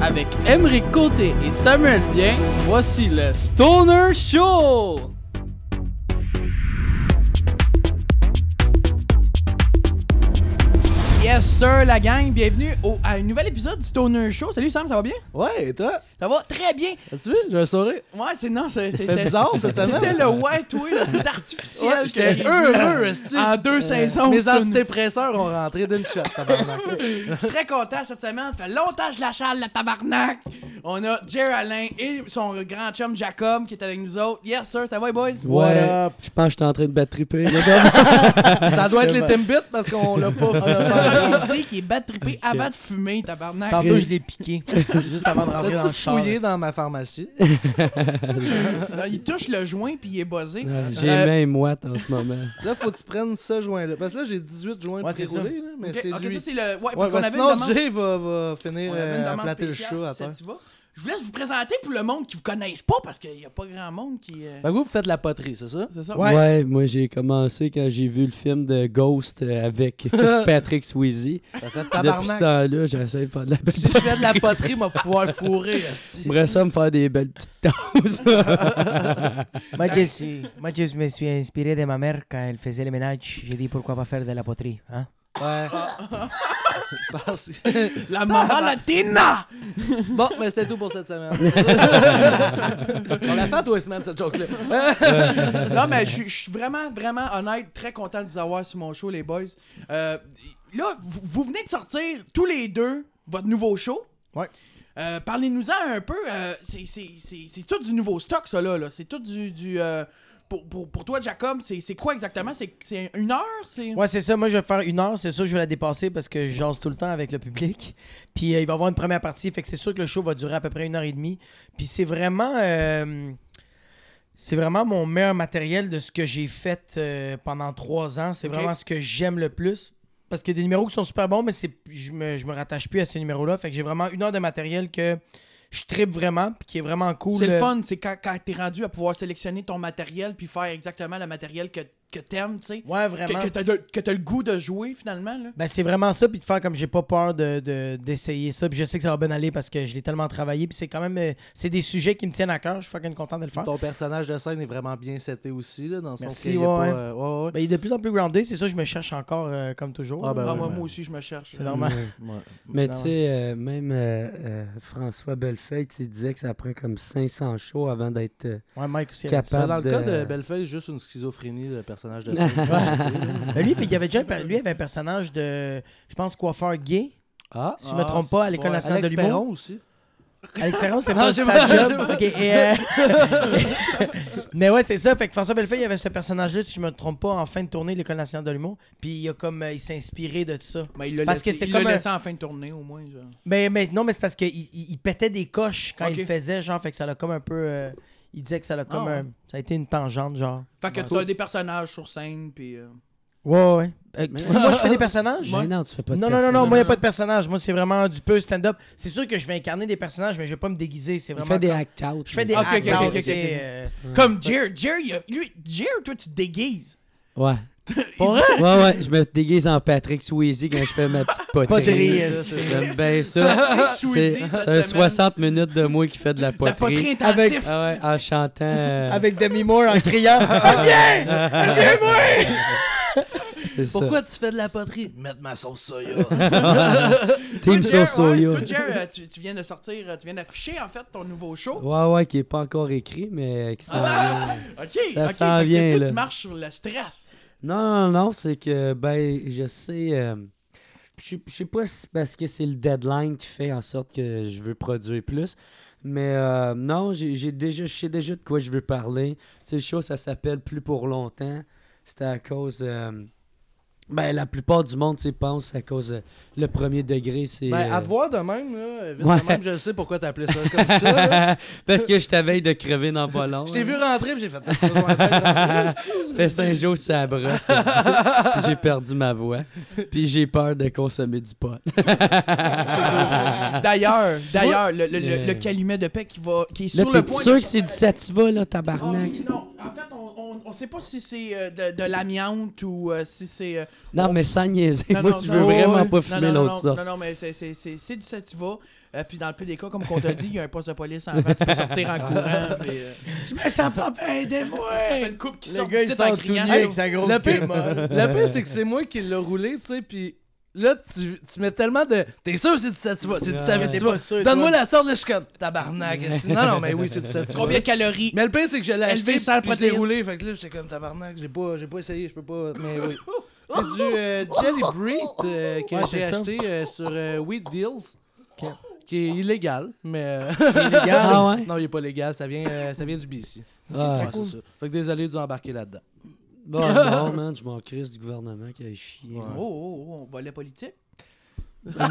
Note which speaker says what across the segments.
Speaker 1: avec Emery Côté et Samuel Bien, voici le Stoner Show!
Speaker 2: Yes sir la gang, bienvenue au, à un nouvel épisode du Stoner Show. Salut Sam, ça va bien?
Speaker 3: Ouais, et toi?
Speaker 2: Ça va très bien.
Speaker 3: As-tu vu? J'ai un sourire.
Speaker 2: Ouais, c'est non, c'est-
Speaker 3: fait
Speaker 2: c'était
Speaker 3: bizarre, cette semaine.
Speaker 2: C'était le white way le plus artificiel que j'ai
Speaker 3: J'étais
Speaker 2: vu
Speaker 3: heureux, esti.
Speaker 2: en deux saisons.
Speaker 3: Mes
Speaker 2: c'est une-
Speaker 3: antidépresseurs ont rentré d'une shot, tabarnak.
Speaker 2: très content cette semaine. Fait longtemps que je la chale, la tabarnak. On a Jerry Alain et son grand chum Jacob qui est avec nous autres. Yes, sir, ça va, les boys?
Speaker 3: What up?
Speaker 4: Je pense que j'étais en train de battriper. là.
Speaker 3: Ça doit être les Timbits parce qu'on l'a
Speaker 2: Ah,
Speaker 3: pas fait.
Speaker 2: Un invité qui est battrippé avant de fumer, tabarnak.
Speaker 4: Tantôt, je
Speaker 2: l'ai piqué. Juste avant de rentrer dans le
Speaker 3: T'as-tu
Speaker 2: char.
Speaker 3: fouillé dans ma pharmacie?
Speaker 2: Non, Il touche le joint puis il est buzzé.
Speaker 4: J'ai
Speaker 2: Euh,
Speaker 4: même moite en ce moment.
Speaker 3: Là, faut que tu prennes ce joint-là. Parce que là, j'ai 18 joints
Speaker 2: Ouais,
Speaker 3: pré
Speaker 2: c'est ça.
Speaker 3: roulés, là, mais
Speaker 2: Ok,
Speaker 3: c'est
Speaker 2: ok,
Speaker 3: lui.
Speaker 2: ça, c'est le. Ouais,
Speaker 3: Ouais,
Speaker 2: parce qu'on
Speaker 3: parce
Speaker 2: avait
Speaker 3: que
Speaker 2: une
Speaker 3: sinon,
Speaker 2: demande.
Speaker 3: Jay va, va finir
Speaker 2: On avait une
Speaker 3: euh, à
Speaker 2: demande
Speaker 3: flatter le
Speaker 2: spéciale,
Speaker 3: chat à
Speaker 2: ça,
Speaker 3: terre.
Speaker 2: tu vas? Je vous laisse vous présenter pour le monde qui vous connaisse pas parce qu'il n'y a pas grand monde qui. euh,
Speaker 3: Fait que Ben, vous, vous faites de la poterie, c'est ça?
Speaker 2: C'est ça?
Speaker 4: Ouais. moi j'ai commencé quand j'ai vu le film de Ghost euh, avec Patrick Sweezy.
Speaker 3: T'as fait
Speaker 4: Depuis ce
Speaker 3: tabarnak.
Speaker 4: temps-là, j'essaie de faire de la belle.
Speaker 3: Si je fais de la poterie, on va pouvoir fourrer, esti.
Speaker 4: J'aimerais ça me faire des belles petites tasses.
Speaker 5: Moi je, suis- moi, je me suis inspiré de ma mère quand elle faisait le ménage. J'ai dit pourquoi pas faire de la poterie. Hein?
Speaker 3: Ouais.
Speaker 2: Ah.
Speaker 3: Parce que...
Speaker 2: La maman latina!
Speaker 3: Bon, mais c'était tout pour cette semaine. On l'a fait tous les semaines, cette joke-là.
Speaker 2: non, mais je suis- je suis vraiment, vraiment honnête, très content de vous avoir sur mon show, les boys. Euh, là, vous, vous venez de sortir tous les deux votre nouveau show.
Speaker 3: Ouais.
Speaker 2: Euh, Parlez-nous-en un peu. euh, c'est- c'est c'est- c'est tout du nouveau stock, ça, là. là. C'est tout du. du, euh, pour, pour, pour toi, Jacob, c'est c'est quoi exactement? C'est- C'est une heure? C'est.
Speaker 5: Ouais, c'est ça. Moi, je vais faire une heure. C'est sûr, je vais la dépasser parce que je jase tout le temps avec le public. Puis euh, il va y avoir une première partie. Fait que c'est sûr que le show va durer à peu près une heure et demie. Puis c'est vraiment. euh, c'est vraiment mon meilleur matériel de ce que j'ai fait euh, pendant trois ans. C'est
Speaker 2: Ok.
Speaker 5: vraiment ce que j'aime le plus. Parce qu'il y a des numéros qui sont super bons, mais c'est je me, je me rattache plus à ces numéros-là. Fait que j'ai vraiment une heure de matériel que je tripe vraiment, puis qui est vraiment cool.
Speaker 2: C'est le
Speaker 5: Euh,
Speaker 2: fun, c'est quand, quand t'es rendu à pouvoir sélectionner ton matériel puis faire exactement le matériel que, que t'aimes, tu sais.
Speaker 5: Ouais,
Speaker 2: Que,
Speaker 5: vraiment.
Speaker 2: que t'as le- que t'as le goût de jouer finalement, là.
Speaker 5: Ben, c'est vraiment ça, puis de faire comme j'ai pas peur de, de- d'essayer ça. Puis je sais que ça va bien aller parce que je l'ai tellement travaillé. Puis c'est quand même. euh, c'est des sujets qui me tiennent à cœur. Je suis fucking content de le faire.
Speaker 3: Ton personnage de scène est vraiment bien seté aussi, là, dans le sens
Speaker 5: Merci,
Speaker 3: qu'il est
Speaker 5: ouais,
Speaker 3: pas...
Speaker 5: ouais.
Speaker 3: euh, ouais, ouais.
Speaker 5: Ben, il est de plus en plus groundé. C'est ça, je me cherche encore euh, comme toujours.
Speaker 3: Ah, ben
Speaker 2: Ah,
Speaker 3: oui,
Speaker 2: moi,
Speaker 3: ben-
Speaker 2: moi aussi, je me cherche.
Speaker 5: c'est normal.
Speaker 3: Ouais.
Speaker 4: Mais tu
Speaker 5: Ah ouais.
Speaker 4: sais, euh, même euh, euh, François Bellefeuille, tu sais, il disait que ça prend comme 500 shows avant d'être euh,
Speaker 3: Mm.
Speaker 5: Ouais, Mike aussi. elle a dit ça.
Speaker 4: capable
Speaker 3: Dans le
Speaker 4: de...
Speaker 3: cas de Bellefeuille, c'est juste une schizophrénie, le personnage de scène.
Speaker 5: Ben, lui, fait, il avait déjà un, per- lui avait un personnage de. Je pense coiffeur gay.
Speaker 3: Ah,
Speaker 5: Si je me trompe pas, à l'École
Speaker 2: ouais.
Speaker 5: nationale
Speaker 3: Alex
Speaker 5: de l'humour.
Speaker 3: Perron aussi.
Speaker 5: À l'expérience, c'est
Speaker 3: Ah,
Speaker 5: pas
Speaker 3: j'ai
Speaker 5: sa
Speaker 3: pas- j'ai
Speaker 5: job. Ok, et, euh, Mais ouais, c'est ça. Fait que François Bellefeuille, il avait ce personnage-là, si je me trompe pas, en fin de tournée de l'École nationale de l'humour. Puis il a comme euh, il s'est inspiré de ça.
Speaker 2: Mais il l'a
Speaker 5: Parce
Speaker 2: laissé,
Speaker 5: que c'était
Speaker 2: il l'a
Speaker 5: comme un-
Speaker 2: laissé en fin de tournée, au moins. genre.
Speaker 5: Mais, mais non, mais c'est parce qu'il il, il pétait des coches quand
Speaker 2: Ok. Ah,
Speaker 5: il le faisait, genre, fait que ça l'a comme un peu. euh, il disait que ça l'a comme
Speaker 2: ouais.
Speaker 5: un- Ça a été une tangente, genre.
Speaker 2: Fait que
Speaker 5: Ouais,
Speaker 2: t'as des personnages sur scène, puis... euh,
Speaker 5: Ouais, ouais, ouais. Euh,
Speaker 4: Mais-
Speaker 5: si moi je fais des personnages.
Speaker 4: Mais non, tu fais pas de
Speaker 5: Non, non, non, non,
Speaker 4: personnage.
Speaker 5: moi, il n'y a pas de personnage. Moi, c'est vraiment du peu stand-up. C'est sûr que je vais incarner des personnages, mais je vais pas me déguiser. C'est
Speaker 4: Il
Speaker 5: vraiment.
Speaker 4: fait des Ah,
Speaker 5: comme-
Speaker 4: act-out.
Speaker 5: Je fais des
Speaker 2: Ah, Ok, ok,
Speaker 5: actes,
Speaker 2: ok,
Speaker 5: genre,
Speaker 2: ok, ok.
Speaker 5: c'est, euh,
Speaker 2: Comme Jer, Jer, il a- lui, Jer, toi, tu te déguises.
Speaker 4: Ouais. Ouais, ouais, je me déguise en Patrick Swayze quand je fais ma petite
Speaker 5: Poterie,
Speaker 4: poterie.
Speaker 5: euh, c'est-
Speaker 4: J'aime bien ça.
Speaker 2: Swayze,
Speaker 4: C'est
Speaker 2: cette
Speaker 4: c'est
Speaker 2: semaine.
Speaker 4: un 60 minutes de moi qui fait de la
Speaker 2: La poterie
Speaker 4: poterie.
Speaker 2: intensif.
Speaker 5: Avec-
Speaker 4: Ah ouais, en chantant. euh,
Speaker 5: Avec Demi Moore en criant Ah, Reviens
Speaker 4: c'est ça.
Speaker 3: Pourquoi tu fais de la poterie? Mettre ma sauce soya.
Speaker 4: Team
Speaker 2: Toi, Jer, ouais,
Speaker 4: Sosoyo.
Speaker 2: toi, Jer, euh, tu, tu viens de sortir, euh, tu viens d'afficher, en fait, ton nouveau show.
Speaker 4: Ouais, ouais, qui est pas encore écrit, mais qui s'en vient.
Speaker 2: OK,
Speaker 4: Ça
Speaker 2: OK,
Speaker 4: s'en
Speaker 2: fait que
Speaker 4: vient,
Speaker 2: toi,
Speaker 4: là.
Speaker 2: tu marches sur le stress.
Speaker 4: Non, non, non, c'est que, ben, je sais. euh, je sais- je sais pas si c'est parce que c'est le deadline qui fait en sorte que je veux produire plus. Mais euh, non, j'ai j'ai déjà, je sais déjà de quoi je veux parler. Tu sais, le show, ça s'appelle Plus pour longtemps. C'était à cause. euh, ben, la plupart du monde, tu sais, pense à cause. euh, le premier degré, c'est.
Speaker 3: Ben, à
Speaker 4: euh,
Speaker 3: te voir de même, là, vite
Speaker 4: Ouais.
Speaker 3: de même, je sais pourquoi t'appelais ça comme ça. là.
Speaker 4: parce que je t'avais de crever dans pas long.
Speaker 3: Je t'ai
Speaker 4: hein.
Speaker 3: vu rentrer, puis j'ai fait... T'as pas besoin d'être-
Speaker 4: fait cinq jours ça brosse. j'ai perdu ma voix. Puis j'ai peur de consommer du pot.
Speaker 2: D'ailleurs, d'ailleurs, le, le, le,
Speaker 4: Yeah.
Speaker 2: le calumet de paix qui, va, qui est
Speaker 4: Là,
Speaker 2: sur
Speaker 4: t'es
Speaker 2: le point...
Speaker 4: sûr
Speaker 2: de-
Speaker 4: que c'est du sativa, là,
Speaker 2: Ah,
Speaker 4: tabarnak?
Speaker 2: non, en fait, on, on, on sait pas si c'est euh, de, de l'amiante ou euh, si c'est. euh,
Speaker 4: Non,
Speaker 2: on-
Speaker 4: mais sans niaiser.
Speaker 2: Non,
Speaker 4: Moi,
Speaker 2: non,
Speaker 4: je
Speaker 2: non,
Speaker 4: veux
Speaker 2: ouais,
Speaker 4: vraiment
Speaker 2: ouais.
Speaker 4: pas
Speaker 2: Non,
Speaker 4: fumer
Speaker 2: non, non,
Speaker 4: l'autre
Speaker 2: non,
Speaker 4: sorte.
Speaker 2: Non, non, mais c'est- c'est c'est- c'est du sativa. Euh, puis dans le pire des cas, comme qu'on t'a dit, il y a un poste de police en avant, tu peux sortir en courant. Puis, euh,
Speaker 5: Je me sens pas bien, aidez-moi!
Speaker 2: t'as une coupe qui
Speaker 5: Le
Speaker 2: sort
Speaker 5: gars,
Speaker 2: d'ici
Speaker 5: il
Speaker 2: en
Speaker 5: sort tout nu
Speaker 2: criant.
Speaker 5: avec sa grosse
Speaker 3: Le
Speaker 5: queue
Speaker 3: pire-
Speaker 5: molle.
Speaker 3: Le pire, c'est que c'est moi qui l'ai roulé, tu sais, puis là, tu, tu mets tellement de. T'es sûr que c'est du sativa? C'est du
Speaker 4: Ouais.
Speaker 5: T'es
Speaker 3: sativa.
Speaker 5: pas sûr,
Speaker 3: Donne-moi
Speaker 5: toi.
Speaker 3: la sorte, là, je suis comme tabarnak. esti. Non, non, mais oui, c'est du sativa.
Speaker 2: Combien de calories
Speaker 3: Mais le pire, c'est que je l'ai
Speaker 2: Élevé
Speaker 3: acheté,
Speaker 2: sans
Speaker 3: sans puis je l'ai
Speaker 2: protéines.
Speaker 3: roulé. Fait que là, j'étais comme tabarnak, j'ai pas, j'ai pas essayé, je peux pas. Mais oui. C'est du euh, Jelly Breed euh, que
Speaker 5: Ouais,
Speaker 3: j'ai
Speaker 5: c'est ça.
Speaker 3: acheté euh, sur euh, Weed Deals, qui, qui est illégal, mais. euh,
Speaker 5: Illégal.
Speaker 4: Ah ouais?
Speaker 3: non, il est pas légal, ça vient, euh, ça vient du BC.
Speaker 4: Ah,
Speaker 3: Ouais, c'est ça. Fait que désolé de vous embarquer là-dedans.
Speaker 4: Bon, non, man, je m'en crisse du gouvernement qui a chier.
Speaker 2: Oh, oh, oh, on volet politique.
Speaker 4: Non.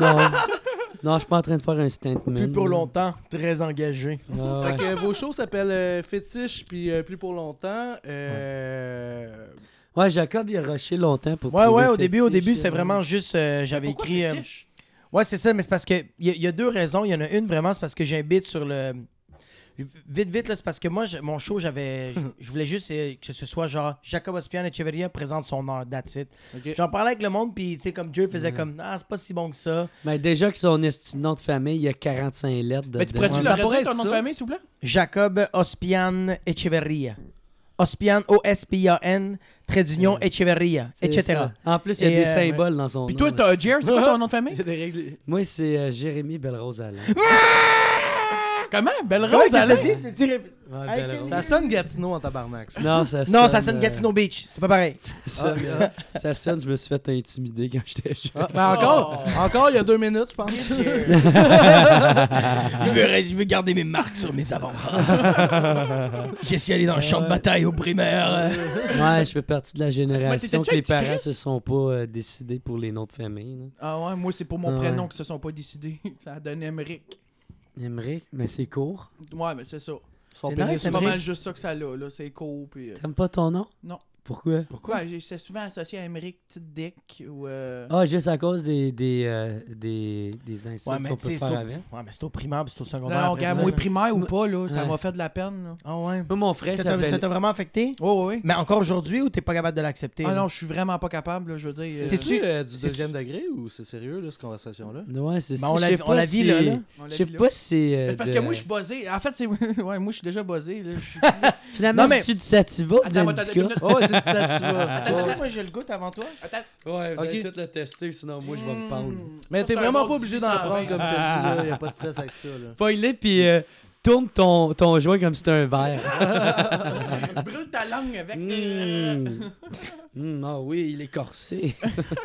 Speaker 4: Non, je suis pas en train de faire un statement.
Speaker 5: Plus pour
Speaker 4: là.
Speaker 5: longtemps, très engagé.
Speaker 4: Ah, ouais.
Speaker 3: Fait que euh, vos shows s'appellent euh, Fétiche puis euh, Plus pour longtemps. Euh...
Speaker 4: Ouais, Jacob, il a rushé longtemps pour
Speaker 5: Ouais,
Speaker 4: trouver
Speaker 5: ouais, au début, au
Speaker 4: fétiche,
Speaker 5: début,
Speaker 4: là.
Speaker 5: c'était vraiment juste. euh, J'avais
Speaker 2: Pourquoi
Speaker 5: écrit. euh,
Speaker 2: fétiche?
Speaker 5: Ouais, c'est ça, mais c'est parce que il y, a- il y a deux raisons. Il y en a une vraiment, c'est parce que j'ai un bit sur le. Vite, vite, là, c'est parce que moi, je- mon show, j'avais. je- Je voulais juste euh, que ce soit genre Jacob Ospian Echeverria présente son art, that's it.
Speaker 3: Ok.
Speaker 5: J'en parlais avec le monde, puis tu sais, comme Dieu faisait comme Ah, c'est pas si bon que ça.
Speaker 4: Mais Ben, déjà que son esti de nom de famille, il y a 45 lettres dedans.
Speaker 2: Mais tu pourrais-tu
Speaker 5: Ouais.
Speaker 2: le
Speaker 5: Ben, Ça
Speaker 2: redire
Speaker 3: pourrait
Speaker 2: ton
Speaker 3: être
Speaker 2: nom de
Speaker 3: ça.
Speaker 2: famille, s'il vous plaît
Speaker 5: Jacob Ospian Echeverria. Ospian, O-S-P-I-A-N, trait d'union, Echeverria,
Speaker 4: C'est
Speaker 5: etc.
Speaker 4: ça. En plus, il y a
Speaker 5: Et,
Speaker 4: des
Speaker 5: euh,
Speaker 4: symboles dans son
Speaker 2: Puis
Speaker 4: nom.
Speaker 2: toi, t'as Jerry, c'est quoi ton nom de
Speaker 3: Il
Speaker 2: famille
Speaker 3: y a des règles.
Speaker 4: Moi, c'est euh, Jérémy Belrose Alain.
Speaker 2: Comment Belle Rose, Alain
Speaker 4: Ouais,
Speaker 5: Hey,
Speaker 4: Belrose.
Speaker 3: Ça sonne Gatineau en tabarnak. ça.
Speaker 4: Non, ça
Speaker 5: Non, ça sonne
Speaker 4: euh,
Speaker 5: Gatineau Beach, c'est pas pareil.
Speaker 4: Ça sonne, ça sonne, je me suis fait intimider quand j'étais jeune.
Speaker 3: Ah, mais encore,
Speaker 2: Oh.
Speaker 3: encore, il y a deux minutes, je pense.
Speaker 5: Je veux, res- je veux garder mes marques sur mes avant-bras. J'ai suis allé dans le champ de bataille au primaire.
Speaker 4: Ouais, je fais partie de la génération
Speaker 2: t'étais-tu
Speaker 4: que les
Speaker 2: un petit
Speaker 4: parents
Speaker 2: Christ?
Speaker 4: se sont pas euh, décidés pour les noms de famille. là.
Speaker 2: Ah ouais, moi, c'est pour mon
Speaker 4: Ouais.
Speaker 2: prénom qu'ils se sont pas décidés. Ça a donné Emmerich.
Speaker 4: Émeric, mais c'est court.
Speaker 2: Ouais, mais c'est ça.
Speaker 3: Son
Speaker 2: C'est
Speaker 3: pénis
Speaker 2: nice, c'est pas
Speaker 3: Emmerich.
Speaker 2: mal juste ça que ça a, là. C'est cool, puis... euh,
Speaker 4: T'aimes pas ton nom?
Speaker 2: Non.
Speaker 4: Pourquoi?
Speaker 2: Pourquoi? Ouais, j'ai- c'est souvent associé à Emmerich Petite Dick ou... euh,
Speaker 4: Ah, juste à cause des, des, euh, des, des insultes
Speaker 5: Ouais, mais
Speaker 4: qu'on
Speaker 5: tu sais,
Speaker 4: peut
Speaker 5: c'est au-
Speaker 4: faire avec.
Speaker 5: Ouais, mais c'est au primaire, puis c'est au secondaire.
Speaker 2: Non,
Speaker 5: après
Speaker 2: regarde,
Speaker 5: ça,
Speaker 2: moi,
Speaker 5: là.
Speaker 2: primaire ou pas, là, ça
Speaker 4: Ouais.
Speaker 2: m'a fait de la peine, là.
Speaker 5: Ah ouais.
Speaker 4: Moi, mon frère
Speaker 5: Ça t'a- ça
Speaker 4: s'appelle...
Speaker 5: t'a vraiment affecté?
Speaker 2: Ouais, ouais, ouais.
Speaker 5: Mais encore aujourd'hui, ou t'es pas capable de l'accepter?
Speaker 2: Ah
Speaker 5: là?
Speaker 2: non, je suis vraiment pas capable, là, je veux dire. euh,
Speaker 3: C'est-tu euh, du
Speaker 5: c'est-tu-
Speaker 3: deuxième degré ou c'est sérieux, là, cette conversation-là?
Speaker 4: Ouais, c'est
Speaker 5: Ben,
Speaker 4: ça.
Speaker 5: on
Speaker 4: Je
Speaker 5: la-
Speaker 4: sais
Speaker 5: on
Speaker 4: pas
Speaker 5: la vit,
Speaker 4: si- euh,
Speaker 5: là, là.
Speaker 2: on l'a
Speaker 4: Je sais
Speaker 2: vu, là.
Speaker 4: pas si c'est... euh,
Speaker 2: C'est parce
Speaker 4: de-
Speaker 2: que moi, je suis buzzé. En fait, c'est... ouais, moi, je suis déjà buzzé, là. Je suis-
Speaker 4: Finalement,
Speaker 5: Non, mais-
Speaker 4: c'est-tu du sativa ou du
Speaker 2: Attends, attends, attends,
Speaker 4: indica?
Speaker 2: attends,
Speaker 3: Oh, ouais, c'est du sativa.
Speaker 2: Attends, attends,
Speaker 5: moi j'ai le goûte avant toi.
Speaker 4: Ouais,
Speaker 3: vous allez
Speaker 4: tout le tester, sinon moi,
Speaker 3: Mais
Speaker 2: Ça,
Speaker 3: t'es
Speaker 2: c'est un
Speaker 3: vraiment
Speaker 2: bon
Speaker 3: pas obligé d'en
Speaker 2: 1820.
Speaker 3: prendre comme tu là. Il a pas de stress avec ça. Là.
Speaker 4: Spoil-le, puis euh, tourne ton, ton joint comme si c'était un verre.
Speaker 2: Brûle ta langue avec...
Speaker 4: Mm. Mmh. Mmh, Ah oui, il est corsé.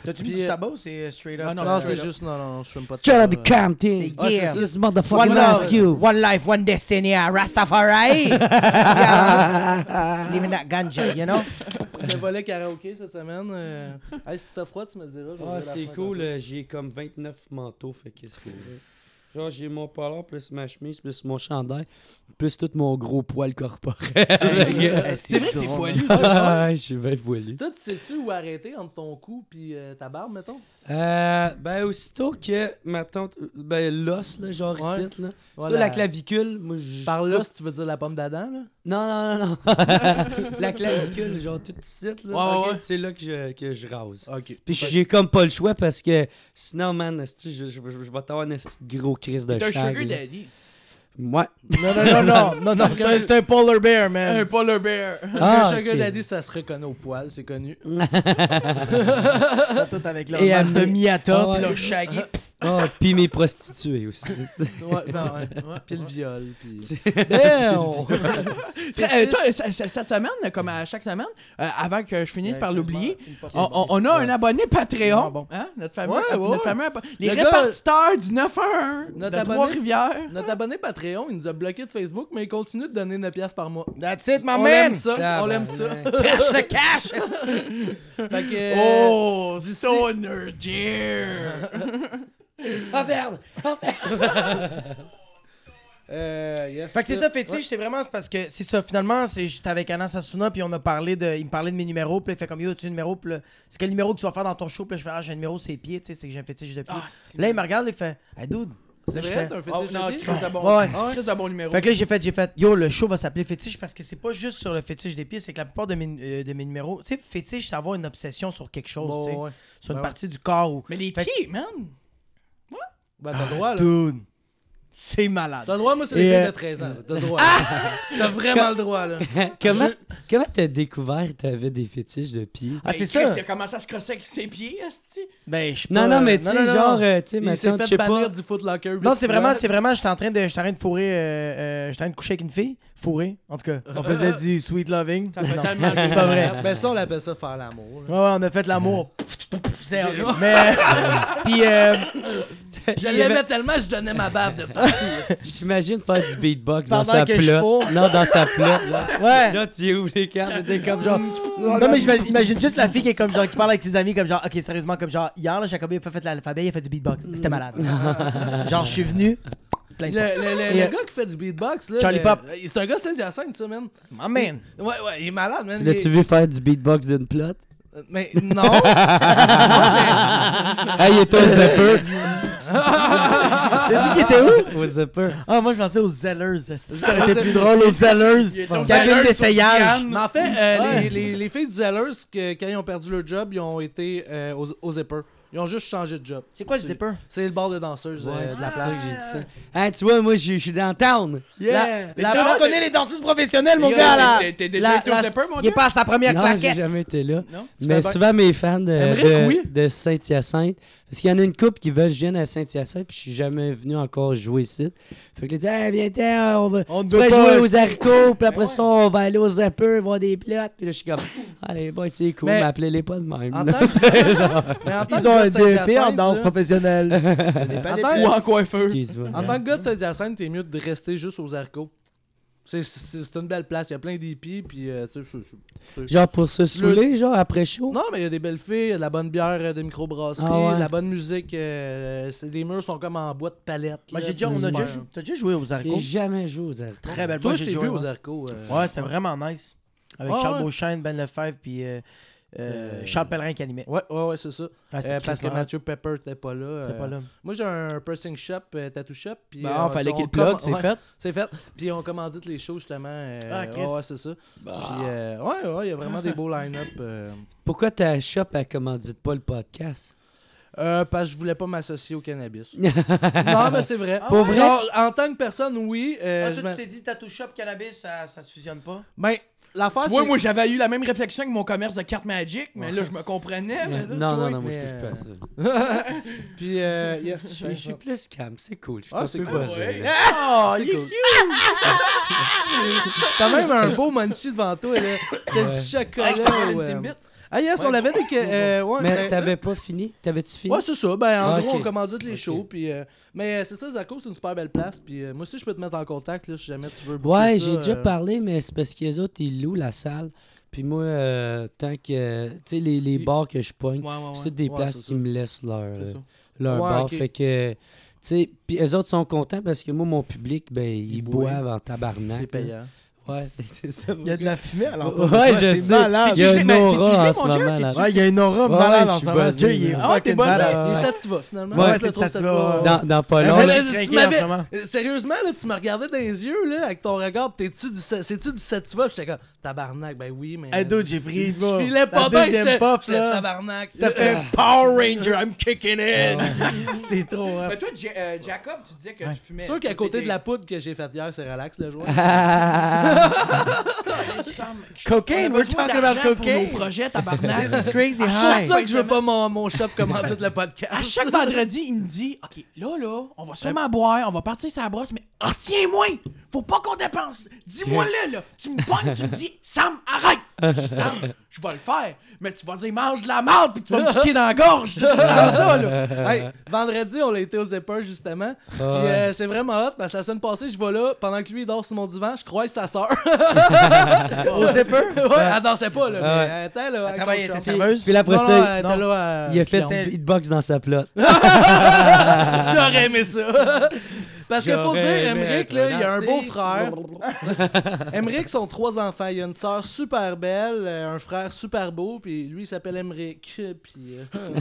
Speaker 5: T'as-tu
Speaker 3: Puis,
Speaker 5: mis du
Speaker 3: euh,
Speaker 5: tabac ou c'est straight up?
Speaker 2: Ah non,
Speaker 3: Non,
Speaker 2: c'est
Speaker 3: c'est
Speaker 2: sûr,
Speaker 3: juste, non, non, non, je fume pas de
Speaker 4: Straight out
Speaker 3: tabac. euh,
Speaker 4: of Compton.
Speaker 5: C'est yeah.
Speaker 4: This
Speaker 5: One
Speaker 4: motherfucking
Speaker 5: love,
Speaker 4: ask you.
Speaker 5: one life, one destiny, uh, Rastafari. Yeah. Living that ganja, you know?
Speaker 3: Le volet karaoké cette semaine. euh, hey, si t'as froid, tu me le diras. je vais
Speaker 4: Ah,
Speaker 3: ouvrir la
Speaker 4: c'est
Speaker 3: fenêtre
Speaker 4: cool,
Speaker 3: un peu.
Speaker 4: euh, j'ai comme 29 manteaux, fait qu'est-ce que. Genre, j'ai mon polar, plus ma chemise, plus mon chandail, plus tout mon gros poil corporel.
Speaker 2: euh, C'est vrai que t'es poilu.
Speaker 4: Ah, je suis bien poilu.
Speaker 3: Toi, tu sais-tu où arrêter entre ton cou puis euh, ta barbe, mettons?
Speaker 4: Euh, ben, aussitôt que, mettons, t- ben, l'os, là, genre
Speaker 3: Ouais.
Speaker 4: ici, là.
Speaker 3: Voilà.
Speaker 4: Surtout la clavicule, moi, je.
Speaker 3: Par là, si tu veux dire la pomme d'Adam, là?
Speaker 4: Non, non, non, non. la clavicule, genre, tout ici, là.
Speaker 2: Ouais, ouais,
Speaker 4: ok,
Speaker 2: ouais.
Speaker 4: C'est là que je, que je rase.
Speaker 3: OK.
Speaker 4: Puis j'ai comme pas le choix parce que sinon, man, esti, je, je, je- je vais t'avoir un esti de gros crise de
Speaker 2: T'es un
Speaker 4: chag,
Speaker 2: sugar
Speaker 4: là.
Speaker 2: daddy.
Speaker 4: Ouais.
Speaker 5: Non, non, non, non, non, non, c'est un, c'est un polar bear,
Speaker 2: Un
Speaker 5: man.
Speaker 2: polar bear.
Speaker 3: Parce
Speaker 4: Ah,
Speaker 3: que le sugar
Speaker 4: ok.
Speaker 3: daddy, ça se reconnaît au poil, c'est connu.
Speaker 5: tout avec
Speaker 4: leur Et masque de amener-
Speaker 5: mi-à-top,
Speaker 4: Ah ouais.
Speaker 5: leur shaggy.
Speaker 4: Ah, puis mes prostituées aussi.
Speaker 3: Ouais, ben ouais. Puis le viol, puis...
Speaker 2: Euh, toi, c- c- cette semaine, comme à chaque semaine, euh, avant que je finisse par l'oublier, on, on- on a un abonné Patreon,
Speaker 5: Ouais, Ah, bon.
Speaker 2: hein, notre fameux,
Speaker 3: Ouais, ouais.
Speaker 2: notre fameux abo- les
Speaker 3: Le gars-
Speaker 2: répartiteurs du 911
Speaker 3: Notre
Speaker 2: de
Speaker 3: abonné-
Speaker 2: Trois-Rivières.
Speaker 3: Notre abonné Patreon, il nous a bloqué de Facebook, mais il continue de donner 9$ piastres par mois.
Speaker 5: That's it, my
Speaker 3: On
Speaker 5: man!
Speaker 3: aime
Speaker 4: Ah, ben,
Speaker 3: ça, on aime ça.
Speaker 5: Cash le cash! Euh,
Speaker 3: Fait que...
Speaker 2: Euh, Oh, Stoner Deer!
Speaker 5: Ah merde!
Speaker 3: Euh, yes.
Speaker 5: Fait que c'est ça, fétiche, c'est vraiment c'est parce que c'est ça. Finalement, c'est- j'étais avec Anna Sassouna, puis on a parlé de. Il me parlait de mes numéros, puis il fait comme Yo, tu un numéro, puis là, c'est quel numéro que tu vas faire dans ton show, puis là, je fais Ah, j'ai un numéro, c'est pieds, tu sais, c'est que j'ai un fétiche de pieds.
Speaker 2: Ah, c'est-
Speaker 5: là, il me regarde, il fait Hey, dude,
Speaker 3: C'est
Speaker 5: Je
Speaker 3: vrai,
Speaker 5: fais-
Speaker 3: t'as un
Speaker 2: Oh,
Speaker 3: fétiche
Speaker 2: non,
Speaker 3: de pieds?
Speaker 2: Chris de bon,
Speaker 5: Ouais.
Speaker 2: Chris de bon numéro.
Speaker 5: Fait que là, j'ai fait, j'ai fait, yo, le show va s'appeler fétiche parce que c'est pas juste sur le fétiche des pieds, c'est que la plupart de mes, euh, de mes numéros, tu sais, fétiche, c'est avoir une obsession sur quelque chose, tu sais,
Speaker 3: Ouais, ouais.
Speaker 5: sur une
Speaker 3: ouais.
Speaker 5: partie du corps ou.
Speaker 2: Mais les
Speaker 5: Fait- Ah,
Speaker 2: pieds, man!
Speaker 3: Ben, t'as le droit, là.
Speaker 5: Dude, c'est malade.
Speaker 3: T'as le droit, moi, c'est
Speaker 5: Et,
Speaker 3: les filles
Speaker 5: euh,
Speaker 3: de
Speaker 5: Ah!
Speaker 3: 13 ans. là. T'as le droit. là. T'as vraiment le droit, là.
Speaker 4: comment comment t'as découvert que t'avais des fétiches de pieds?
Speaker 5: Ah,
Speaker 2: Hey,
Speaker 5: c'est
Speaker 2: Chris,
Speaker 5: ça.
Speaker 2: Il a commencé à se crosser avec ses pieds, esti.
Speaker 5: Ben, je suis
Speaker 4: Non,
Speaker 5: pas-
Speaker 4: non, mais tu sais,
Speaker 5: non, non.
Speaker 4: genre, euh, tu sais,
Speaker 3: Il
Speaker 4: maintenant,
Speaker 3: s'est
Speaker 4: je
Speaker 3: fait
Speaker 4: sais pas.
Speaker 3: bannir du Footlocker.
Speaker 5: Non, c'est vraiment, c'est vraiment, j'étais en train de, j'étais en train de fourrer, euh, euh, j'étais en train de coucher avec une fille, fourrer, en tout cas. On faisait du sweet loving.
Speaker 2: Ça fait
Speaker 5: Non.
Speaker 2: tellement
Speaker 5: C'est pas vrai.
Speaker 3: Ben, ça, on l'appelle ça faire l'amour. là.
Speaker 5: Ouais, ouais, on a fait l'amour. C'est horrible. Mais. Puis. euh,
Speaker 3: Je
Speaker 4: Il y avait-
Speaker 3: l'aimais tellement, je donnais ma bave de partout.
Speaker 4: J'imagine faire du beatbox dans
Speaker 5: Pendant
Speaker 4: sa
Speaker 5: que je
Speaker 4: plotte.
Speaker 5: fourre.
Speaker 4: Non, dans sa plotte, genre.
Speaker 5: Ouais.
Speaker 4: Genre, tu ouvres les cartes, t'es comme genre.
Speaker 5: Non, mais j'imagine imagine juste la fille qui est comme genre, qui parle avec ses amis, comme genre, ok, sérieusement, comme genre, hier, là, Jacobi a pas fait l'alphabet, il a fait du beatbox. C'était malade. genre, je suis venu. Plein
Speaker 3: Le,
Speaker 5: de fois.
Speaker 3: le, le,
Speaker 5: Yeah.
Speaker 3: le gars qui fait du beatbox, là.
Speaker 5: Charlie
Speaker 3: le-
Speaker 5: Pop.
Speaker 3: C'est un gars de Saint-Hyacinthe, ça, man.
Speaker 5: My man.
Speaker 3: Ouais, ouais, il est malade, man.
Speaker 4: Tu
Speaker 3: Il
Speaker 4: L'as-tu
Speaker 3: est-
Speaker 4: vu faire du beatbox d'une plotte?
Speaker 3: Mais non. Non,
Speaker 4: Ah, il était au zapper.
Speaker 5: C'est dit qu'il était où?
Speaker 4: Au zapper.
Speaker 5: Ah, moi, je pensais aux Zellers. Ça aurait été plus drôle, aux Zellers.
Speaker 2: tombé
Speaker 5: Cabine
Speaker 2: Zellers
Speaker 5: d'essayage.
Speaker 2: sur
Speaker 3: mais- Mais en fait, euh,
Speaker 5: Ouais.
Speaker 3: les, les, les filles du Zellers, que, quand ils ont perdu leur job, ils ont été euh, aux, aux zippers. Ils ont juste changé de job.
Speaker 5: C'est quoi le zipper?
Speaker 3: C'est le bar de danseuses euh, de la place.
Speaker 4: Hein, tu vois, moi, je je suis dans town.
Speaker 5: La,
Speaker 2: Mais comment
Speaker 5: la, on
Speaker 2: t'es-
Speaker 5: connaît les danseuses professionnelles, mon
Speaker 2: Yo,
Speaker 5: gars, là.
Speaker 2: t'es- t'es déjà
Speaker 5: La-
Speaker 2: été au
Speaker 5: la-
Speaker 2: zipper, mon
Speaker 5: Il est
Speaker 2: gars?
Speaker 5: pas à sa première
Speaker 4: Non, j'ai
Speaker 5: claquette.
Speaker 4: jamais été là.
Speaker 2: Non?
Speaker 4: Mais souvent, mes fans de,
Speaker 3: Aimerais
Speaker 4: de-
Speaker 3: que oui.
Speaker 4: de Saint-Hyacinthe, parce qu'il y en a une couple qui veulent que je vienne à Saint-Hyacinthe, puis je suis jamais venu encore jouer ici. Fait que là, ils disent, hey, viens, t'en, on va,
Speaker 5: On
Speaker 4: tu
Speaker 5: ne
Speaker 4: vas
Speaker 5: veut
Speaker 4: jouer
Speaker 5: pas.
Speaker 4: aux haricots, puis après ça, on va aller aux zapper, voir des plates. Puis là, je suis comme, allez, boy, c'est cool,
Speaker 3: Mais-
Speaker 4: mais appelez-les pas de même.
Speaker 5: Ah!
Speaker 3: En
Speaker 4: là.
Speaker 3: tant que, mais en tant que
Speaker 5: Ils ont
Speaker 3: gars
Speaker 5: un
Speaker 3: de
Speaker 5: DEP en
Speaker 3: Saint-Hyacinthe,
Speaker 5: danse
Speaker 3: là,
Speaker 5: professionnelle.
Speaker 3: en
Speaker 5: des E
Speaker 3: tant-
Speaker 2: Ou en coiffeur.
Speaker 4: Excuse-moi. hein.
Speaker 3: En tant que gars de Saint-Hyacinthe, t'es mieux de rester juste aux arcos. C'est c'est- c'est une belle place, il y a plein d'épis, puis euh, tu sais, c'est- c'est-
Speaker 4: Genre pour se saouler, genre après chaud.
Speaker 3: Non, mais il y a des belles filles, il y a de la bonne bière euh, de microbrasserie,
Speaker 4: Ah ouais.
Speaker 3: de la bonne musique. euh, c'est- les murs sont comme en bois de palette.
Speaker 5: Moi,
Speaker 3: là,
Speaker 5: j'ai déjà,
Speaker 3: puis
Speaker 5: on a
Speaker 3: c'est
Speaker 5: déjà
Speaker 3: super.
Speaker 5: joué. T'as déjà joué aux
Speaker 4: J'ai
Speaker 5: Arcos?
Speaker 4: jamais joué aux haricots.
Speaker 5: Très belle
Speaker 3: Toi,
Speaker 5: Moi,
Speaker 3: je
Speaker 5: j'ai
Speaker 3: t'ai
Speaker 5: déjà
Speaker 3: vu
Speaker 5: joué,
Speaker 3: aux
Speaker 5: ouais.
Speaker 3: arcos. euh,
Speaker 5: Ouais, c'était vraiment nice. Avec
Speaker 3: Ouais,
Speaker 5: Charles
Speaker 3: ouais.
Speaker 5: Beauchesne, Ben Lefebvre, puis euh, euh,
Speaker 3: Euh,
Speaker 5: Charles Pellerin qui animait.
Speaker 3: Ouais, ouais, ouais, c'est ça.
Speaker 5: Ah, c'était
Speaker 3: Euh, parce que
Speaker 5: Chris Martin,
Speaker 3: Mathieu Pepper était pas là.
Speaker 5: c'était
Speaker 3: euh,
Speaker 5: pas là.
Speaker 3: Moi, j'ai un pressing shop, euh, tattoo shop. Puis,
Speaker 5: Bah,
Speaker 3: euh,
Speaker 5: fallait
Speaker 3: on
Speaker 5: qu'il le
Speaker 3: comm-
Speaker 5: plug, c'est
Speaker 3: ouais,
Speaker 5: fait.
Speaker 3: C'est fait. Puis on commandite les shows, justement. euh,
Speaker 5: Ah, Chris. Bah.
Speaker 3: ouais, ouais, c'est ça. Puis, euh, ouais, ouais, il y a vraiment des beaux line-up. euh.
Speaker 4: Pourquoi ta shop, elle commandite pas le podcast?
Speaker 3: Euh, parce que je voulais pas m'associer au cannabis. non, mais c'est vrai.
Speaker 4: Pour vrai?
Speaker 3: Genre, en tant que personne, oui. euh,
Speaker 5: Ah,
Speaker 3: je
Speaker 5: toi,
Speaker 3: me-
Speaker 5: tu t'es dit tattoo shop, cannabis, ça, ça se fusionne pas?
Speaker 3: Ben, l'affaire,
Speaker 2: Tu
Speaker 3: c'est.
Speaker 2: vois, moi, j'avais eu la même réflexion que mon commerce de cartes Magic, mais là, je me comprenais. mais là,
Speaker 4: non,
Speaker 2: toi,
Speaker 4: non, non, moi je
Speaker 3: Ah, mais,
Speaker 4: touche pas à
Speaker 3: euh,
Speaker 4: ça.
Speaker 3: Puis, euh, yes,
Speaker 4: Je je suis plus calme, c'est cool. Je suis
Speaker 3: Ah,
Speaker 4: un
Speaker 3: c'est
Speaker 4: peu
Speaker 3: cool,
Speaker 4: buzzé.
Speaker 2: ouais.
Speaker 3: Oh,
Speaker 2: C'est
Speaker 3: il est
Speaker 2: cool.
Speaker 3: cute! T'as même un beau munchie devant toi, là. T'as du chocolat.
Speaker 2: Hey, je t'en ai une
Speaker 3: ouais.
Speaker 2: Timbit.
Speaker 3: Ah, yes, on l'avait dit que. euh, ouais,
Speaker 4: Mais
Speaker 3: ben,
Speaker 4: t'avais pas fini? T'avais-tu fini?
Speaker 3: Ouais, c'est ça. Ben, en
Speaker 4: Ah,
Speaker 3: gros,
Speaker 4: ok.
Speaker 3: on commandite les shows. Puis, euh, mais euh, c'est ça, Zaco, c'est une super belle place. Puis, euh, moi aussi, je peux te mettre en contact, là, si jamais tu veux. booker
Speaker 4: Ouais,
Speaker 3: ça,
Speaker 4: j'ai déjà
Speaker 3: euh.
Speaker 4: parlé, mais c'est parce que les autres, ils louent la salle. Puis moi, euh, tant que. Tu sais, les, les bars que je pogne,
Speaker 2: Ouais, ouais,
Speaker 4: c'est
Speaker 2: ouais.
Speaker 4: toutes des
Speaker 3: Ouais,
Speaker 4: places
Speaker 3: c'est
Speaker 4: qui
Speaker 3: ça.
Speaker 4: me laissent leur, euh,
Speaker 2: ça.
Speaker 4: leur
Speaker 3: Ouais,
Speaker 4: bar.
Speaker 3: ok.
Speaker 4: Fait que. Tu sais, puis eux autres sont contents parce que moi, mon public, ben, ils,
Speaker 3: Ils
Speaker 4: boivent en tabarnak.
Speaker 3: C'est
Speaker 4: là.
Speaker 3: payant.
Speaker 4: Ouais, c'est ça.
Speaker 5: Il y a de la fumée à
Speaker 4: Ouais,
Speaker 5: l'entour.
Speaker 4: je
Speaker 5: c'est
Speaker 4: sais.
Speaker 5: malade.
Speaker 4: Il y a
Speaker 2: T'es-tu gelé,
Speaker 4: un
Speaker 2: man? T'es-tu
Speaker 4: aura
Speaker 2: gelé,
Speaker 4: en ce
Speaker 2: mon Dieu?
Speaker 4: moment là.
Speaker 5: Ouais, il y a une aura
Speaker 4: Ouais,
Speaker 5: malade
Speaker 4: je
Speaker 5: en
Speaker 4: suis
Speaker 5: ce moment.
Speaker 4: buzzé,
Speaker 5: Dieu, il est
Speaker 4: là.
Speaker 2: Ah,
Speaker 5: fucking
Speaker 2: t'es buzzé,
Speaker 5: malade.
Speaker 3: C'est Sativa, finalement.
Speaker 4: Ouais,
Speaker 5: Ouais,
Speaker 3: c'est
Speaker 5: c'est
Speaker 3: trop
Speaker 5: Sativa. ouais.
Speaker 4: Dans, dans pas
Speaker 5: Ouais,
Speaker 4: long,
Speaker 5: mais
Speaker 3: là,
Speaker 5: j'ai
Speaker 3: tu
Speaker 5: craqué
Speaker 3: m'avais-
Speaker 5: en ce moment.
Speaker 3: Euh, Sérieusement, là, tu me regardais dans les yeux, là, avec ton regard, pis t'es-tu du, sa- c'est-tu du sativa? Pis J'étais comme, tabarnak, ben oui, mais.
Speaker 5: Hey, dude, j'ai pris.
Speaker 3: je
Speaker 5: moi,
Speaker 3: filais pas
Speaker 5: la
Speaker 3: bien,
Speaker 5: deuxième
Speaker 3: j'étais
Speaker 5: puff,
Speaker 3: j'étais
Speaker 5: là.
Speaker 3: tabarnak.
Speaker 5: Ça fait Power Ranger, I'm kicking in. C'est trop. hot.
Speaker 2: Mais toi, Ja- euh, Jacob, tu disais que tu fumais.
Speaker 3: C'est sûr qu'à
Speaker 2: T'étais-
Speaker 3: côté de la poudre que j'ai faite hier, c'est relax, le joueur.
Speaker 4: Ah,
Speaker 3: ah,
Speaker 5: Cocaine,
Speaker 2: On a
Speaker 5: we're
Speaker 2: besoin
Speaker 5: talking about
Speaker 2: d'argent pour
Speaker 5: cocaine.
Speaker 2: nos projets, tabarnak.
Speaker 5: This is crazy
Speaker 3: C'est
Speaker 5: high.
Speaker 3: ça que je veux pas mon, mon shop commandite le podcast.
Speaker 2: À chaque vendredi, il me dit OK, là, là, on va sûrement boire, on va partir sur la brosse, mais retiens-moi Faut pas qu'on dépense Dis-moi-le, là Tu me pognes, tu me dis Sam, arrête Je dis, Sam, je vais le faire, mais tu vas dire mange de la marde, puis tu vas me piquer dans la gorge C'est
Speaker 4: Ah.
Speaker 2: vraiment ça, là
Speaker 3: Hey, vendredi, on a été aux Zippers, justement.
Speaker 4: Ah,
Speaker 3: Puis euh, c'est vraiment hot parce que la semaine passée, je vais là, pendant que lui il dort sur mon divan, je croise sa soeur.
Speaker 5: Au zipper.
Speaker 3: ouais, elle dansait pas, là.
Speaker 4: Ah
Speaker 3: Mais elle était là. avec son
Speaker 5: Travailler,
Speaker 3: chum.
Speaker 5: t'es serveuse.
Speaker 4: Puis là, après
Speaker 3: Non, non,
Speaker 4: ça,
Speaker 3: elle
Speaker 5: non.
Speaker 3: était là. euh, à-
Speaker 4: il a fait
Speaker 5: C'était-
Speaker 4: du beatbox dans sa plotte.
Speaker 3: J'aurais aimé ça. Parce qu'il faut
Speaker 4: J'aurais
Speaker 3: dire,
Speaker 4: aimé
Speaker 3: Emmerich,
Speaker 4: être
Speaker 3: là, il a un
Speaker 4: artiste.
Speaker 3: beau frère. Emmerich, son trois enfants. Il a une sœur super belle, euh, un frère super beau, puis lui, il s'appelle Emmerich. euh, Puis. euh,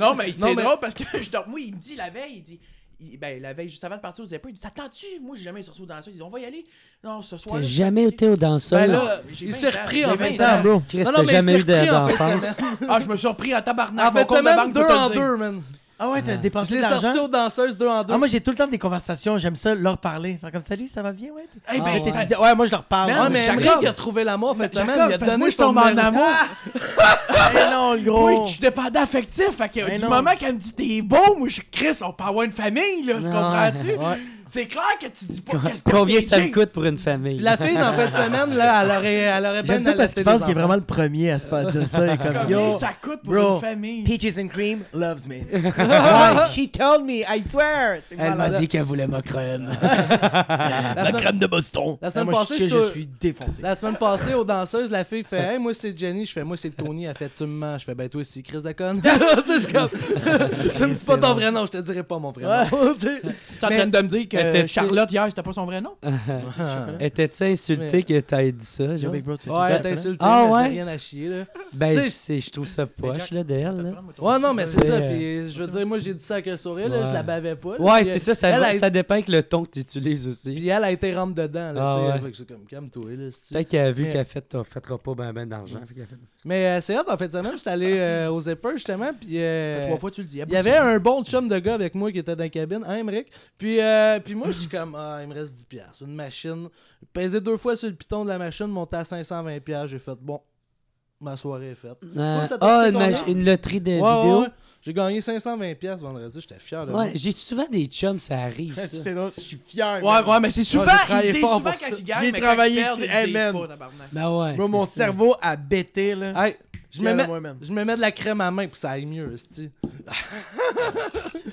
Speaker 2: Non, mais c'est
Speaker 3: Non, mais-
Speaker 2: drôle parce que je dors- Moi, il me dit la veille, il dit. il- ben, la veille, juste avant de partir aux Zeppelin, il dit T'attends-tu Moi, j'ai jamais sorti aux danseuses. Il dit On va y aller. Non, ce soir.
Speaker 4: T'as jamais été au danseur.
Speaker 3: Ben là,
Speaker 2: j'ai
Speaker 3: il
Speaker 2: 20
Speaker 3: s'est
Speaker 2: ans,
Speaker 3: repris
Speaker 2: j'ai
Speaker 3: en
Speaker 2: 20
Speaker 3: 20 ans, bro.
Speaker 4: Chris,
Speaker 3: non, non,
Speaker 4: t'as
Speaker 3: mais
Speaker 4: jamais
Speaker 3: il
Speaker 4: eu
Speaker 3: s'est repris en fait
Speaker 4: d'enfance.
Speaker 2: Ah, je me suis repris à tabarnak.
Speaker 3: En
Speaker 2: mon
Speaker 3: fait,
Speaker 2: compte de
Speaker 3: semaine,
Speaker 2: banque,
Speaker 3: deux
Speaker 2: pour te
Speaker 3: en
Speaker 2: le dire.
Speaker 3: deux, man.
Speaker 5: Ah ouais, t'as
Speaker 3: Je
Speaker 5: dépensé
Speaker 3: l'ai
Speaker 5: de
Speaker 3: sorti
Speaker 5: l'argent.
Speaker 3: aux danseuses deux en deux.
Speaker 5: Ah, moi, j'ai tout le temps des conversations. J'aime ça leur parler. Faire comme salut, ça va bien, ouais.
Speaker 2: Eh ben,
Speaker 4: Ah,
Speaker 5: Hey, t'es
Speaker 2: t'es-
Speaker 5: dit- ouais, moi, je leur parle.
Speaker 2: Man,
Speaker 5: ouais.
Speaker 3: ouais, Ah, mais
Speaker 2: Jacob.
Speaker 3: Emmerich, il a trouvé l'amour en fait
Speaker 2: Jacob,
Speaker 3: semaine. Il a
Speaker 2: parce que
Speaker 3: donné
Speaker 2: moi, je
Speaker 3: son
Speaker 2: tombe en
Speaker 3: numéro.
Speaker 2: amour.
Speaker 5: Eh non, le
Speaker 3: oh.
Speaker 5: gros.
Speaker 2: Oui, je suis dépendant affectif. Fait que
Speaker 3: Ben
Speaker 5: Mais
Speaker 2: du
Speaker 5: non.
Speaker 2: moment qu'elle me dit t'es beau, moi je suis Chris, on peut avoir une famille, là. Tu
Speaker 4: Non,
Speaker 2: comprends-tu?
Speaker 4: Ah, ouais.
Speaker 2: C'est clair que tu dis pas qu'est-ce que
Speaker 4: Combien
Speaker 2: t'es
Speaker 4: ça me
Speaker 2: gay.
Speaker 4: coûte pour une famille?
Speaker 3: Puis La fille, dans fin de semaine, là, elle aurait, elle aurait bien
Speaker 5: J'aime ça parce
Speaker 3: allaité
Speaker 5: qu'il
Speaker 3: les
Speaker 5: pense qu'il est
Speaker 3: enfants.
Speaker 5: vraiment le premier à se faire dire ça. Il est comme,
Speaker 2: Combien
Speaker 5: yo,
Speaker 2: ça coûte pour
Speaker 5: bro.
Speaker 2: une famille?
Speaker 5: Peaches and Cream loves me. Why? She told me, I swear. C'est
Speaker 4: Elle m'a
Speaker 5: malade.
Speaker 4: dit qu'elle voulait ma crème.
Speaker 3: La semaine-
Speaker 5: de Boston.
Speaker 3: La semaine
Speaker 5: Ah, moi, je
Speaker 3: passée,
Speaker 5: suis chill,
Speaker 3: j'étais-
Speaker 5: je suis défoncé.
Speaker 3: La semaine passée, aux danseuses, la fille fait Hey, moi c'est Jenny. Je fais Moi c'est Tony. Elle fait Tu me mens. Je fais Ben toi c'est Chris de conne. Tu sais, c'est comme- Tu me dis pas ton vrai nom. Je te dirai pas mon vrai nom. Tu sais.
Speaker 2: Tu es en train de me dire que
Speaker 4: Était-tu-
Speaker 2: Charlotte hier, c'était pas son vrai nom?
Speaker 4: Étais-tu insulté
Speaker 3: Mais-
Speaker 4: que t'aies dit ça?
Speaker 5: Yo,
Speaker 4: genre?
Speaker 5: Big Bro, tu veux
Speaker 3: Ouais,
Speaker 5: juste
Speaker 3: t'as
Speaker 5: appeler?
Speaker 3: insulté.
Speaker 4: Ah,
Speaker 3: mais
Speaker 4: ouais?
Speaker 3: j'ai rien à chier, là. Tu
Speaker 4: Ben,
Speaker 3: sais-
Speaker 4: c'est- je trouve ça poche, là, d'elle. là.
Speaker 3: Ouais, non, mais c'est ça.
Speaker 4: Mais,
Speaker 3: Puis je veux dire, moi j'ai dit ça avec un sourire. Là,
Speaker 4: Ouais.
Speaker 3: je la bavais pas. là.
Speaker 4: Ouais,
Speaker 3: Puis
Speaker 4: c'est ça, ça,
Speaker 3: elle
Speaker 4: va-
Speaker 3: a-
Speaker 4: ça dépend avec le ton que tu utilises aussi.
Speaker 3: Puis elle a été rampe dedans. Là,
Speaker 4: Ah,
Speaker 3: tu sais.
Speaker 4: ouais.
Speaker 3: Fait que c'est comme calme-toi. Là, c'est-
Speaker 4: Peut-être qu'elle a vu
Speaker 3: Mais-
Speaker 4: qu'elle fait, t'as- fêtera pas ben, ben d'argent. fait qu'elle fait-
Speaker 3: Mais euh, c'est hot, en fait, semaine, j'étais allé euh, aux Zippers, justement, puis... euh,
Speaker 2: Trois fois, tu le dis.
Speaker 3: il y avait un bon chum de gars avec moi qui était dans la cabine, hein, Emmerich? Puis, euh, puis moi, je dis comme, ah, il me reste 10$, piastres, une machine. Peser deux fois sur le piton de la machine, monter à 520$, piastres, j'ai fait, bon, ma soirée est faite.
Speaker 4: Euh,
Speaker 3: ça t'a
Speaker 4: Ah,
Speaker 3: coûté
Speaker 4: une,
Speaker 3: combien?
Speaker 4: mach- une loterie de
Speaker 3: Ouais, ouais,
Speaker 4: vidéos.
Speaker 3: ouais. J'ai gagné 520$ piastres vendredi, j'étais fier de
Speaker 4: Ouais,
Speaker 3: moi.
Speaker 4: j'ai souvent des chums, ça arrive. Ça.
Speaker 5: C'est drôle, je suis
Speaker 2: Ouais,
Speaker 5: fier. man.
Speaker 2: ouais, mais c'est souvent,
Speaker 3: Ouais, j'ai travaillé
Speaker 2: ils disent
Speaker 3: fort
Speaker 2: souvent
Speaker 3: pour ça.
Speaker 2: quand ils gagnent, mais
Speaker 5: J'ai
Speaker 2: quand ils
Speaker 5: travaillé,
Speaker 2: perdent,
Speaker 5: hey,
Speaker 2: ils
Speaker 5: man.
Speaker 2: disent pas, tabarnak.
Speaker 4: Ben ouais.
Speaker 5: Bro,
Speaker 4: c'est
Speaker 5: mon
Speaker 4: ça.
Speaker 5: cerveau a bêté, là.
Speaker 3: Hey, Ah, je me,
Speaker 5: Fier de
Speaker 3: mets,
Speaker 5: moi, man.
Speaker 3: je me mets de la crème à main pour que ça aille mieux, esti.
Speaker 4: T'es sûr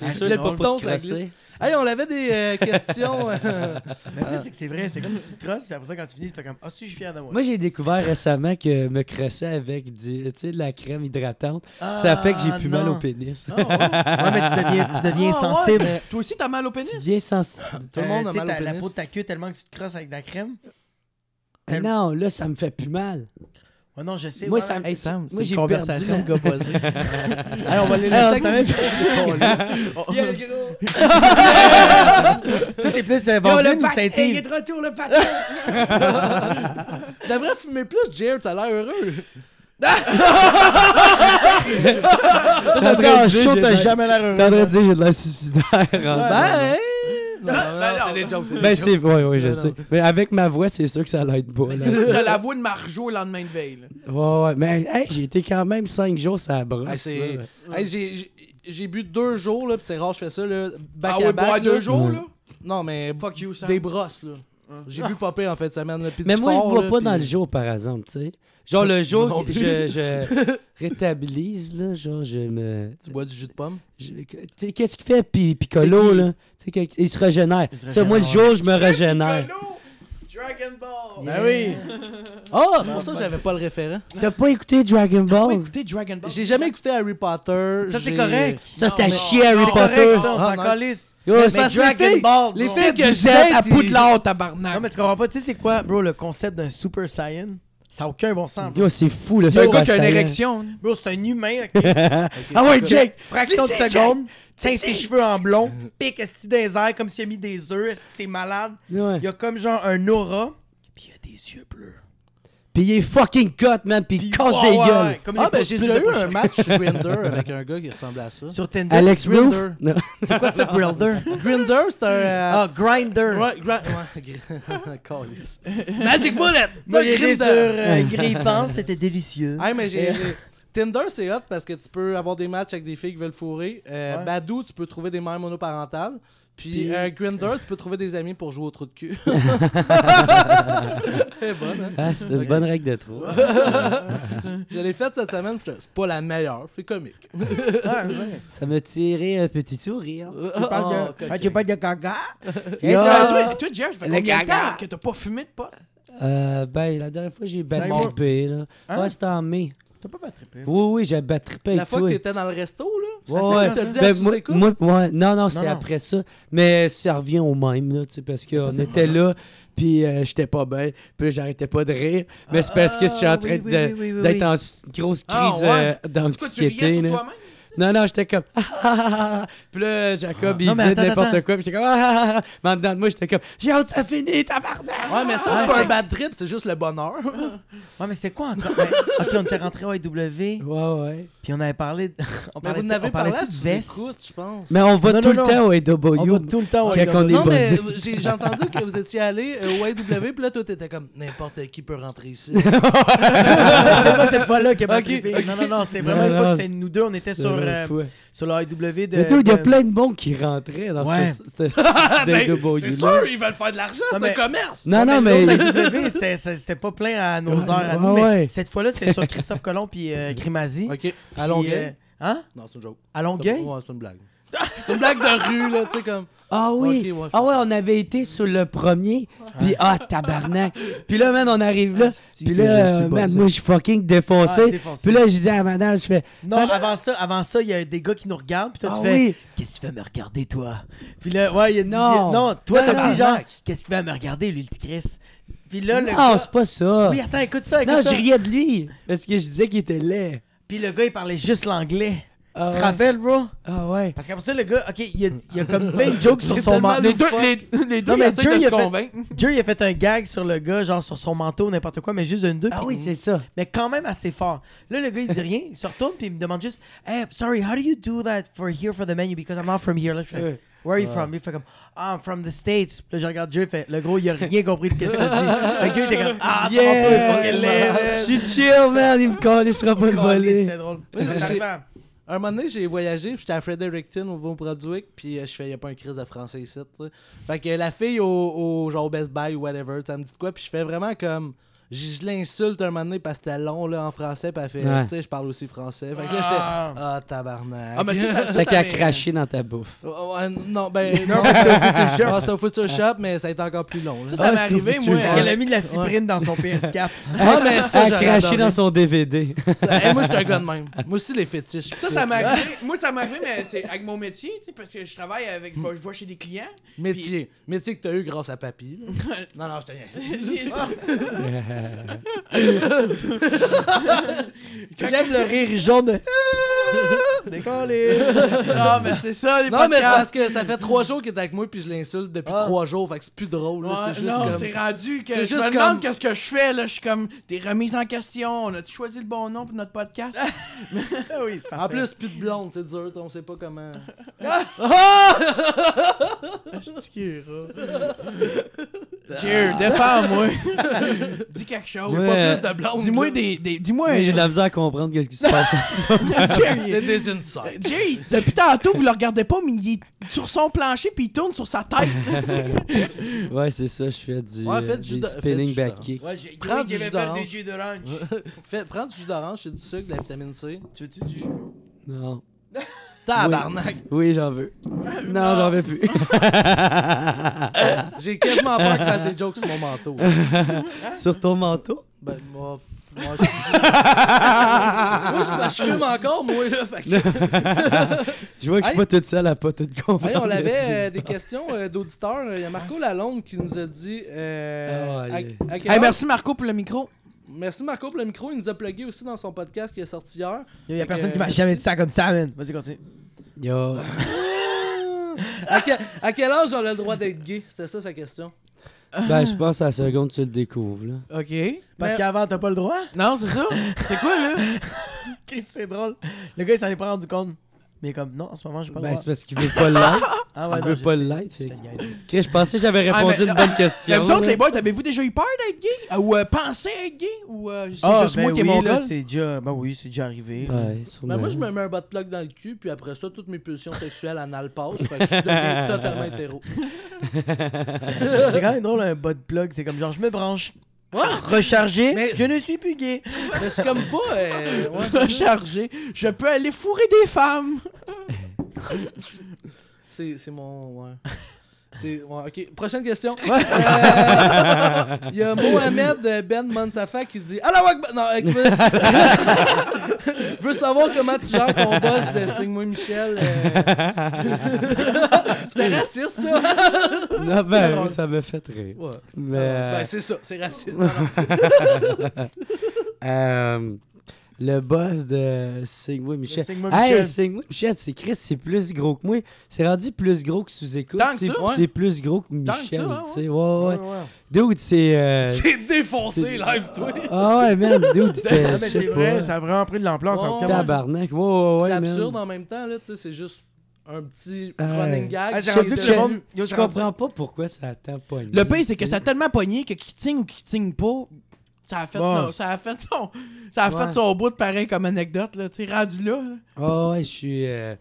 Speaker 3: le
Speaker 4: que c'est pas
Speaker 3: piton,
Speaker 4: pour te
Speaker 3: ça
Speaker 4: crosser?
Speaker 3: glisse. Hey, on avait des euh, questions. euh,
Speaker 5: Mais le plus, c'est que c'est vrai. C'est comme si tu te crosses, puis après ça, quand tu finis, tu fais comme, ah, si, je suis fier de moi.
Speaker 4: Ah. Moi, j'ai découvert récemment que me crosser avec du, tu sais, de la crème hydratante, ça
Speaker 5: Ah,
Speaker 4: fait que j'ai plus mal au
Speaker 5: non.
Speaker 4: pénis.
Speaker 5: Ah, ouais. Ouais, mais tu deviens, tu deviens
Speaker 2: Ah,
Speaker 5: sensible.
Speaker 2: ouais. Toi aussi, t'as mal au pénis?
Speaker 4: Tu deviens sensible.
Speaker 3: Tout le monde
Speaker 5: Euh,
Speaker 3: a
Speaker 5: tu sais,
Speaker 3: mal au
Speaker 5: t'as La
Speaker 3: pénis.
Speaker 5: peau de ta queue tellement que tu te crosses avec de la crème.
Speaker 4: Mais non, là, ça me fait plus mal.
Speaker 5: Ouais, non, je sais.
Speaker 4: Moi,
Speaker 5: ouais.
Speaker 4: ça me.
Speaker 2: Hey, Sam,
Speaker 4: moi,
Speaker 2: c'est
Speaker 4: j'ai
Speaker 2: une conversation de gars
Speaker 4: perdu
Speaker 2: posés.
Speaker 3: Hey, on va les
Speaker 5: Ah,
Speaker 3: laisser
Speaker 5: t'as
Speaker 3: avec...
Speaker 2: Oh.
Speaker 5: Toi, t'es plus euh, vaseline ou scintive?
Speaker 4: de retour, le
Speaker 3: Devrais fumer plus, Jerry, t'as l'air heureux.
Speaker 5: Ça te rend chaud, t'as jamais l'air
Speaker 4: T'es en
Speaker 5: heureux.
Speaker 4: train de dire j'ai de l'air suicidaire. hein.
Speaker 3: Ben,
Speaker 2: Ben
Speaker 3: non,
Speaker 2: non.
Speaker 3: c'est des jokes, c'est
Speaker 4: Ben,
Speaker 3: des jokes.
Speaker 4: c'est. Oui, oui, je
Speaker 3: Non,
Speaker 4: sais. Mais avec ma voix, c'est sûr que ça l'aide pas.
Speaker 2: Mais
Speaker 4: là.
Speaker 2: c'est sûr que t'as la voix de Marjo le lendemain de veille. là.
Speaker 4: Ouais, ouais. Mais, hey, j'ai été quand même 5 jours sur la brosse.
Speaker 3: Hey, Ah, c'est-
Speaker 4: là.
Speaker 3: Hey, j'ai- j'ai- J'ai bu deux jours, là, pis c'est rare, je fais ça, là. Back
Speaker 2: Ah
Speaker 3: à
Speaker 2: ouais,
Speaker 3: back,
Speaker 2: boire
Speaker 3: là.
Speaker 2: deux jours,
Speaker 4: Ouais.
Speaker 2: là?
Speaker 3: Non, mais
Speaker 2: Fuck you, Sam.
Speaker 3: des brosses, là. J'ai bu popper en fin de semaine, là, pis
Speaker 4: Mais
Speaker 3: du
Speaker 4: moi,
Speaker 3: fort,
Speaker 4: je bois
Speaker 3: là,
Speaker 4: pas
Speaker 3: pis-
Speaker 4: dans le jour, par exemple, tu sais. Genre, le
Speaker 3: Non
Speaker 4: jour, que
Speaker 3: plus.
Speaker 4: je, je rétabilise, là, genre, je me...
Speaker 3: Tu bois du jus de pomme?
Speaker 4: je- que- tu sais, qu'est-ce qu'il fait, puis Piccolo, là? Tu sais, quand- il se régénère.
Speaker 5: se
Speaker 4: Ça, moi, le
Speaker 5: régénère,
Speaker 4: jour, je me régénère.
Speaker 2: Piccolo, Dragon Ball.
Speaker 5: Ben oui.
Speaker 3: Ah, c'est pour ça que j'avais pas le référent.
Speaker 4: T'as pas écouté Dragon
Speaker 2: Ouais,
Speaker 4: Ball?
Speaker 2: écoutez Dragon Ball.
Speaker 3: J'ai jamais écouté Harry Potter.
Speaker 5: Ça, c'est
Speaker 3: j'ai-
Speaker 5: correct.
Speaker 4: Ça, c'est à
Speaker 2: Non,
Speaker 4: chier Harry
Speaker 5: C'est
Speaker 4: Potter.
Speaker 5: correct, ça, on
Speaker 3: Ah,
Speaker 5: s'en
Speaker 3: non.
Speaker 5: calisse.
Speaker 4: Yo,
Speaker 5: Mais
Speaker 4: ça-
Speaker 3: parce que les
Speaker 5: Dragon
Speaker 3: filles-
Speaker 5: Ball,
Speaker 3: les
Speaker 5: bro.
Speaker 3: filles que
Speaker 2: Vous
Speaker 3: je
Speaker 2: êtes
Speaker 3: date,
Speaker 2: à
Speaker 3: ils-
Speaker 2: Poudlard,
Speaker 5: Non,
Speaker 2: tabarnak.
Speaker 5: mais tu comprends pas, tu sais, c'est quoi, bro, le concept d'un Super Saiyan? Ça n'a aucun bon sens. Bro,
Speaker 4: Yo, c'est fou, le
Speaker 2: C'est un
Speaker 4: Super
Speaker 2: gars qui a une
Speaker 4: Saiyan.
Speaker 2: érection. là.
Speaker 5: Bro, c'est un humain, ok?
Speaker 4: Ah ouais, Jake!
Speaker 5: Fraction de
Speaker 2: Tu sais, Mm.
Speaker 5: seconde, teint ses cheveux en blond, pique esti des airs comme s'il a mis des œufs, esti, c'est malade.
Speaker 4: Ouais.
Speaker 5: Il y a comme genre un aura, puis il a des yeux bleus.
Speaker 4: Puis il est fucking cut, man, puis il casse
Speaker 5: Oh,
Speaker 4: des
Speaker 5: ouais,
Speaker 4: gueules.
Speaker 5: ouais, comme il
Speaker 3: Ah,
Speaker 5: est pas-
Speaker 3: ben, j'ai
Speaker 5: plus
Speaker 3: déjà
Speaker 5: de
Speaker 3: eu
Speaker 5: poche.
Speaker 3: un match Grinder avec un gars qui ressemblait à ça.
Speaker 5: Sur Tinder.
Speaker 4: Alex
Speaker 3: Grinder.
Speaker 4: Roof? Non.
Speaker 5: C'est quoi ce Grinder?
Speaker 3: Grinder, c'est un. euh,
Speaker 5: Ah, Grinder.
Speaker 3: Ouais, gra- ouais, gr- Calice. Magic Bullet!
Speaker 5: Moi, j'ai
Speaker 3: Grinder.
Speaker 5: été sur euh, Grippant, c'était délicieux.
Speaker 3: Hey, mais j'ai. j'ai- Tinder, c'est hot parce que tu peux avoir des matchs avec des filles qui veulent fourrer. Euh,
Speaker 5: Ouais.
Speaker 3: Badou, tu peux trouver des mères monoparentales. Puis,
Speaker 5: Puis-
Speaker 3: euh, Grinder, tu peux trouver des amis pour jouer au trou de cul. C'est bonne, hein?
Speaker 4: Ah, c'est une bonne règle de trois.
Speaker 3: Je l'ai faite cette semaine, puis j'étais, c'est pas la meilleure, c'est comique.
Speaker 5: Euh, Ah,
Speaker 4: Ça m'a tiré un petit sourire.
Speaker 5: Tu parles de-
Speaker 3: Oh, coquin.
Speaker 5: euh, Ah, tu parles de gaga?
Speaker 4: Yo.
Speaker 2: Ah, Toi, toi, Jerry, ça fait
Speaker 4: Le
Speaker 2: combien de
Speaker 4: gaga.
Speaker 2: temps que t'as pas fumé de pot?
Speaker 4: Euh, ben, la dernière fois, j'ai battu
Speaker 5: Cinq mois.
Speaker 4: trippé, là.
Speaker 5: Hein?
Speaker 4: Ouais, c'était en mai.
Speaker 5: T'as pas pas trippé.
Speaker 4: Oui, oui, j'ai battu trippé
Speaker 3: La
Speaker 4: avec
Speaker 3: fois
Speaker 4: toi.
Speaker 3: que t'étais dans le resto, là,
Speaker 4: Ouais,
Speaker 3: ça,
Speaker 4: ouais.
Speaker 3: t'as dit à
Speaker 4: Ben, moi,
Speaker 3: sous-écoute?
Speaker 4: moi- ouais. Non, non, c'est
Speaker 5: non.
Speaker 4: après ça. Mais ça revient au même, là, tu sais, parce qu'on était là, puis euh, j'étais pas bien, puis là, j'arrêtais pas de rire. Mais c'est parce que je suis en train de- d'être en s- grosse crise
Speaker 2: Ah, ouais.
Speaker 4: euh,
Speaker 2: Pourquoi tu riais
Speaker 4: d'anxiété.
Speaker 2: sur
Speaker 4: là.
Speaker 2: toi-même?
Speaker 4: Non, non, j'étais comme. Ah, ah, ah, ah. Puis là, Jacob, il
Speaker 5: Non, mais
Speaker 4: disait
Speaker 5: attends,
Speaker 4: n'importe
Speaker 5: attends.
Speaker 4: quoi. Puis j'étais comme. Ah, ah, ah, ah. Mais en dedans de moi, j'étais comme. J'ai hâte, ça finit, tabarnak!
Speaker 3: Ouais, mais ça,
Speaker 5: Ah,
Speaker 3: c'est pas
Speaker 5: c'est-
Speaker 3: un bad trip, c'est juste le bonheur.
Speaker 5: Ouais, mais c'était quoi encore? Ben, ok, on était rentré au
Speaker 4: Ouais,
Speaker 5: IW,
Speaker 4: ouais.
Speaker 5: puis on avait parlé. de- on
Speaker 3: Mais
Speaker 5: parlait
Speaker 3: vous
Speaker 5: de-
Speaker 3: n'avez
Speaker 5: on parlait
Speaker 3: parlé à
Speaker 5: de veste.
Speaker 3: sous-écoute, je pense.
Speaker 4: Mais on va
Speaker 5: Non,
Speaker 4: tout
Speaker 5: non,
Speaker 4: le
Speaker 5: non.
Speaker 4: temps au
Speaker 5: On
Speaker 4: AW.
Speaker 5: va tout le temps au
Speaker 4: Quand
Speaker 5: IW.
Speaker 4: on est
Speaker 3: Non, mais
Speaker 4: buzzé.
Speaker 3: euh, j'ai j'ai entendu que vous étiez allé euh, au AEW, puis là, toi, t'étais comme n'importe qui peut rentrer ici.
Speaker 5: c'est pas cette fois-là qu'il y a pas
Speaker 3: Ok,
Speaker 5: trippé.
Speaker 3: ok.
Speaker 5: Non, non, non, c'était vraiment
Speaker 4: Non,
Speaker 5: une fois
Speaker 4: non,
Speaker 5: que c'était nous deux, on était sur, euh,
Speaker 4: Ouais.
Speaker 5: sur le IW de.
Speaker 4: Mais toi, il y a
Speaker 5: de-
Speaker 4: plein de monde qui rentrait dans
Speaker 5: Ouais. Ben,
Speaker 4: cette, cette, cette AEW,
Speaker 2: C'est
Speaker 4: là.
Speaker 2: sûr, ils veulent faire de l'argent,
Speaker 5: Non,
Speaker 2: c'est un
Speaker 5: mais-
Speaker 2: commerce.
Speaker 4: Non, non, mais.
Speaker 5: l'autre IW, c'était- ça- c'était pas plein à nos
Speaker 4: Ouais,
Speaker 5: heures à
Speaker 4: ouais,
Speaker 5: nous. mais
Speaker 4: ouais.
Speaker 5: Cette fois-là, c'était sur Christophe Colomb puis euh, Grimazzi.
Speaker 3: OK.
Speaker 5: Puis,
Speaker 3: À Longueuil.
Speaker 5: euh, hein?
Speaker 3: Non, c'est une joke.
Speaker 5: À Longueuil?
Speaker 3: Ouais, c'est une blague. C'est une blague de rue, là, tu sais, comme.
Speaker 4: Ah oui,
Speaker 3: Ok, ouais, je
Speaker 4: ah ouais, on avait été sur le premier, puis ah tabarnak. Puis là, man, on arrive là, puis
Speaker 5: que je
Speaker 4: là,
Speaker 5: suis
Speaker 4: euh,
Speaker 5: basé.
Speaker 4: man, moi, je suis fucking
Speaker 5: Ah,
Speaker 4: défoncé.
Speaker 5: défoncé.
Speaker 4: Puis là, je dis à madame, je fais,
Speaker 5: Non, avant ça, avant ça, il y a des gars qui nous regardent, puis toi, tu
Speaker 4: Ben, Ah
Speaker 5: fais
Speaker 4: oui.
Speaker 5: Qu'est-ce que tu fais à me regarder, toi Puis là, ouais, il a dit
Speaker 4: Non.
Speaker 5: Non, toi,
Speaker 4: Non,
Speaker 5: t'as
Speaker 4: non,
Speaker 5: dit genre
Speaker 4: non.
Speaker 5: Qu'est-ce qu'il fait à me regarder, lui, le petit Chris Puis là, le
Speaker 4: non,
Speaker 5: gars.
Speaker 4: c'est pas ça.
Speaker 5: Oui, attends, écoute ça, écoute
Speaker 4: non, je
Speaker 5: ça.
Speaker 4: riais de lui, parce que je disais qu'il était laid.
Speaker 5: Puis le gars, il parlait juste l'anglais.
Speaker 4: Ah
Speaker 5: tu te
Speaker 4: ouais.
Speaker 5: rappelles, bro
Speaker 4: Ah ouais.
Speaker 5: Parce qu'après ça, le gars, ok, il a, il a comme fait une joke sur
Speaker 2: C'est
Speaker 5: son
Speaker 2: tellement
Speaker 5: manteau.
Speaker 2: Les deux, les, les deux,
Speaker 5: Non,
Speaker 2: ils
Speaker 5: mais
Speaker 2: essayent
Speaker 5: Dieu,
Speaker 2: de
Speaker 5: il a
Speaker 2: se
Speaker 5: fait-
Speaker 2: convaincre.
Speaker 5: Dieu, il a fait un gag sur le gars, genre sur son manteau, n'importe quoi, mais juste une deux.
Speaker 4: Ah
Speaker 5: puis-
Speaker 4: oui, c'est ça.
Speaker 5: Mais quand même assez fort. Là, le gars, il dit rien, il se retourne, puis il me demande juste, hey, sorry, how do you do that for here for the menu? Because I'm not from here. Là, je fais,
Speaker 4: Ouais.
Speaker 5: where are you from? Il fait comme, ah, I'm from the States. Puis là, je regarde Dieu, il fait, le gros, il a rien compris de ce que ça dit. Fait que Dieu, il était comme, ah, ton manteau est
Speaker 4: Yeah!
Speaker 5: fucking laid,
Speaker 4: Je
Speaker 5: man.
Speaker 4: suis chill, man, il me colle, il sera pas de voler.
Speaker 5: C'est drôle.
Speaker 3: Oui, oui,
Speaker 5: J'arrive
Speaker 3: j'ai-
Speaker 5: à-
Speaker 3: Un moment donné, j'ai voyagé, puis j'étais à Fredericton, au Nouveau-Brunswick, puis euh, je fais, y a pas un crise de français ici, tu sais. Fait que la fille au, au genre au Best Buy ou whatever, ça me dit de quoi, puis je fais vraiment comme. j- Je l'insulte un moment donné parce que c'était long là, en français, puis elle fait,
Speaker 4: Ouais.
Speaker 3: tu sais, je parle aussi français. Fait que là, j'étais,
Speaker 5: Ah.
Speaker 3: ah, tabarnak.
Speaker 2: Ah, mais ça, ça, ça, ça
Speaker 4: Fait qu'à
Speaker 2: m'est-
Speaker 4: craché dans ta bouffe.
Speaker 3: Oh, ouais, non, ben, non, c'était au Future Shop. Ah, c'était au Future Shop, mais ça a été encore plus long. là.
Speaker 2: Ça, ça
Speaker 4: Ah,
Speaker 2: m'est
Speaker 4: c'est
Speaker 2: arrivé,
Speaker 4: foutu,
Speaker 2: moi.
Speaker 4: genre.
Speaker 2: à
Speaker 5: Elle
Speaker 2: la-
Speaker 5: a mis de la cyprine dans son PS4.
Speaker 3: Ah, mais ça,
Speaker 4: à
Speaker 3: j'aurais
Speaker 4: craché
Speaker 3: adoré.
Speaker 4: dans son DVD.
Speaker 3: Ça- hey, moi, je suis un gars de même. Moi aussi, les fétiches.
Speaker 2: Ça, ça m'est arrivé. Moi, ça m'est arrivé, mais c'est avec mon métier, tu sais, parce que je travaille avec. Je vois chez des clients.
Speaker 3: Métier. Métier que t'as eu grâce à papy. là. Non, non, je te
Speaker 2: C'est ça.
Speaker 5: J'aime le rire jaune de. Décollé!
Speaker 2: Non, mais c'est ça, les
Speaker 3: Non, mais c'est
Speaker 2: podcasts.
Speaker 3: parce que ça fait trois jours qu'il est avec moi, puis je l'insulte depuis trois jours. Fait que c'est plus drôle. là.
Speaker 2: Ah. Ouais,
Speaker 3: c'est juste
Speaker 2: Ah, non,
Speaker 3: comme-
Speaker 2: c'est rendu que je
Speaker 3: c'est
Speaker 2: me
Speaker 3: juste
Speaker 2: demande
Speaker 3: comme-
Speaker 2: qu'est-ce que je fais là, je suis comme des remises en question. On a-tu choisi le bon nom pour notre podcast
Speaker 5: Ah oui, c'est
Speaker 3: En plus, plus de blonde, c'est dur. tu sais, On sait pas comment.
Speaker 2: Cheers, défends-moi. Dis quelque chose.
Speaker 4: Ouais.
Speaker 2: Pas plus de blonde. Dis-moi des, des- dis-moi.
Speaker 4: J'ai de la misère à comprendre qu'est-ce qui se passe en ce moment.
Speaker 3: C'est des insides.
Speaker 2: Jay, depuis tantôt, vous le regardez pas, mais il est sur son plancher puis il tourne sur sa tête.
Speaker 4: Ouais, c'est ça, je fais du,
Speaker 3: Ouais,
Speaker 4: euh,
Speaker 3: faites
Speaker 4: des
Speaker 3: du- faites
Speaker 4: spinning
Speaker 3: du-
Speaker 4: back kick.
Speaker 5: Ouais, j'ai
Speaker 3: Prends
Speaker 5: oui,
Speaker 3: du
Speaker 5: j'avais
Speaker 3: jus
Speaker 5: peur
Speaker 3: d'orange.
Speaker 5: des jus d'orange.
Speaker 3: Fais- Prends du jus d'orange, c'est du sucre, de la vitamine C.
Speaker 5: tu veux-tu du jus?
Speaker 4: Non.
Speaker 3: Tabarnak.
Speaker 4: Oui, j'en veux. Non, j'en veux plus.
Speaker 3: J'ai quasiment peur qu'il fasse des jokes sur mon manteau.
Speaker 4: Sur ton manteau?
Speaker 3: Ben, moi. Moi, je, moi, je- parce que je fume encore, moi, là. Fait que-
Speaker 4: Je vois que je suis pas toute seule à pas tout comprendre.
Speaker 3: Hey, on avait euh, des questions euh, d'auditeurs. Il y a Marco Lalonde qui nous a dit. euh,
Speaker 4: Ah,
Speaker 3: à-
Speaker 4: yeah.
Speaker 3: à quelle
Speaker 2: Hey,
Speaker 3: heure-
Speaker 2: merci Marco pour le micro.
Speaker 3: Merci Marco pour le micro. Il nous a plugué aussi dans son podcast qui est sorti hier.
Speaker 5: Y'a
Speaker 3: Fait
Speaker 5: personne
Speaker 3: que-
Speaker 5: qui m'a jamais dit ça comme ça, man. euh, Vas-y, continue.
Speaker 4: Yo.
Speaker 3: À, que- à quel âge on a le droit d'être gay C'était ça sa question.
Speaker 4: Ben, je pense à la seconde, tu le découvres, là.
Speaker 2: OK.
Speaker 5: Parce
Speaker 3: Mais-
Speaker 5: qu'avant, t'as pas le droit.
Speaker 2: Non, c'est ça. C'est quoi, là?
Speaker 5: Chris, c'est drôle. Le gars, il s'en est pas rendu compte. Mais comme, non, en ce moment, j'ai pas le
Speaker 4: Ben,
Speaker 5: droit.
Speaker 4: c'est parce qu'il veut pas le light.
Speaker 5: Ah
Speaker 4: Il
Speaker 5: non,
Speaker 4: veut
Speaker 5: je
Speaker 4: pas
Speaker 5: sais.
Speaker 4: le light.
Speaker 5: Je
Speaker 4: fait
Speaker 5: te
Speaker 4: que-
Speaker 5: niaise.
Speaker 4: Chris, je pensais que j'avais
Speaker 2: Ah,
Speaker 4: répondu
Speaker 2: mais-
Speaker 4: une bonne
Speaker 2: Mais
Speaker 4: question.
Speaker 2: vous autres,
Speaker 4: là.
Speaker 2: les boys, avez-vous déjà eu peur d'être gay? Ou euh, pensé être gay? Ou euh, c'est
Speaker 5: Ah,
Speaker 2: juste
Speaker 5: ben
Speaker 2: moi qui ai
Speaker 5: oui,
Speaker 2: mon
Speaker 5: là,
Speaker 2: gars?
Speaker 5: c'est déjà... Ben oui, c'est déjà arrivé.
Speaker 4: Ouais,
Speaker 3: Ben,
Speaker 4: sûrement.
Speaker 3: moi, je me mets un bas de plaque dans le cul, puis après ça, toutes mes pulsions sexuelles anales passent. Fait que je suis devenu totalement hétéro.
Speaker 5: C'est quand même drôle, un bot plug. C'est comme, genre, je me branche. Rechargé,
Speaker 3: Mais-
Speaker 5: je ne suis plus gay.
Speaker 3: Mais c'est comme pas. euh, ouais, c'est-
Speaker 2: Rechargé. Je peux aller fourrer des femmes.
Speaker 3: c'est c'est mon. Ouais. C'est- ouais, ok, prochaine question. Euh, Il y a Mohamed Ben Mansafa qui dit Allah Akbar! Non, euh, qui veut... veut savoir comment tu gères ton boss de Signe-moi Michel. euh. C'était raciste, ça!
Speaker 4: Non, ben, oui, ça me fait rire.
Speaker 3: Ouais.
Speaker 4: Mais,
Speaker 3: Ben,
Speaker 4: euh,
Speaker 3: c'est ça, c'est raciste. Non, non.
Speaker 4: euh, le boss de Sigma Michel.
Speaker 5: Signe-moi
Speaker 4: Hey,
Speaker 5: Michel.
Speaker 4: Sigma Michel, c'est Chris, c'est plus gros que moi. C'est rendu plus gros que sous-écoute.
Speaker 2: Tant que
Speaker 4: C'est
Speaker 2: ça, ouais.
Speaker 4: c'est plus gros que
Speaker 2: Tant que
Speaker 4: Michel.
Speaker 2: ça, ouais,
Speaker 4: tu sais, ouais, ouais.
Speaker 5: Ouais, ouais.
Speaker 4: Dude, c'est. euh,
Speaker 2: C'est défoncé, live, toi.
Speaker 4: Ah ouais, man, dude, c'était.
Speaker 5: Ah,
Speaker 4: je
Speaker 5: mais
Speaker 4: sais
Speaker 5: c'est
Speaker 4: pas.
Speaker 5: vrai, ça a vraiment pris de l'ampleur. ça a
Speaker 3: Oh,
Speaker 5: aucun-
Speaker 4: Tabarnak, ouais, ouais, ouais.
Speaker 3: c'est
Speaker 4: man.
Speaker 3: absurde hein. en même temps, là, tu sais, c'est juste un petit
Speaker 4: Ouais.
Speaker 3: running gag.
Speaker 5: Ah, j'ai
Speaker 3: C'est
Speaker 5: rendu
Speaker 3: de-
Speaker 5: que le monde-
Speaker 4: Je comprends pas pourquoi ça attend pas.
Speaker 2: Le pire, c'est que ça a tellement pogné que qu'il tigne ou qu'il tigne pas, ça a fait,
Speaker 5: Bon.
Speaker 2: non, ça a fait son, ça a
Speaker 4: Ouais.
Speaker 2: fait son bout de pareil comme anecdote, là, tu sais, rendu là. là.
Speaker 4: Ah ouais, je suis. euh,